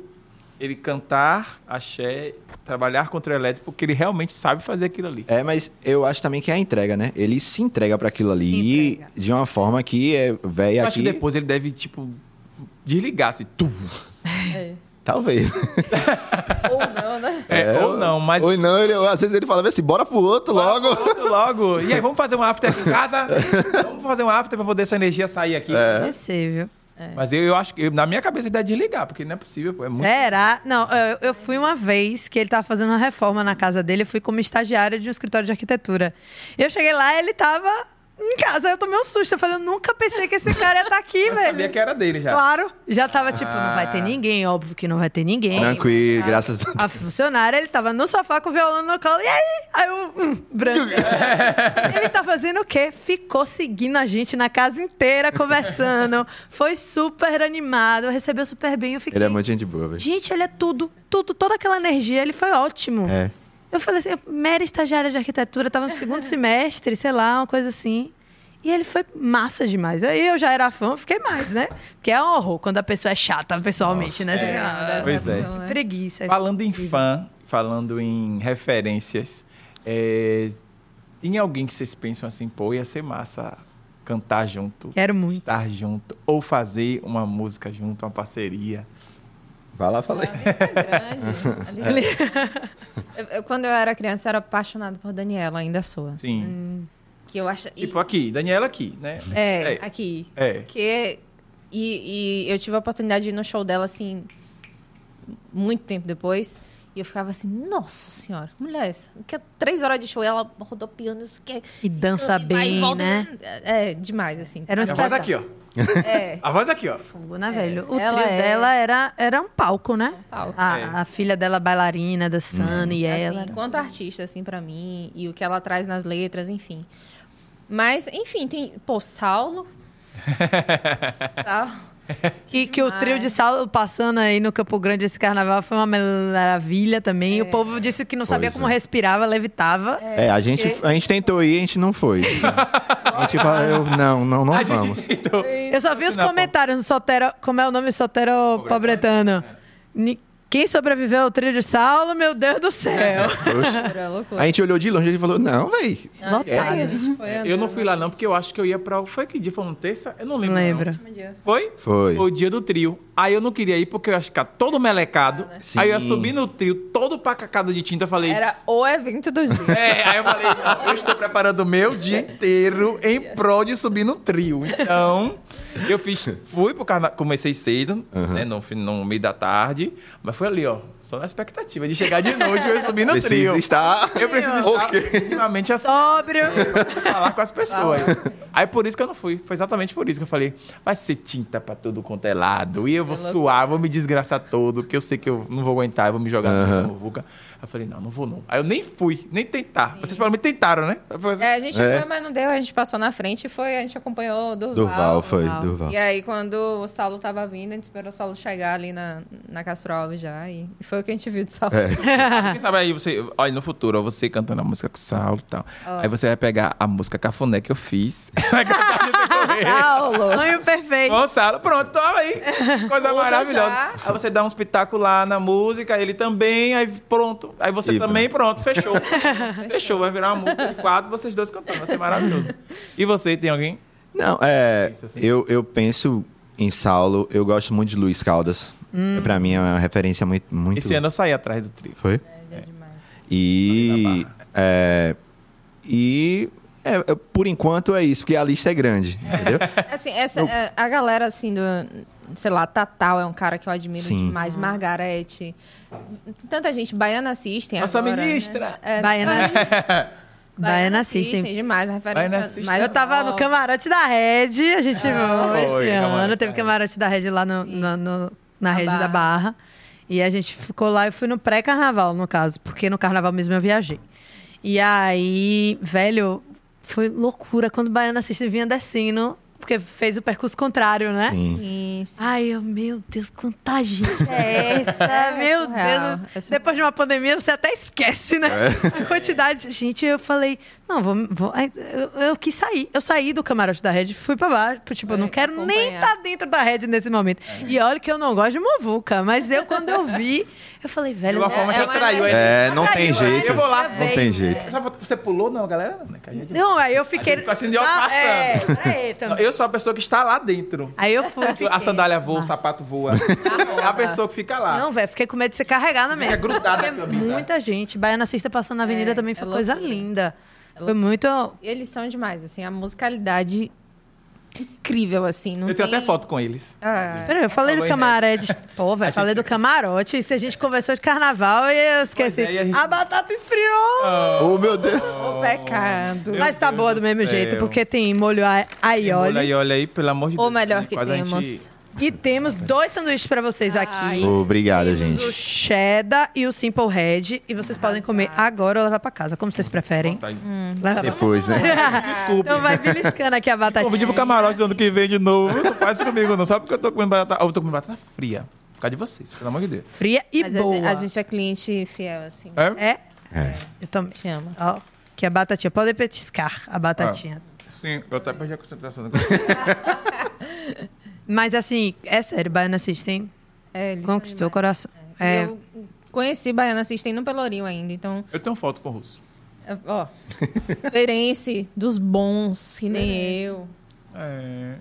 ele cantar axé, trabalhar com o trio elétrico, porque ele realmente sabe fazer aquilo ali.
É, mas eu acho também que é a entrega, né? Ele se entrega pra aquilo
Se
ali
entrega.
de uma forma que é
Eu
velho
acho
aqui.
que depois ele deve, tipo, desligar, assim, tu.
É.
Talvez.
Ou não, né?
É, ou não, mas.
Ou não, ele, às vezes ele fala assim, bora pro outro logo.
Logo, logo. E aí, vamos fazer um after aqui em casa? vamos fazer um after pra poder essa energia sair aqui.
Deve ser, viu?
Mas eu, eu acho que, eu- na minha cabeça, ele deve desligar, porque não é possível. pô, É muito...
Será? Não, eu, eu fui uma vez que ele tava fazendo uma reforma na casa dele, eu fui como estagiária de um escritório de arquitetura. Eu cheguei lá, ele tava em casa, eu tomei um susto, eu falei, eu nunca pensei que esse cara ia estar aqui,
Eu
velho.
sabia que era dele já.
Claro, já tava tipo,
Ah.
não vai ter ninguém, óbvio que não vai ter ninguém.
Tranquilo, graças a
A funcionária, ele tava no sofá com o violão no colo. E aí? Aí eu, hum, branco. ele tá fazendo o quê? Ficou seguindo a gente na casa inteira, conversando. Foi super animado, recebeu super bem. Eu fiquei,
Ele é muito gente boa, velho.
Gente, ele é tudo, tudo, toda aquela energia, ele foi ótimo.
É.
Eu falei assim, eu mera estagiária de arquitetura, tava no segundo semestre, sei lá, uma coisa assim. E ele foi massa demais. Aí eu já era fã, fiquei mais, né? Porque é um horror quando a pessoa é chata pessoalmente, né? Você
É,
fica, "Ah,
dá
Pois
essa
é.
opção, né?
Preguiça.
Falando em fã, falando em referências, é, tem alguém que vocês pensam assim, pô, ia ser massa cantar junto,
Quero muito.
estar junto, ou fazer uma música junto, uma parceria.
Vai lá, falei.
A lista é grande.
É.
A lista- Eu- eu- quando eu era criança, eu era apaixonada por Daniela, ainda sou. assim.
Sim.
Que eu acho...
Tipo aqui, Daniela aqui, né?
e, é,
é.
aqui.
É.
Que... E, e eu tive a oportunidade de ir no show dela, assim, muito tempo depois. E eu ficava assim, nossa senhora, mulher essa. Que é três horas de show, e ela rodopiando, isso que é...
E dança
e vai e
bem,
volta.
né?
É, demais, assim.
Era um
A voz
espetáculo.
aqui, ó.
É,
A voz aqui, ó.
Fogo, né, velho? O
ela
trio
é-
dela era, era um palco, né?
palco.
A,
É. Uhum.
a filha dela bailarina, dançando, e
assim,
ela... era-
enquanto artista, assim, pra mim, e o que ela traz nas letras, enfim. Mas, enfim, tem. Pô, Saulo. Saulo.
E que o trio de sal passando aí no Campo Grande esse carnaval foi uma maravilha também. O povo disse que não sabia
Pois
como
é.
respirava, levitava.
É, a gente, a gente tentou ir, a gente não foi. A gente falou, eu- não, não, não vamos.
Então,
Eu só vi os
Não,
comentários no Sotero. Como é o nome Sotero Pobretano? Ni- Quem sobreviveu ao trio de Saulo, meu Deus do
É.
céu.
Oxe.
Era loucura.
A gente olhou de longe e falou, não, véi.
Aí a
Lotado.
gente foi
eu não
andando.
fui lá não, porque eu acho que eu ia pra... Foi que dia? Foi um terça? Eu não lembro.
Não lembro.
não. Foi?
Foi.
O dia do trio. Aí eu não queria ir porque eu ia ficar todo melecado.
Sim.
Aí eu ia subir no trio, todo pacacado de tinta. Eu falei...
Era o evento do dia.
É, aí eu falei, eu estou preparando o meu dia inteiro em prol de subir no trio. Então, eu fiz, fui pro carnaval, comecei cedo, né, no, fim- no meio da tarde, mas foi ali, ó, só na expectativa de chegar de noite e eu subir no
Precisa
trio.
estar...
Eu preciso estar
Ok.
minimamente assim,
Sóbrio.
pra falar com as pessoas. Aí por isso que eu não fui, foi exatamente por isso que eu falei, vai ser tinta pra todo quanto é lado, e eu vou suar, vou me desgraçar todo, porque eu sei que eu não vou aguentar, eu vou me jogar
Aham.
no vulca. Aí eu falei, não, não vou não. Aí eu nem fui, nem tentar. Vocês pelo menos tentaram, né? Eu falei assim,
É, a gente
É.
foi, mas não deu. A gente passou na frente e foi. A gente acompanhou o Durval.
Durval, foi,
Durval.
Durval.
E aí, quando o Saulo tava vindo, a gente esperou o Saulo chegar ali na, na Castro Alves já. E foi o que a gente viu de Saulo.
É.
"Ah, Quem sabe aí você. Olha, no futuro, ó, você cantando a música com o Saulo e tal. Aí você vai pegar a música cafuné que eu fiz. Vai cantar junto com ele.
Saulo!
Sonho perfeito.
Com o Saulo, pronto, toma aí. Coisa
Outra
maravilhosa.
já.
Aí você dá um espetáculo lá na música, ele também, aí pronto. Aí você
E
também, pronto, fechou. fechou, vai virar uma música de quatro, vocês dois cantando, vai ser maravilhoso. E você, tem alguém?
Não, é.
Isso, assim.
Eu, eu penso em Saulo, eu gosto muito de Luiz Caldas. É, pra mim é uma referência muito. muito...
Esse ano eu saí atrás do trio.
Foi?
É demais.
Ali
E.
na
É, e. é, eu- por enquanto é isso, porque a lista é grande, entendeu?
Assim, essa, é, a galera, assim, do. Sei lá, Tatal é um cara que eu admiro
Sim.
Uhum.
demais, Margarete. Tanta gente. Baiana assistem.
Nossa
agora,
ministra!
Né? É,
Baiana- Baiana
assistem.
assistem.
demais, a referência.
Baiana é assistem.
mais
Eu tava no
nova.
camarote da Red, a gente foi esse
Foi,
ano.
camarote
Teve
da Red.
camarote da Red lá no, no- no- na
Na
Red da
Barra.
Barra. E a gente ficou lá, eu fui no pré-carnaval, no caso, porque no carnaval mesmo eu viajei. E aí, velho, foi loucura quando o Baiana assiste vinha descendo, porque fez o percurso contrário, né?
Sim.
Sim, sim.
Ai, eu, meu Deus, quanta gente é essa?
É
meu
surreal, é
Deus.
surreal.
Depois de uma pandemia, você até esquece, né?
É.
A quantidade. Gente, eu falei, não, vou. vou- ai, eu, eu quis sair. Eu saí do camarote da rede, fui pra baixo. Tipo, eu não
Foi
quero nem
acompanhar.
estar dentro da rede nesse momento.
É.
E olha que eu não gosto de movuca, mas eu, quando eu vi, eu falei,
De
velho.
uma
não-
forma que
é
eu
uma
traí.
energia.
É, não tem jeito.
Eu vou lá.
Não tem jeito.
Só pra- Você pulou, não, galera? Não, né? Que a gente-
Não, aí eu
A
fiquei.
gente ficou assim, deu uma
Ah, é,
passando.
é, também.
Eu sou a pessoa que está lá dentro.
Aí eu fui.
A
fiquei.
sandália voa, o sapato voa.
Tá
É a pessoa que fica lá.
Não, velho, fiquei com medo de você carregar na mesa.
grudada a
Porque é
camisa.
Muita gente. Baiana Cista passando na avenida
É,
também foi
é
coisa
loucura.
linda. Foi muito.
E eles são demais, assim, a musicalidade incrível, assim. Não
eu tenho
tem-
até foto com eles.
Ah,
Peraí, eu falei do
Falou em
camarote. Pô, velho,
gente-
falei do camarote. Isso a gente conversou de carnaval e eu esqueci.
Pois é, e a
a,
gente- Ah,
batata esfriou!
Oh, meu Deus.
o pecado.
Meu
Mas tá
Deus
boa do
do
mesmo
céu.
jeito, porque tem molho a-
E olha
aioli.
aí, olha aí, pelo amor de Deus.
Ou melhor que
Quase a gente-
temos.
E temos dois sanduíches pra vocês aqui.
Obrigado, gente.
O cheddar e o simple red. E vocês podem comer agora ou levar pra casa, como vocês preferem.
Tá aí.
Hum.
Leva pra
Depois, né?
Desculpe.
Então vai beliscando aqui a batatinha.
Convidi pro camarote do ano que vem de novo. Não faz isso comigo, não. Só porque eu tô comendo batata. Eu tô comendo batata fria. Por causa de vocês, pelo amor de Deus.
Fria e
Mas a
boa.
gente- a gente é cliente fiel, assim.
É?
É?
É.
Eu também.
Te amo.
Ó, que a batatinha. Pode petiscar a batatinha.
Sim, eu até perdi a concentração.
Mas assim, é sério, Baiana System
É, eles são
conquistou o
demais.
coração. É.
Eu conheci Baiana System no Pelourinho ainda, então,
Eu tenho foto com o Russo.
é, ó. Feirense dos bons, que nem eu.
É.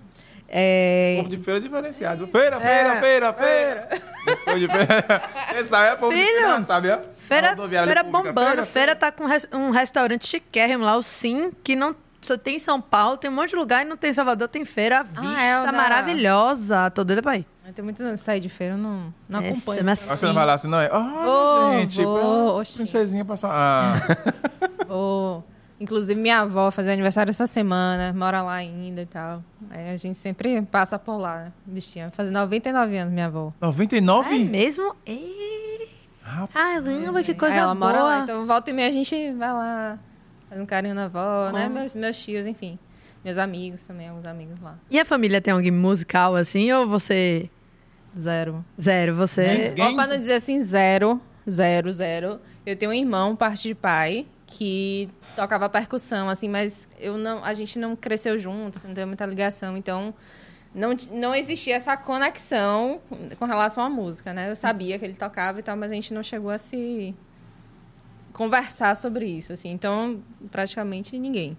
É,
Povo de feira é diferenciado. Feira, feira, feira, feira. Esse povo de feira. Quem sabe é povo de
Filho,
feira, sabe? ó? Na
Feira,
rodoviária
feira
pública.
bombando. Feira, tá com res- um restaurante chiquérrimo lá, o Sim, que não só tem em São Paulo, tem um monte de lugar e não tem em Salvador, tem feira. A vista
é o da-
maravilhosa. Tô doida pra ir.
eu tenho muitos anos de sair de feira, eu não, não
Essa,
acompanho.
mas-
Ah, você não vai lá assim, não é? Olha,
Vou,
gente,
vou,
pra-
oxi.
princesinha passou. Ah,
Vou- Inclusive, minha avó fazia aniversário essa semana, mora lá ainda e tal. Aí a gente sempre passa por lá, né? bichinha. Vai fazer 99 anos, minha avó.
99?
É mesmo? Ei,
Rapaz.
caramba, que
Aí
coisa
É, ela
boa.
mora então, lá, então volta e meia a gente vai lá, faz um carinho na avó, né? Meus, meus tios, enfim. Meus amigos também, alguns amigos lá.
E a família tem alguém musical assim ou você
Zero.
zero, você
Ninguém-
Ou pra não dizer assim, zero, zero, zero. Eu tenho um irmão, parte de pai, que tocava percussão, assim, mas eu não, a gente não cresceu junto, assim, não teve muita ligação, então não, ti- não existia essa conexão com relação à música, né? Eu sabia que ele tocava e tal, mas a gente não chegou a se conversar sobre isso, assim. Então, praticamente ninguém.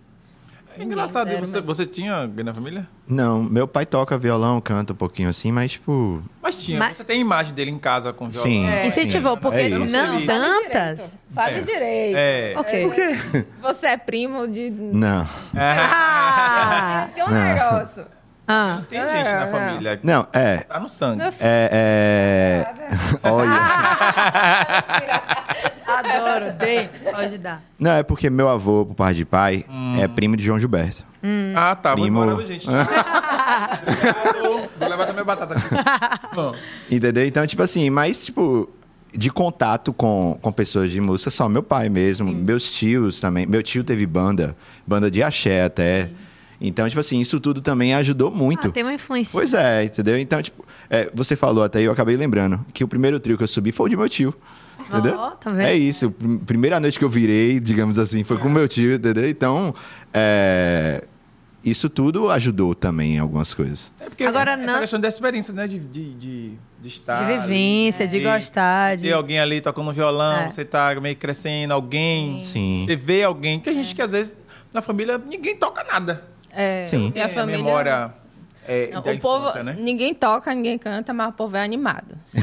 É engraçado,
Zero
você,
mesmo.
você tinha alguém na família?
Não, meu pai toca violão, canta um pouquinho assim, mas tipo.
Mas tinha,
Mas-
você tem imagem dele em casa com violão.
Sim.
É.
incentivou
Sim.
porque
É isso.
um não
Não,
tantas.
Fale direito.
É.
OK.
Você é primo de...
Não.
Ah!
Tem um
Não.
negócio.
Ah.
Tem gente na
Não.
família que
Não, é.
tá no sangue.
Meu filho,
É. é... Olha.
É.
Adoro, dei. Pode dar.
Não, é porque meu avô, por parte de pai, é primo de João Gilberto.
Ah, tá.
Primo.
Vou embora, viu, gente. Obrigado. Vou levar também batata aqui. Bom,
Entendeu? Então, tipo assim, mas, tipo, de contato com, com pessoas de música, só meu pai mesmo, meus tios também. Meu tio teve banda, banda de axé até. Então, tipo assim, isso tudo também ajudou muito.
Ah, tem uma influência.
Pois é, entendeu? Então, tipo, é, você falou até aí, eu acabei lembrando que o primeiro trio que eu subi foi o de meu tio. Entendeu?
Ó, tá vendo?
É isso. prim- Primeira noite que eu virei, digamos assim, foi com o meu tio, entendeu? Então, é, isso tudo ajudou também em algumas coisas.
é porque
Agora,
essa
não-
questão da experiência, né? De, de, de, de estar.
de
ali,
vivência, de
de-
gostar, de
Ter alguém ali tocando um violão,
É.
você tá meio crescendo, alguém.
Sim.
Você vê alguém. Que a gente que às vezes na família ninguém toca nada.
É,
Sim.
Minha família...
memória. É,
Não,
da
o povo,
infância, né?
ninguém toca, ninguém canta, mas o povo é animado.
É.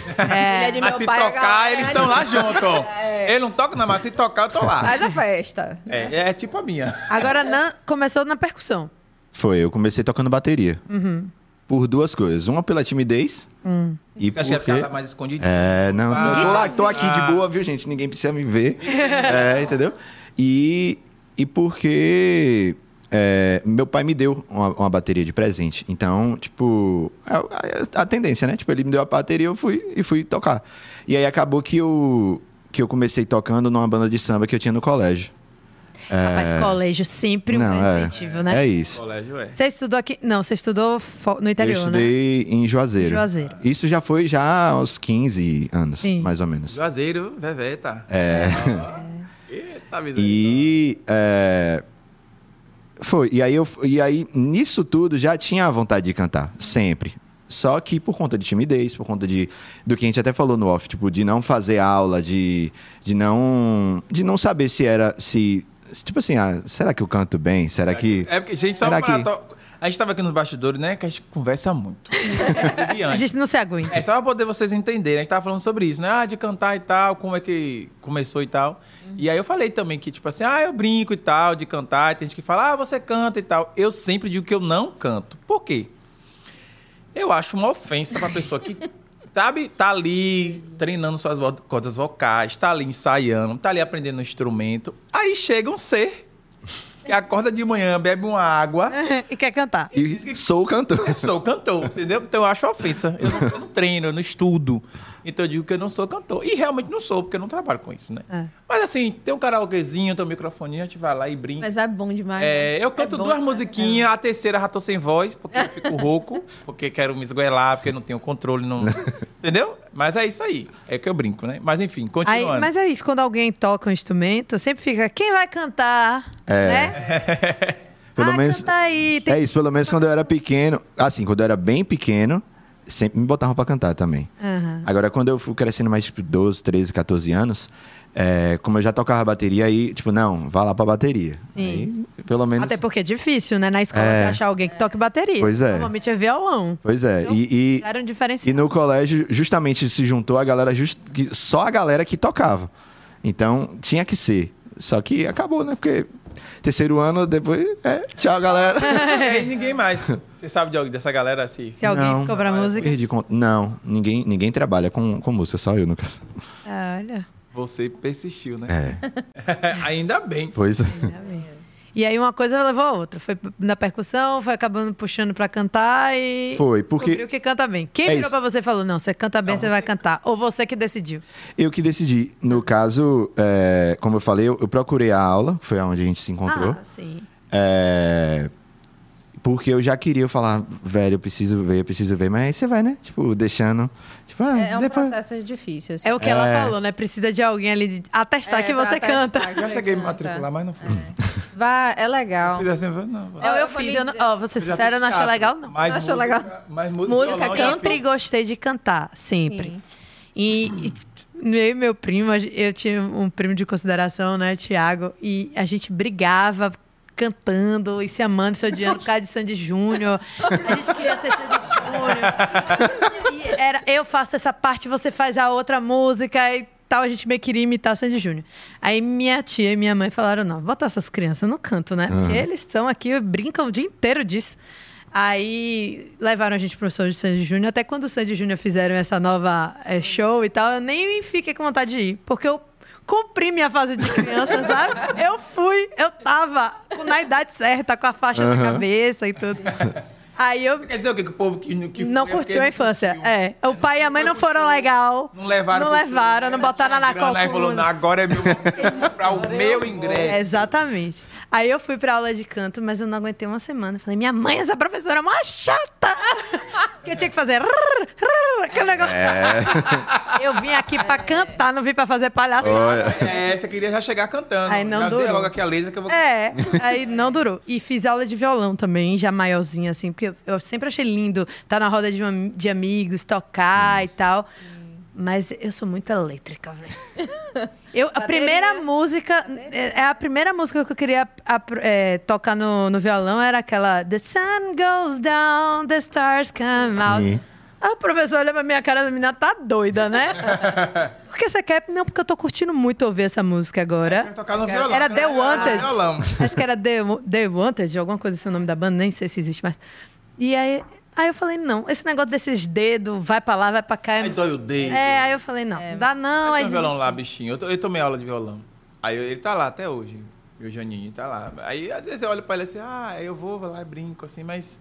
Filha de
Mas
meu
se
pai, a
tocar,
galera
eles
é
estão lá
animada.
junto.
É.
Ele não toca, não, mas se tocar, eu tô lá.
Faz a festa.
É, é tipo a minha.
Agora Nan começou na percussão.
Foi, eu comecei tocando bateria.
Uhum.
Por duas coisas. Uma pela timidez.
Hum.
E
Você acha que ia
porque...
ficar mais escondido?
É, não, tô-
Ah.
tô, lá, tô aqui de boa, viu, gente? Ninguém precisa me ver. É, entendeu? E, e porque é, meu pai me deu uma, uma bateria de presente. Então, tipo, a, a- a tendência, né? Tipo, ele me deu a bateria, eu fui e fui tocar. E aí acabou que eu, que eu comecei tocando numa banda de samba que eu tinha no colégio.
Rapaz, colégio sempre um
É. Não, é,
incentivo, né?
É isso.
Colégio, é.
Você estudou aqui? Não, você estudou fo- no
Eu
interior, né?
estudei em Juazeiro.
Juazeiro.
Isso já foi já aos 15 anos,
Sim.
mais ou menos.
Juazeiro, Veveta. É. Eita, vida.
E é, foi. E aí, eu, e aí, nisso tudo, já tinha a vontade de cantar, sempre. Só que por conta de timidez, por conta de do que a gente até falou no off, tipo, de não fazer aula, de, de não de não saber se era se se, tipo assim, ah, será que eu canto bem? Será que
É porque, gente, só
Será
pra...
que-
to- A gente tava aqui nos bastidores, né? Que a gente conversa muito. Inclusive,
A
antes.
gente não se aguenta.
É só pra poder vocês entenderem. A gente tava falando sobre isso, né? Ah, de cantar e tal, como é que começou e tal. E aí eu falei também que, tipo assim, ah, eu brinco e tal, de cantar. E tem gente que fala, ah, você canta e tal. Eu sempre digo que eu não canto. Por quê? Eu acho uma ofensa pra pessoa que, sabe, tá ali treinando suas vo- cordas vocais, tá ali ensaiando, tá ali aprendendo um instrumento. Aí chega um ser que acorda de manhã, bebe uma água
e quer cantar.
e sou cantor?
eu sou cantor, entendeu? Então eu acho ofensa. Eu não, eu não treino, eu não estudo. Então eu digo que eu não sou cantor. E realmente não sou, porque eu não trabalho com isso, né?
É.
Mas assim, tem um karaokezinho, tem um microfoninho, a gente vai lá e brinca.
Mas é bom demais.
É,
né?
eu canto
É bom,
duas
né?
musiquinhas, a terceira já tô sem voz, porque eu fico rouco, porque quero me esgoelar, porque eu não tenho controle. Não... Entendeu? Mas é isso aí. É que eu brinco, né? Mas enfim,
Aí,
continuando.
mas é isso, quando alguém toca um instrumento, sempre fica, quem vai cantar? É. Né?
Pelo
ah,
menos-
canta aí. Tem...
É isso, pelo menos quando eu era pequeno, assim, quando eu era bem pequeno, sempre me botavam pra cantar também.
Aham.
Agora, quando eu fui crescendo mais, tipo, 12, 13, 14 anos, é, como eu já tocava bateria, aí, tipo, não, vá lá pra bateria.
Sim.
Aí, pelo menos.
Até porque é difícil, né? Na escola,
É.
você achar alguém que toque bateria.
Pois é.
Normalmente é violão.
Pois é. E,
Já era um
e, e
diferencial.
no colégio, justamente se juntou a galera, just, que- só a galera que tocava. Então, tinha que ser. Só que acabou, né? Porque terceiro ano, depois. É, tchau, galera.
É, E aí ninguém mais. Você sabe de alguém dessa galera assim?
Se alguém
Não.
ficou pra música.
Perdi con- Não, ninguém, ninguém trabalha com, com música, só eu, no caso.
Ah, olha.
Você persistiu, né?
É,
Ainda bem.
pois é.
E aí uma coisa levou a outra. Foi na percussão, foi acabando puxando pra cantar e.
Foi, porque-
Descobriu que canta bem. Quem
É
virou
isso.
pra você e falou: não, você canta bem,
Não,
você
você
vai cantar. Ou você que decidiu.
Eu que decidi.
Uhum.
No caso, é, Ah,
Ah.
como eu falei, eu, eu procurei a aula, que foi onde a gente se encontrou.
Ah, sim.
É, Porque eu já queria eu falar, velho, eu preciso ver, eu preciso ver. Mas aí você vai, né? Tipo, deixando. Tipo, ah,
É, é um
depois.
processo difícil. assim.
É o que ela
É.
falou, né? Precisa de alguém ali de- atestar
É,
que
pra
você
testar
canta.
que
Já
você
cheguei a me
canta.
matricular, mas não fui.
Vá, é legal.
Fiz assim, não, vai.
Eu, eu
Eu vou
fiz.
lhe
Eu não,
dizer-
ó, vou ser
Eu já
sincera,
fiz
eu É, não achei
teatro,
legal, não.
Mas
Achou
música-
legal?
Mas mu-
Música,
violão já
canto?
fiz.
Sempre gostei de cantar, sempre.
Sim.
E, e eu e meu primo, a gen- eu tinha um primo de consideração, né, Tiago? E a gente brigava cantando e se amando, se odiando por causa de Sandy Júnior. A gente queria ser Sandy Júnior. E Era eu faço essa parte, você faz a outra música e tal. A gente meio queria imitar Sandy Júnior. Aí minha tia e minha mãe falaram: não, bota essas crianças no canto, né? Porque eles estão aqui, brincam o dia inteiro disso. Aí levaram a gente pro show de Sandy Júnior. Até quando o Sandy Júnior fizeram essa nova eh, show e tal, eu nem fiquei com vontade de ir. Porque eu cumpri minha fase de criança, sabe? Eu fui, eu tava com- na idade certa, com a faixa na cabeça e tudo. Aí eu
Quer dizer o que, que o povo que, que
não
foi é porque
curtiu a
não
infância.
curtiu.
É. O pai e a mãe não foram legal.
Não levaram.
Não
pro
levaram,
filme,
não botaram
tinha
na é
grana, Aí falou, não, agora
calculadora.
é meu, vou comprar o meu ingresso.
Exatamente. Aí eu fui pra aula de canto, mas eu não aguentei uma semana. Falei, minha mãe, essa professora é uma chata! que eu tinha que fazer. rrr, rrr, aquele negócio. Eu vim aqui pra cantar, não vim pra fazer palhaçada.
Olha.
É, você queria já chegar cantando.
Aí não
já dei
durou.
logo aqui a letra que eu vou...
É, aí não durou. E fiz aula de violão também, já maiorzinha, assim, porque eu, eu sempre achei lindo estar na roda de, am- de amigos, tocar e tal. Mas eu sou muito elétrica, velho. Eu, a
Bateria.
primeira música, é é a primeira música que eu queria apr- é, tocar no, no violão era aquela The sun goes down, the stars come out.
Sim.
A professora olha pra minha cara, a menina tá doida, né? Por que você quer? Não, porque eu tô curtindo muito ouvir essa música agora.
Quero tocar no violão.
É, Era
Quero
The
tocar no
Wanted. É.
violão.
Acho que era The, The Wanted, alguma coisa assim, o nome da banda, nem sei se existe mais. E aí, aí eu falei, não, esse negócio desses dedos, vai pra lá, vai pra cá.
Aí dói o dedo.
é, aí eu falei, não, dá não, aí
Tem um violão
desisti.
lá, bichinho. Eu, to- eu tomei aula de violão. Aí eu- ele tá lá até hoje. Meu Janinho tá lá. Aí às vezes eu olho pra ele assim, ah, eu vou, vou lá e brinco, assim, mas.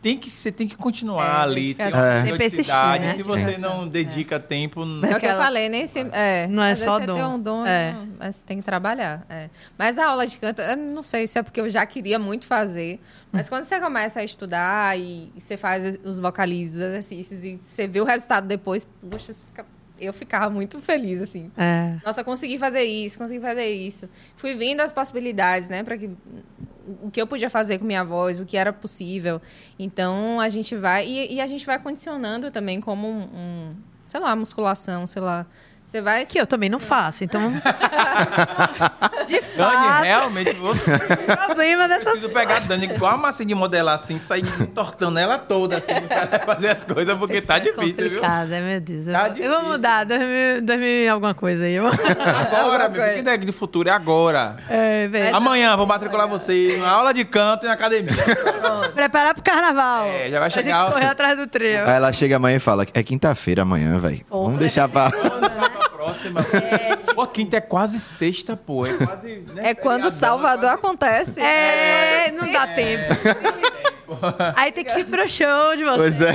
Tem que, você tem que continuar
É,
ali. Tem
dedicação.
uma
É.
Tem que persistir,
periodicidade.
né?
Se você
Dedicação.
não dedica tempo. n-
É o que eu
Aquela-
falei, nem sempre. É,
Não é
às
só
vezes
dom.
Você tem um dom,
É.
não, mas você tem que trabalhar. é. Mas a aula de canto, eu não sei se é porque eu já queria muito fazer. Mas quando você começa a estudar e, e você faz os vocalizes, os exercícios, e você vê o resultado depois, poxa, você fica- eu ficava muito feliz, assim.
É.
Nossa, consegui fazer isso, consegui fazer isso. Fui vendo as possibilidades, né? Para que o que eu podia fazer com minha voz, o que era possível. Então a gente vai e, e a gente vai condicionando também como um, um, sei lá, musculação, sei lá. Você vai
Que eu também não faço, então. de
Dani,
fato,
realmente, você
problema dessas.
preciso pegar a Dani igual a massinha de modelar, assim, sair desentortando ela toda, assim, pra fazer as coisas, porque
é
tá difícil, viu?
Complicada, é, meu Deus. Eu,
Tá
vou- eu vou
difícil.
mudar, 2000 2000 e alguma coisa aí. Eu-
Agora, meu
coisa.
filho, que ideia de futuro é agora.
É, velho.
Amanhã vou matricular vocês numa aula de canto e na academia.
Preparar pro carnaval.
É, já vai
A
chegar
gente
o-
correu atrás do trio.
Aí ela chega amanhã e fala: É quinta-feira amanhã, velho.
Pô,
Vamos deixar pra.
Vamos deixar pra próxima.
tipo
Pô, quinta é quase sexta, pô. É quase. né,
É quando
feriadão,
Salvador
quase-
acontece.
É, não dá tempo. Aí tem que ir pro show de vocês.
Pois é.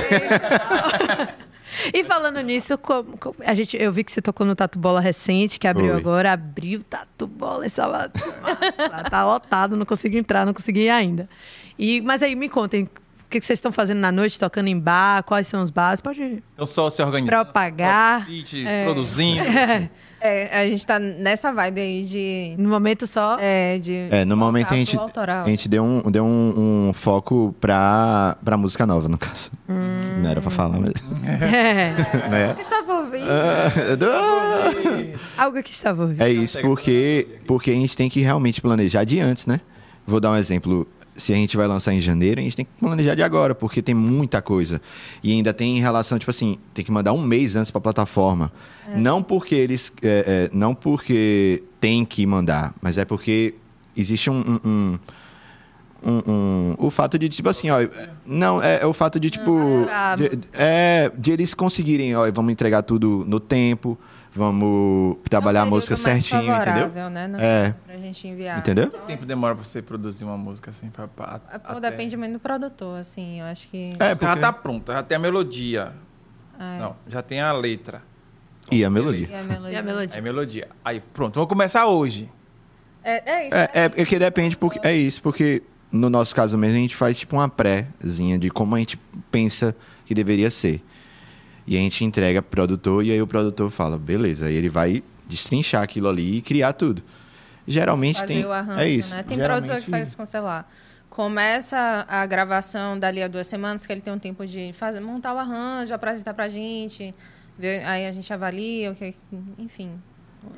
E falando nisso, co- co- a gente, eu vi que você tocou no Tatu Bola recente, que abriu
Oi.
agora. Abriu Tatu Bola em Salvador. Nossa, tá lotado, não consegui entrar, não consegui ir ainda. E, mas aí, me contem, o que, que vocês estão fazendo na noite? Tocando em bar? Quais são os bares? Pode
Então só se organizando.
propagar.
Fit, Produzindo.
É, a gente tá nessa vibe aí de.
No momento só.
É, de
É, no momento a
voltar
gente,
pro autoral.
a gente deu, um, deu um, um foco pra, pra música nova, no caso.
Hum.
Não era pra falar, mas.
É.
né?
O que está por vir? É um
Algo que estava ouvindo.
É isso, porque, porque a gente tem que realmente planejar de antes, né? Vou dar um exemplo. Se a gente vai lançar em janeiro, a gente tem que planejar de agora, porque tem muita coisa. E ainda tem em relação, tipo assim, tem que mandar um mês antes pra plataforma. Não porque eles. é, é, não porque tem que mandar, mas é porque existe um- um- um um, um- o fato de, tipo assim, ó. Não, é, é o fato de, tipo.
Ah,
de- é, de eles conseguirem, ó, vamos entregar tudo no tempo, vamos trabalhar a
É um
música
período mais
certinho, entendeu?
favorável, Né? Não
É.
Pra gente enviar.
Entendeu?
Quanto tempo demora pra você produzir uma música assim? Pra, pra,
É, Pô,
até-
Depende muito do produtor, assim. Eu acho que.
É,
Já
porque...
tá pronta, já tem a melodia.
É.
Não, já tem a letra.
E a melodia.
E a melodia.
E a melodia?
Aí melodia. Aí, pronto, vamos começar hoje.
É, é isso.
É, é, é que depende, porque. É isso, porque no nosso caso mesmo, a gente faz tipo uma prézinha de como a gente pensa que deveria ser. E a gente entrega pro produtor e aí o produtor fala, beleza, aí ele vai destrinchar aquilo ali e criar tudo. Geralmente
fazer
tem.
o arranjo,
é isso.
né? Tem
Geralmente-
produtor que faz isso com, sei lá, começa a gravação dali a duas semanas, que ele tem um tempo de fazer, montar o arranjo, apresentar pra gente, ver- aí a gente avalia, o que, enfim,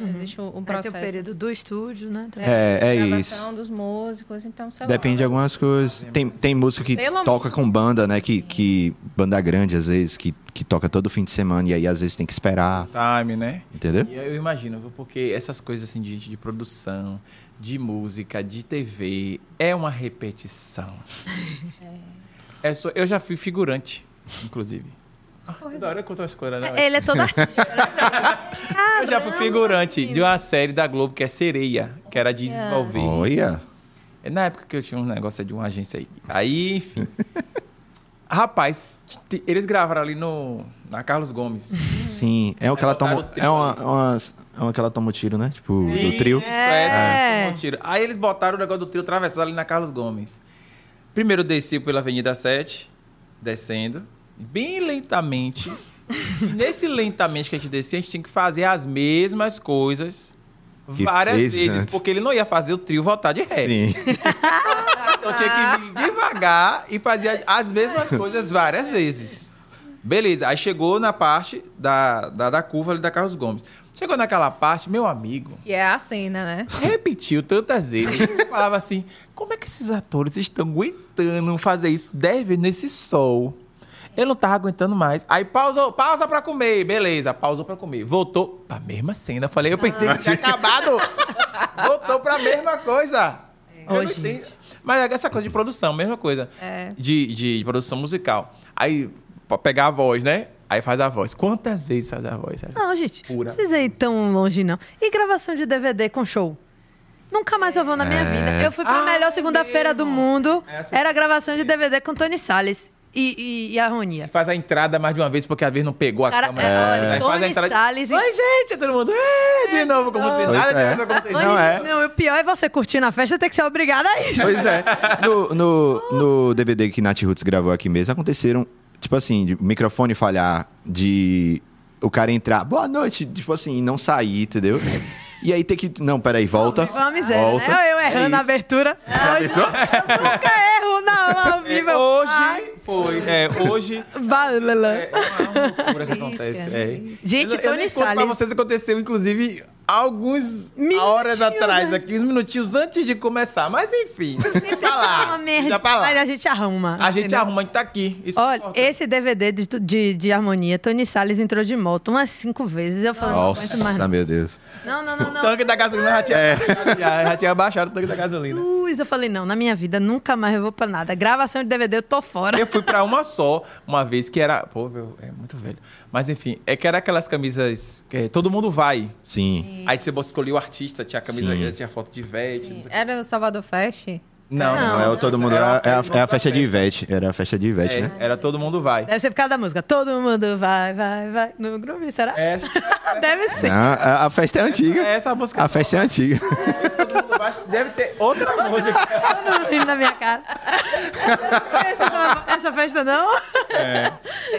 existe o, o
Vai ter
processo.
Uhum. o período do estúdio, né? também.
É, é
gravação
isso.
dos músicos, então, sei
Depende de
lá.
algumas coisas. Tem, tem música que
Pelo
toca com banda, né? Que, que banda grande, às vezes, que, que toca todo fim de semana e aí às vezes tem que esperar,
Time, né?
entendeu?
E eu imagino, viu, porque essas coisas assim de gente de produção, de música, de TV, é uma repetição. É. só- eu já fui figurante, inclusive. Ah, da hora contar as coisas, né?
Ele é todo artista.
Eu já fui figurante de uma série da Globo que é Sereia, que era de desenvolver.
Olha!
É na época que eu tinha um negócio de uma agência aí. Aí, enfim. Rapaz, te- eles gravaram ali no, na Carlos Gomes.
Sim, é o que ela
botaram
toma.
o trio
É uma, uma, é uma que ela toma o tiro, né? Tipo, do trio.
Isso, é,
É.
tomou um tiro. Aí eles botaram o negócio do trio atravessado ali na Carlos Gomes. Primeiro eu desci pela Avenida 7, descendo, bem lentamente. Nesse lentamente que a gente descia, a gente tinha que fazer as mesmas coisas
Que
várias
fez
vezes,
antes.
porque ele não ia fazer o trio voltar de ré.
Sim.
Então eu tinha que vir devagar e fazer as mesmas coisas várias vezes. Beleza, aí chegou na parte da, da, da curva ali da Carlos Gomes. Chegou naquela parte, meu amigo,
E é a cena, né?
repetiu tantas vezes. Eu falava assim: como é que esses atores estão aguentando fazer isso dez vezes nesse sol? Eu não tava aguentando mais. Aí pausou, pausa pra comer, beleza, pausou pra comer. Voltou pra mesma cena. Eu falei, eu pensei que tinha acabado. Voltou pra mesma coisa. Eu não
Hoje.
entendo. Mas é essa coisa de produção, mesma coisa.
É.
De, de produção musical. Aí, pra pegar a voz, né? Aí faz a voz. Quantas vezes faz a voz? Sérgio?
Não, gente,
Pura.
não precisa ir tão longe, não. E gravação de DVD com show? Nunca mais eu vou na minha vida.
É.
Eu fui pra
Ah,
melhor segunda-feira do mundo.
É, as pessoas-
Era gravação de DVD com Tony Salles e, e, e a Ronia.
Faz a entrada mais de uma vez, porque às vezes não pegou a
Cara,
câmera.
é, olha,
Aí faz a
Tony
entrada.
Salles e-
Oi, gente, todo mundo. "É", de
Então.
novo, como se
Pois
nada
é.
tivesse acontecido.
Não é.
Não, e o pior é você curtir na festa ter que ser obrigada a isso.
Pois é. No, no, no DVD que Nath Roots gravou aqui mesmo, aconteceram, tipo assim, de microfone falhar, de o cara entrar, boa noite, tipo assim, e não sair, entendeu? E aí tem que. Não, peraí, volta.
Foi uma miséria,
volta.
né? Eu errando
é
a abertura.
Já
Hoje,
pensou?
eu nunca erro, não, ao vivo.
É,
eu-
hoje foi. É, hoje.
Balala.
É, é uma loucura que acontece. é.
Delícia,
Gente,
eu, eu
Tony
nem conto Pra
Salles.
vocês aconteceu, inclusive, alguns
Minutinhos,
horas atrás,
né?
aqui, uns minutinhos antes de começar. Mas enfim.
Sempre
Tá lá,
uma merda,
já pra lá.
mas a gente arruma.
A gente
entendeu?
arruma, a gente tá aqui. Isso
Olha,
importa.
esse DVD de, tu- de, de harmonia, Tony Salles entrou de moto umas cinco vezes. Eu falei, não aguento mais.
Nossa, meu Deus.
Não, não, não,
O
não.
tanque da gasolina já tinha, já, já tinha baixado o tanque da gasolina.
Jesus, eu falei, não, na minha vida nunca mais eu vou pra nada. Gravação de DVD, eu tô fora.
Eu fui pra uma só, uma vez que era. Pô, meu, é muito velho. Mas enfim, é que era aquelas camisas. que todo mundo vai.
Sim.
Aí você escolheu o artista, tinha a camisa,
Sim.
tinha a foto de Ivete. não sei o quê.
Era o Salvador Fest?
Não,
Não,
Não, é o todo mundo. É a, é a- é a festa de
Ivete.
Ivete. Era a festa de Ivete, né?
era todo mundo vai.
Deve ser por causa da música. Todo mundo vai, vai, vai. No grupo, será?
É,
Deve ser.
Não, a, a festa é
é
antiga.
essa a música.
A festa é antiga.
Todo mundo vai. acho que Deve ter outra música.
Todo mundo rindo na minha cara. essa, essa festa não? É.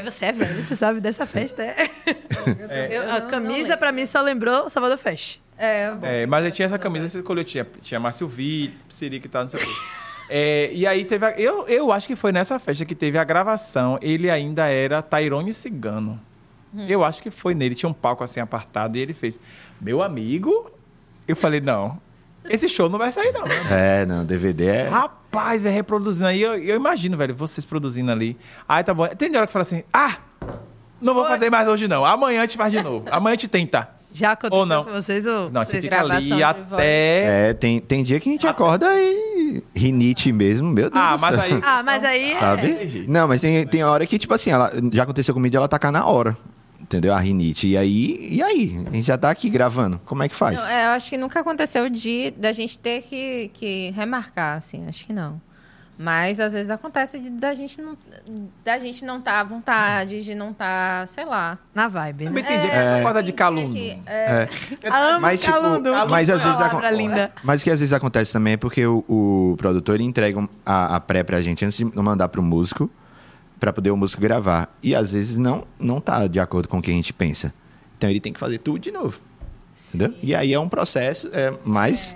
Você é velho, você sabe dessa festa. É. Eu- a camisa, pra mim, só lembrou Salvador Fest.
É,
É, mas eu tinha essa camisa, você escolheu. Tinha, tinha Márcio Vitor, Siri que tá, não sei o quê. É, e aí teve. a- eu, eu acho que foi nessa festa que teve a gravação. Ele ainda era Tairone Cigano.
Hum.
Eu acho que foi nele. Tinha um palco assim apartado e ele fez: Meu amigo? Eu falei: Não, esse show não vai sair, não.
É, não, DVD é.
Rapaz, velho, reproduzindo. Aí eu, eu imagino, velho, vocês produzindo ali. Aí tá bom. Tem hora que fala assim: Ah, não vou fazer mais hoje, não. Amanhã a gente faz de novo. Amanhã a gente tenta.
Já aconteceu
Ou não.
com vocês? Ou
Não, você
vocês...
fica ali
Gravação de voz.
até.
É, tem, tem dia que a gente acorda e rinite mesmo, meu Deus.
Ah,
do
mas
céu.
aí. É,
Ah, mas aí...
tem
Sabe?
jeito.
Não, mas tem, tem hora que, tipo assim, ela, já aconteceu comigo de ela tacar na hora. Entendeu? A rinite. E aí, e aí? A gente já tá aqui gravando. Como é que faz?
Não, é, eu acho que nunca aconteceu de da gente ter que, que remarcar, assim, acho que não. Mas às vezes acontece de- da gente não da gente não tá à vontade, de não tá, sei lá.
Na vibe, né? Ah,
Também tem dia que é por causa de calúnio.
Que- é,
Amo
Mas, tipo,
Calundu.
mas às vezes
Palavra
acon- É,
linda.
Mas o que às vezes acontece também é porque o, o produtor ele entrega um- a, a pré pra gente antes de mandar pro músico, pra poder o músico gravar. E às vezes não, não tá de acordo com o que a gente pensa. Então ele tem que fazer tudo de novo. Entendeu? E aí é um processo, é, mais,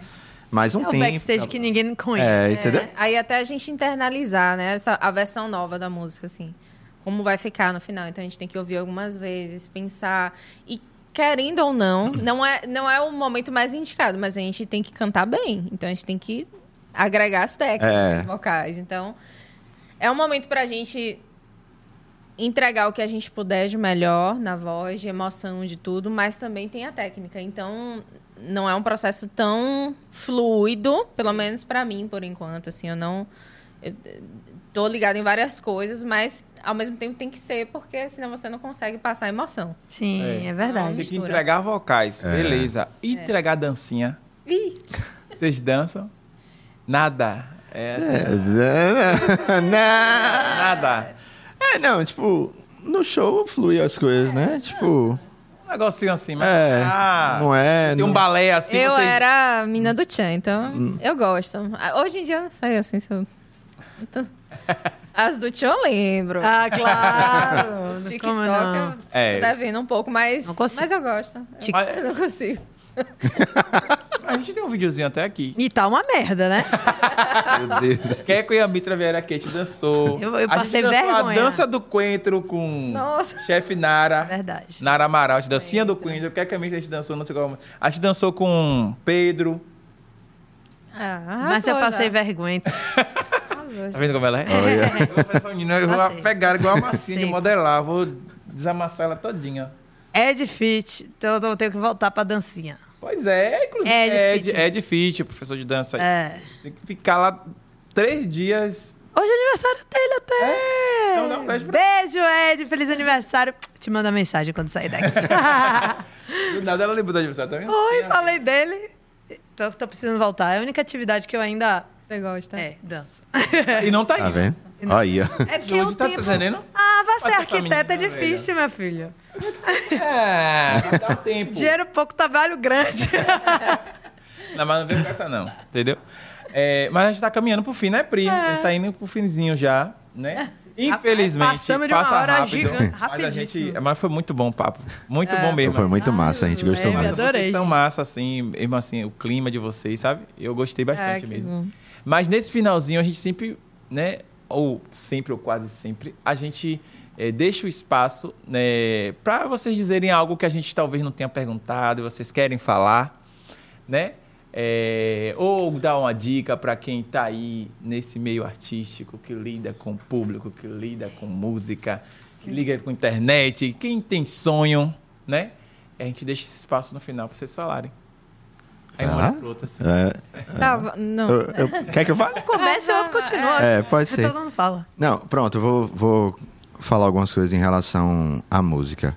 mais um
É o
tempo.
backstage que né? ninguém conhece.
É, entendeu?
Aí até a gente internalizar, né? Essa, a versão nova da música, assim. Como vai ficar no final. Então a gente tem que ouvir algumas vezes, pensar. E querendo ou não, não é, não é o momento mais indicado, mas a gente tem que cantar bem. Então a gente tem que agregar as técnicas
É.
vocais. Então é um momento pra gente entregar o que a gente puder de melhor na voz, de emoção, de tudo, mas também tem a técnica. Então, não é um processo tão fluido, pelo menos pra mim, por enquanto, assim, eu não eu, eh, tô ligada em várias coisas, mas ao mesmo tempo tem que ser, porque senão você não consegue passar a emoção.
Sim, é,
Tem
verdade.
que
mistura.
entregar vocais,
É.
beleza. E entregar dancinha.
Ih.
Vocês dançam? Nada. É,
não.
Nada.
É, não, tipo, no show flui as coisas, né? Tipo,
Um negocinho assim, mas.
é.
ah,
não é.
Tem um
não-
balé assim,
eu
vocês.
era a mina do Tchan, então eu gosto. Ah, Hoje em dia eu não sei, assim, se eu... então, As do Tchan eu lembro.
Ah, claro.
Os TikTok
Como não?
eu
É.
tá vindo um pouco, mas,
Não consigo.
mas eu gosto. Eu,
Olha-
eu não consigo.
A gente tem um videozinho até aqui.
E tá uma merda, né?
Meu Deus.
Keco e a Mitra Vieira Kate dançou.
Eu- eu
a
passei
gente dançou
vergonha.
A dança do coentro com
Nossa.
chefe Nara.
Verdade.
Nara Amaral, a gente dancinha do coentro. O que é que a Mitra a gente dançou? Não sei qual. A gente dançou com Pedro.
Ah,
Mas eu
arrasou
passei
já,
vergonha. então.
arrasou já.
Tá vendo como ela é?
Olha.
Eu vou fazer pra menina, Eu vou
Passei.
pegar igual a massinha de
Sei.
modelar. Vou desamassar ela todinha.
Ed Fit, É então eu tenho que voltar pra dancinha.
Pois é, inclusive.
Ed
É,
Fitch.
de- é difícil, professor de dança.
É.
Tem que ficar lá três dias.
Hoje é aniversário dele até.
Então dá um beijo pra-
Beijo, Ed. Feliz aniversário. Te mando a mensagem quando sair daqui.
Do nada ela lembrou da aniversário, tá vendo?
Oi,
É.
falei dele. Tô, tô precisando voltar. É a única atividade que eu ainda.
Você gosta?
É, dança.
E não tá
Tá
indo.
vendo? Olha.
É porque
Júlio,
eu
tá
tempo...
entendendo?
Ah, vai ser
Passa essa
arquiteta é
menina,
difícil, minha filha.
É, dá um tempo.
Dinheiro pouco, trabalho grande.
É,
Não, mas não vem com essa, não. Entendeu? É, mas a gente tá caminhando pro fim, né,
É.
Pri? A gente tá indo pro finzinho já, né? Infelizmente,
Passamos de uma
passa
hora
rápido.
gigante,
mas, a gente,
rapidíssimo.
mas foi muito bom o papo. Muito bom mesmo.
Foi
assim.
muito massa, a gente gostou
É,
Mas
massa.
verdade. Adorei.
Vocês são massa, assim, mesmo assim, o clima de vocês, sabe? Eu gostei
Ah,
bastante
que
mesmo.
bom.
Mas nesse finalzinho a gente sempre, né? Ou sempre, ou quase sempre, a gente eh, deixa o espaço né, para vocês dizerem algo que a gente talvez não tenha perguntado, e vocês querem falar, né? Eh, ou dar uma dica para quem tá aí nesse meio artístico, que lida com o público, que lida com música, que liga com internet, quem tem sonho, né? A gente deixa esse espaço no final para vocês falarem. Aí um
Ah.
olha pro outro assim.
É,
Tá, v- não.
eu- eu- quer que eu fale?
Começa e o outro continua.
É, pode ser.
Todo mundo fala.
Não, pronto, eu vou, vou falar algumas coisas em relação à música.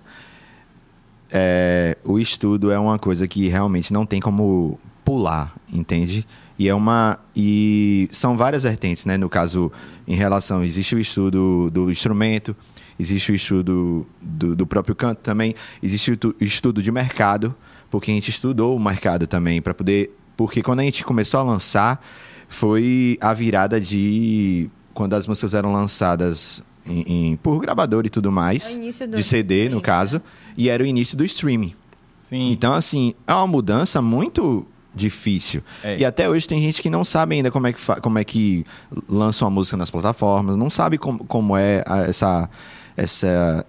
É, o estudo é uma coisa que realmente não tem como pular, entende? E é uma. E são várias vertentes, né? No caso, em relação. Existe o estudo do instrumento, existe o estudo do, do próprio canto também, existe o tu- estudo de mercado, porque a gente estudou o mercado também, para poder. Porque quando a gente começou a lançar, foi a virada de. Quando as músicas eram lançadas em- em- por gravador e tudo mais.
É o início do
de CD,
streaming,
no caso. E era o início do streaming.
Sim.
Então, assim, é uma mudança muito difícil.
É.
E até hoje tem gente que não sabe ainda como é que, fa- como é que lança uma música nas plataformas, não sabe como, como é a- essa, essa,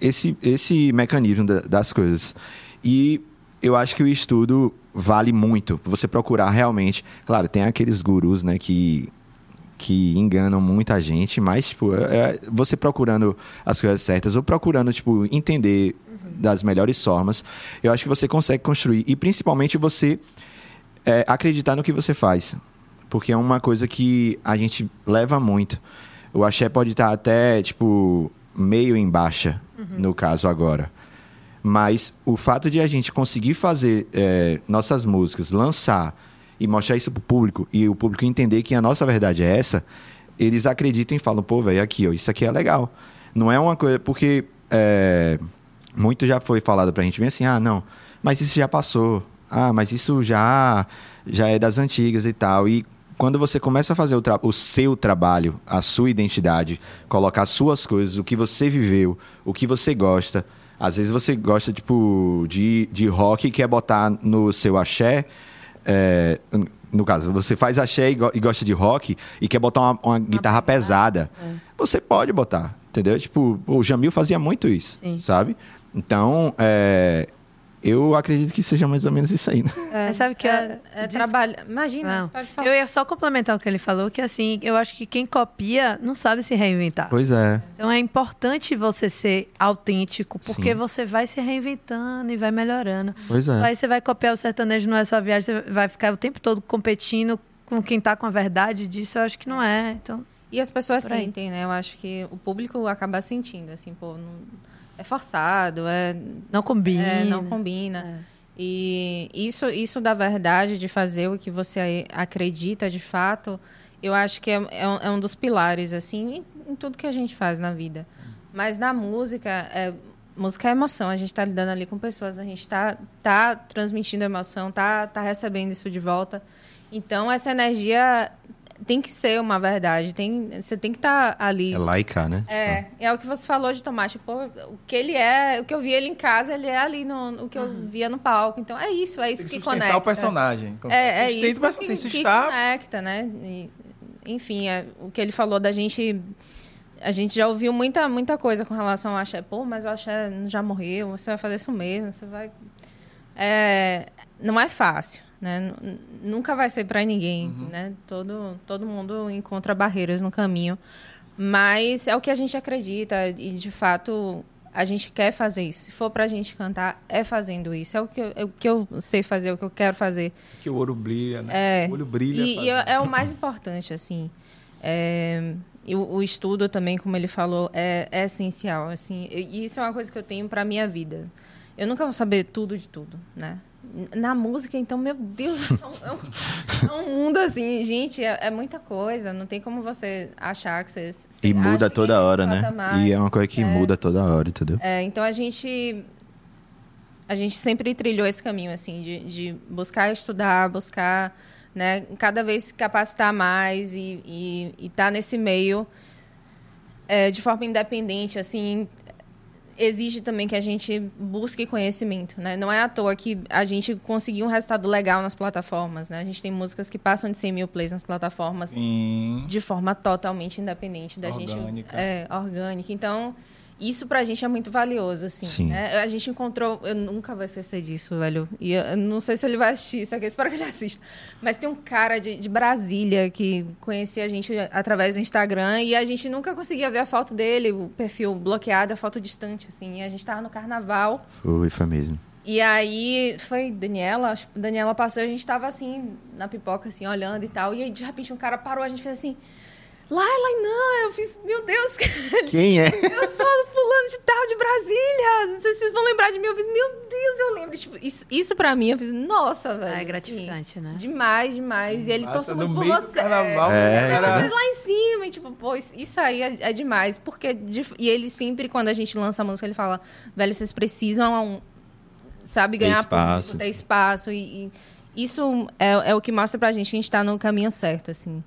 esse, esse mecanismo da- das coisas. E eu acho que o estudo vale muito. Você procurar realmente. Claro, tem aqueles gurus, né, que que enganam muita gente, mas, tipo, é- é você procurando as coisas certas ou procurando, tipo, entender das melhores formas, eu acho que você consegue construir. E, principalmente, você é, acreditar no que você faz. Porque é uma coisa que a gente leva muito. O axé pode estar até, tipo, meio em baixa, no caso agora. Mas o fato de a gente conseguir fazer é, nossas músicas, lançar e mostrar isso pro público, e o público entender que a nossa verdade é essa, eles acreditam e falam, pô, velho, aqui, ó, isso aqui é legal. Não é uma coisa. Porque é, muito já foi falado pra gente bem assim, ah, não, mas isso já passou. Ah, mas isso já, já é das antigas e tal. E quando você começa a fazer o, tra- o seu trabalho, a sua identidade, colocar suas coisas, o que você viveu, o que você gosta. Às vezes você gosta, tipo, de, de rock e quer botar no seu axé. é, no caso, você faz axé e, go- e gosta de rock e quer botar uma, uma guitarra pesada.
é.
Você pode botar, entendeu? Tipo, o Jamil fazia muito isso,
Sim.
sabe? Então, é, eu acredito que seja mais ou menos isso aí, né?
Mas sabe que
é,
eu-
é
disso-
trabalho. Imagina,
Não.
pode falar.
Eu ia só complementar o que ele falou, que assim, eu acho que quem copia não sabe se reinventar.
Pois é.
Então é importante você ser autêntico, porque
Sim.
você vai se reinventando e vai melhorando.
Pois é.
Aí você vai copiar o sertanejo, não é sua viagem, você vai ficar o tempo todo competindo com quem tá com a verdade disso, eu acho que não é. Então,
E as pessoas
Por aí.
sentem, né? Eu acho que o público acaba sentindo, assim, pô, não- é forçado, é,
não combina.
é, não combina. E isso, isso da verdade, de fazer o que você acredita de fato, eu acho que é, é um, é um dos pilares, assim, em, em tudo que a gente faz na vida. Mas na música, é, música é emoção, a gente está lidando ali com pessoas, a gente está tá transmitindo emoção, tá, tá recebendo isso de volta. Então, essa energia tem que ser uma verdade, tem, você tem que estar ali.
É laica, né?
É, é o que você falou de tomate. Pô, o que ele é, o que eu vi ele em casa, ele é ali no, o que eu via no palco. Então é isso, é isso
Tem
que,
que sustentar
conecta.
o personagem.
É, é
Sustenta
isso
o personagem.
que,
Se
que
está-
conecta, né? E, enfim, é, o que ele falou da gente. A gente já ouviu muita, muita coisa com relação ao axé. Pô, mas o axé já morreu, você vai fazer isso mesmo, você vai. É, não é fácil, né? N- Nunca vai ser para ninguém, né? Todo, todo mundo encontra barreiras no caminho. Mas é o que a gente acredita e, de fato, a gente quer fazer isso. Se for pra gente cantar, é fazendo isso. É o que eu, é o que eu sei fazer, é o que eu quero fazer.
Que o ouro brilha, né?
É.
O olho brilha.
E, e
fazendo.
é o mais importante, assim. É, e o, o estudo também, como ele falou, é, é essencial, assim. E e isso é uma coisa que eu tenho para minha vida. Eu nunca vou saber tudo de tudo, né? N- Na música, então, meu Deus, é um, é um- é um mundo assim, gente, é, é muita coisa. Não tem como você achar que você... você
E
acha
muda
que
toda
esse
hora, né?
patamar-
E é uma coisa que muda toda hora, entendeu?
é, então a gente a gente sempre trilhou esse caminho assim de, de buscar estudar, buscar né, cada vez se capacitar mais e e- e tá nesse meio é, de forma independente assim exige também que a gente busque conhecimento, né? Não é à toa que a gente conseguiu um resultado legal nas plataformas, né? A gente tem músicas que passam de 100 mil plays nas plataformas
Sim.
de forma totalmente independente da gente.
Orgânica.
É, orgânica. Então, isso pra gente é muito valioso, assim.
Sim.
né? A gente encontrou. Eu nunca vou esquecer disso, velho. E eu eu não sei se ele vai assistir isso aqui, espero que ele assista. Mas tem um cara de, de Brasília que conhecia a gente através do Instagram e a gente nunca conseguia ver a foto dele, o perfil bloqueado, a foto distante, assim. E a gente tava no carnaval.
Foi, foi mesmo.
E aí foi Daniela, acho que Daniela passou, a gente tava assim, na pipoca, assim, olhando e tal. E aí, de repente, um cara parou, a gente fez assim. Laila, não, eu fiz, meu Deus,
Quem é?
eu sou do fulano de tal de Brasília. Vocês vocês vão lembrar de mim? Eu fiz, meu Deus, eu lembro. Tipo, isso, isso pra mim, eu fiz, nossa, velho.
Ah, é
assim,
gratificante, né?
demais, demais. E ele
Passa
torce
no
muito por
meio do
você.
Carnaval,
É,
cara.
entendeu?
Vocês lá em cima, e tipo, pô, isso- isso aí é, é demais. Porque. de- e ele sempre, quando a gente lança a música, ele fala, velho, vocês precisam, um- sabe,
Ter
ganhar
espaço.
público, ter espaço. E, e isso é, é o que mostra pra gente que a gente tá no caminho certo, assim.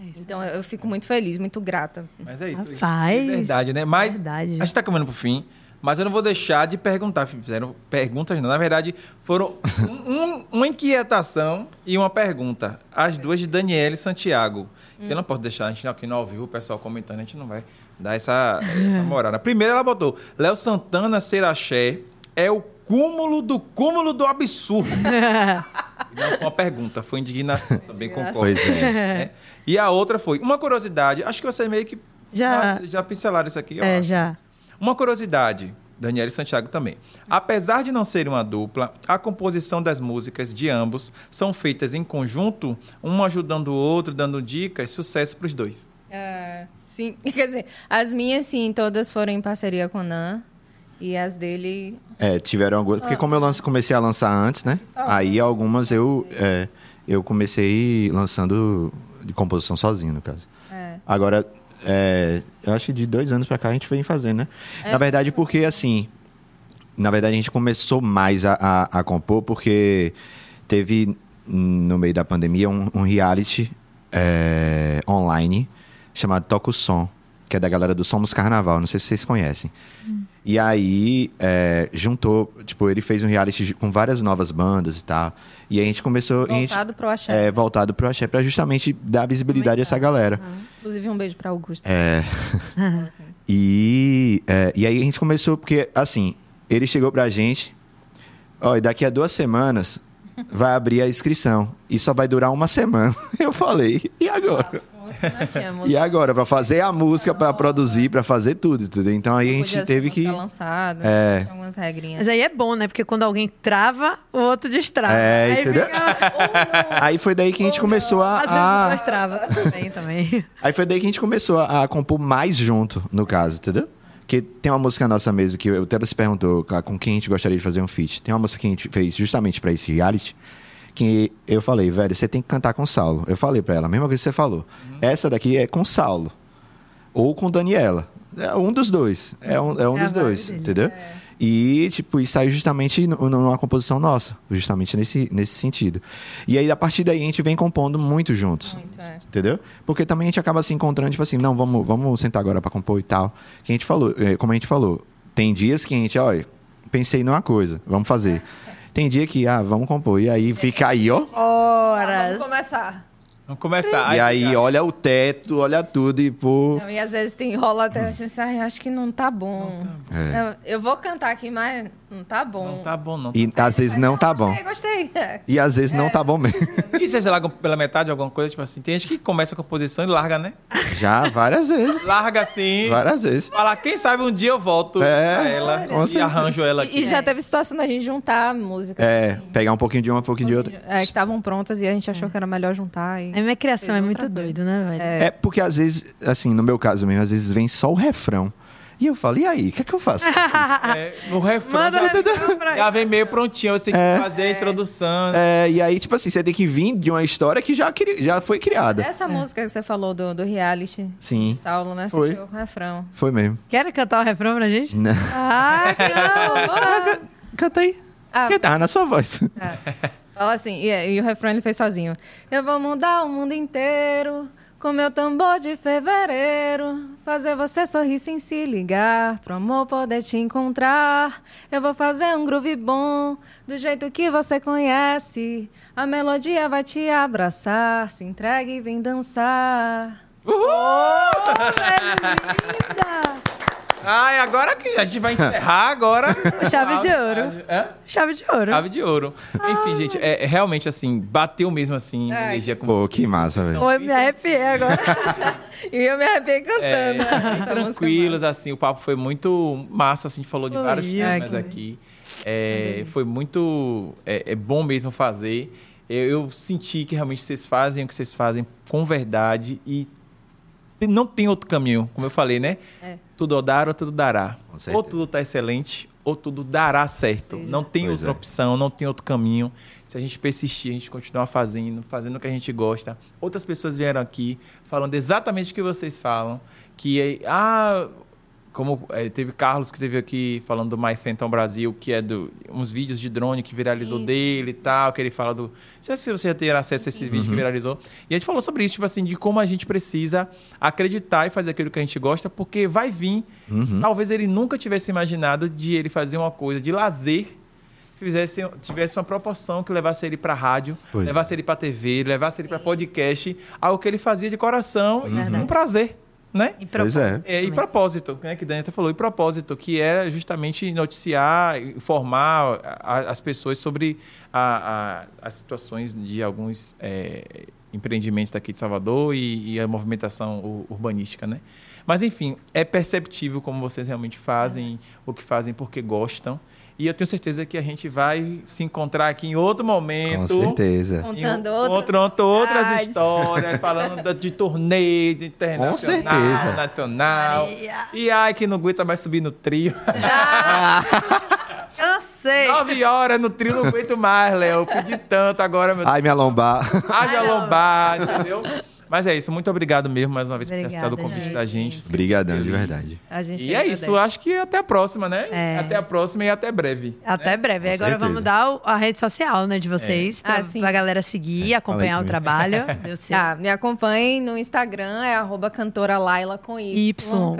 É isso.
Então eu eu fico muito feliz, muito grata.
Mas é isso. gente.
Rapaz.
Verdade, né? Mas
Verdade.
a gente tá caminhando pro fim. Mas eu não vou deixar de perguntar. Fizeram perguntas, não. Na verdade, foram um- um- uma inquietação e uma pergunta. As duas de Daniele Santiago. Eu não posso deixar, a gente aqui não ao vivo, o pessoal comentando, a gente não vai dar essa, essa moral. né? Primeiro ela botou, Léo Santana Seraché é o cúmulo do cúmulo do absurdo. Não foi uma pergunta, foi indignação, também concordo.
Pois é.
né? E a outra foi, uma curiosidade, acho que você meio que
Já-
ah, já pincelaram isso aqui. eu
É,
acho.
já.
Uma curiosidade, Daniel e Santiago também. Apesar de não serem uma dupla, a composição das músicas de ambos são feitas em conjunto, um ajudando o outro, dando dicas, sucesso para os dois.
Sim, quer dizer, as minhas, sim, todas foram em parceria com o Nan. E as dele.
É, tiveram algumas. Porque como eu lanço- comecei a lançar antes, né?
Só
Aí algumas eu, é, eu comecei lançando de composição sozinho, no caso.
É.
Agora, é, eu acho que de dois anos pra cá a gente vem fazendo, né? Na verdade, porque assim. Na verdade, a gente começou mais a, a- a compor porque teve, hum, no meio da pandemia, um, um reality é, online chamado Toca o Som, que é da galera do Somos Carnaval. Não sei se vocês conhecem. E aí, é, juntou, tipo, ele fez um reality ju- com várias novas bandas e tal. E a gente começou. e a gente-
Voltado pro axé.
é, voltado pro axé, pra justamente dar visibilidade a essa galera.
Inclusive, um beijo pra Augusto.
É. e, é, e aí a gente começou, porque assim, ele chegou pra gente, olha, daqui a duas semanas vai abrir a inscrição e só vai durar uma semana. Eu falei, e agora?
Nós tínhamos-
E agora? Pra fazer a música, pra produzir, pra fazer tudo, entendeu? Então aí a
Não
gente
podia ser
teve que.
música lançada, é. algumas regrinhas.
Mas aí é bom, né? Porque quando alguém trava, o outro destrava.
É,
aí
entendeu? Ah,
Fica...
Aí foi daí que a gente começou a-
Às vezes
um
a,
nós trava. Também, também.
Aí foi daí que a gente começou a, a compor mais junto, no caso, entendeu? Porque tem uma música nossa mesmo, que o Teba se perguntou ca- com quem a gente gostaria de fazer um feat. Tem uma música que a gente fez justamente pra esse reality, que eu falei, velho, você tem que cantar com o Saulo. Eu falei pra ela, a mesma coisa que você falou. Essa daqui é com o Saulo. Ou com Daniela. É um dos dois. É um, é um
É a
dos
vibe
dois,
dele.
entendeu? E, tipo, isso saiu justamente n- numa composição nossa, justamente nesse, nesse sentido. E aí, a partir daí, a gente vem compondo muito juntos.
Muito, é.
Entendeu? Porque também a gente acaba se encontrando, tipo assim, não, vamos, vamos sentar agora pra compor e tal. Que a gente falou, eh, como a gente falou, tem dias que a gente, olha, pensei numa coisa, vamos fazer. Tem dia que, ah, vamos compor. E aí fica aí, ó.
Ah,
Horas.
vamos começar.
Vamos começar.
E aí olha o teto, olha tudo e pô.
Não, e às vezes tem rola até a gente ai, acho que não tá bom.
É.
Eu- Eu vou cantar aqui, mas não tá bom.
Não tá bom, não.
E às vezes não tá bom.
Gostei, gostei. É.
E às vezes não tá bom mesmo.
E vocês largam pela metade alguma coisa? Tipo assim, tem gente que começa a composição e larga, né?
Já várias vezes.
Larga assim.
Várias vezes.
Fala, quem sabe um dia eu volto
É,
pra ela
com
e
certeza.
arranjo ela aqui.
E, e já teve situação da gente juntar a música.
É, pegar um pouquinho de uma, um pouquinho de outra.
É, que estavam prontas e a gente achou que era melhor juntar. E...
A minha criação
Fez
é
outra
muito
coisa.
doida, né, velho?
É porque às vezes, assim, no meu caso mesmo, às vezes vem só o refrão. E eu falo, e aí, o que é que eu faço?
É, o refrão
Manda
já,
refrão pra
já vem meio prontinho. Você tem que fazer a introdução.
É, e aí, tipo assim, você tem que vir de uma história que já, cri- já foi criada.
Essa música que você falou do, do reality,
Sim.
Saulo, né? Você
Foi.
chegou com o refrão.
Foi mesmo.
Quer cantar o refrão pra gente?
Não.
Ah, não!
Canta aí.
Ah.
Porque tava na sua voz.
Fala assim, e, e o refrão ele fez sozinho. Eu vou mudar o mundo inteiro com meu tambor de fevereiro. Fazer você sorrir sem se ligar, pro amor poder te encontrar. Eu vou fazer um groove bom, do jeito que você conhece. A melodia vai te abraçar, se entregue e vem dançar.
Ai, agora que a gente vai encerrar agora.
Chave de ouro.
Hã?
Chave de ouro.
Chave de ouro. Enfim, gente, é, é realmente assim, bateu mesmo assim,
Ai.
energia com
Pô,
vocês.
que massa, velho.
Oi, me arrepiei agora.
E eu me arrepiei cantando. né?
É,
essa música,
tranquilos, assim, o papo foi muito massa, assim, a gente falou de
Foi,
vários
é,
temas
que-
aqui. É, foi muito é, é bom mesmo fazer. Eu, eu senti que realmente vocês fazem o que vocês fazem com verdade e não tem outro caminho, como eu falei, né?
É.
Tudo dar ou tudo dará.
Com
Ou
certeza.
tudo tá excelente, ou tudo dará certo.
Seja.
Não tem
Pois
outra
é.
opção, não tem outro caminho. Se a gente persistir, a gente continuar fazendo, fazendo o que a gente gosta. Outras pessoas vieram aqui falando exatamente o que vocês falam. Que é, ah, como eh, teve Carlos que teve aqui falando do My Phantom Brasil, que é do uns vídeos de drone que viralizou
Sim.
dele e tal, que ele fala do. Não sei se você já ter acesso a esse
Uhum.
vídeo que viralizou. E a gente falou sobre isso, tipo assim, de como a gente precisa acreditar e fazer aquilo que a gente gosta, porque vai vir.
Uhum.
Talvez ele nunca tivesse imaginado de ele fazer uma coisa de lazer. que Fizesse, tivesse uma proporção que levasse ele pra rádio,
Pois é.
levasse ele pra TV, levasse ele pra podcast, algo que ele fazia de coração, e
Uhum.
um prazer, né?
E
Pois é.
É, e propósito, né, que Dani até falou, e propósito, que é justamente noticiar, informar a- a- as pessoas sobre a- a- as situações de alguns é, empreendimentos daqui de Salvador e, e a movimentação u- urbanística, né? Mas, enfim, é perceptível como vocês realmente fazem o que fazem porque gostam. E eu tenho certeza que a gente vai se encontrar aqui em outro
Com
momento.
certeza.
Em
Contando
um-
outras Ah,
contando outras
novidades.
histórias, falando da- de turnê, de internacional,
certeza.
nacional. E ai, que não aguenta mais subir no trio.
Cansei.
Nove horas no trio, não aguento mais, Léo. Pedi tanto agora, meu
Ai, minha lombar.
Haja lombar, entendeu? Mas é isso, muito obrigado mesmo mais uma vez por ter
Obrigada,
aceitado o convite
gente.
da gente.
Obrigadão, de
Feliz.
verdade.
A gente
E é isso,
agradece.
acho que até a próxima, né?
É.
Até a próxima e até breve.
Até breve.
Com
Agora
certeza.
vamos dar o- a rede social né, de vocês,
Ah,
para
sim.
pra, galera
É,
seguir, acompanhar o
comigo.
trabalho. Deu certo.
Tá, me acompanhem no Instagram, é arroba cantora Laila com Y.
Y.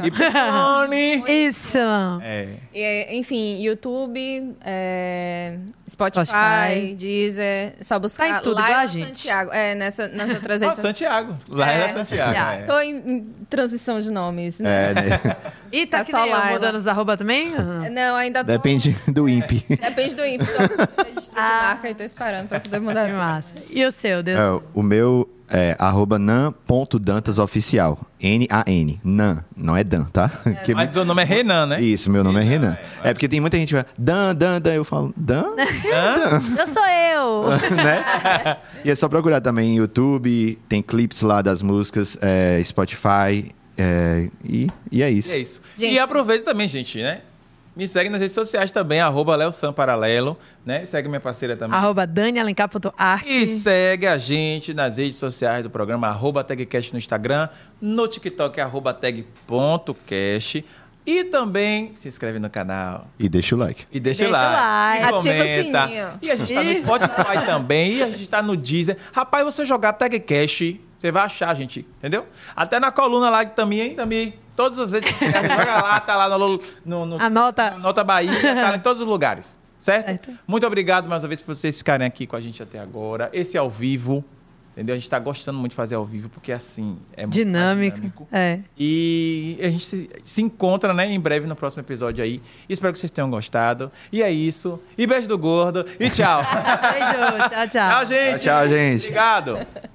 E Piscione!
Isso!
É.
E, enfim, YouTube, é, Spotify,
Spotify.
Deezer, é só buscar
Tá em tudo,
Laila
viu, gente?
Santiago. É, nessa, nas outras
Ó,
redes sociais.
Santiago. Lá é,
É,
Santiago.
Santiago.
é.
Tô em, em transição de nomes, né?
É, né?
E tá,
Tá
que
só
nem eu,
Laila. É,
mudando os arroba também? Ah.
Não, ainda tô...
Depende do INPE.
Depende do ímpeto. Tô registro de marca e tô esperando pra poder mudar
Que
tudo.
massa. E o seu, Deus?
É, o meu é arroba nan.dantasoficial. N-A-N. Nan. Não é Dan, tá? Que-
Mas o nome é Renan, né?
Isso, meu nome é
Renan,
Renan. É porque tem muita gente que vai, Dan, Dan, Dan. Eu falo, Dan?
Hã?
Eu sou eu!
né? E é só procurar também em YouTube, tem clipes lá das músicas, é, Spotify, é, e, e é isso.
E é isso.
Gente.
E aproveita também, gente, né? Me segue nas redes sociais também, arroba Léo Sam Paralelo, né? Segue minha parceira também.
Arroba danialencar.art.
E segue a gente nas redes sociais do programa, arroba tagcast no Instagram, no TikTok, arroba tag.cast. E também se inscreve no canal.
E deixa o like.
E deixa,
Deixa é
lá.
o like.
E
Ativa o
comenta.
sininho.
E a gente tá no
assim, Isso.
Spotify também. E a gente tá no Deezer. Rapaz, você jogar Tag Cash, você vai achar, gente. Entendeu? Até na coluna lá de Tami, hein, Tami? Todas as redes sociais. joga lá, tá lá no, no, no-
Anota.
na Nota Bahia, tá lá em todos os lugares. Certo?
Certo.
Muito obrigado mais uma vez por vocês ficarem aqui com a gente até agora. Esse é ao vivo. Entendeu? A gente tá gostando muito de fazer ao vivo, porque assim é muito mais
Dinâmico.
dinâmico.
É.
E a gente se, se encontra, né, em breve no próximo episódio aí. Espero que vocês tenham gostado. E é isso. E beijo do gordo. E tchau.
Beijo, tchau, tchau.
tchau, gente.
Tchau, tchau, gente.
Obrigado.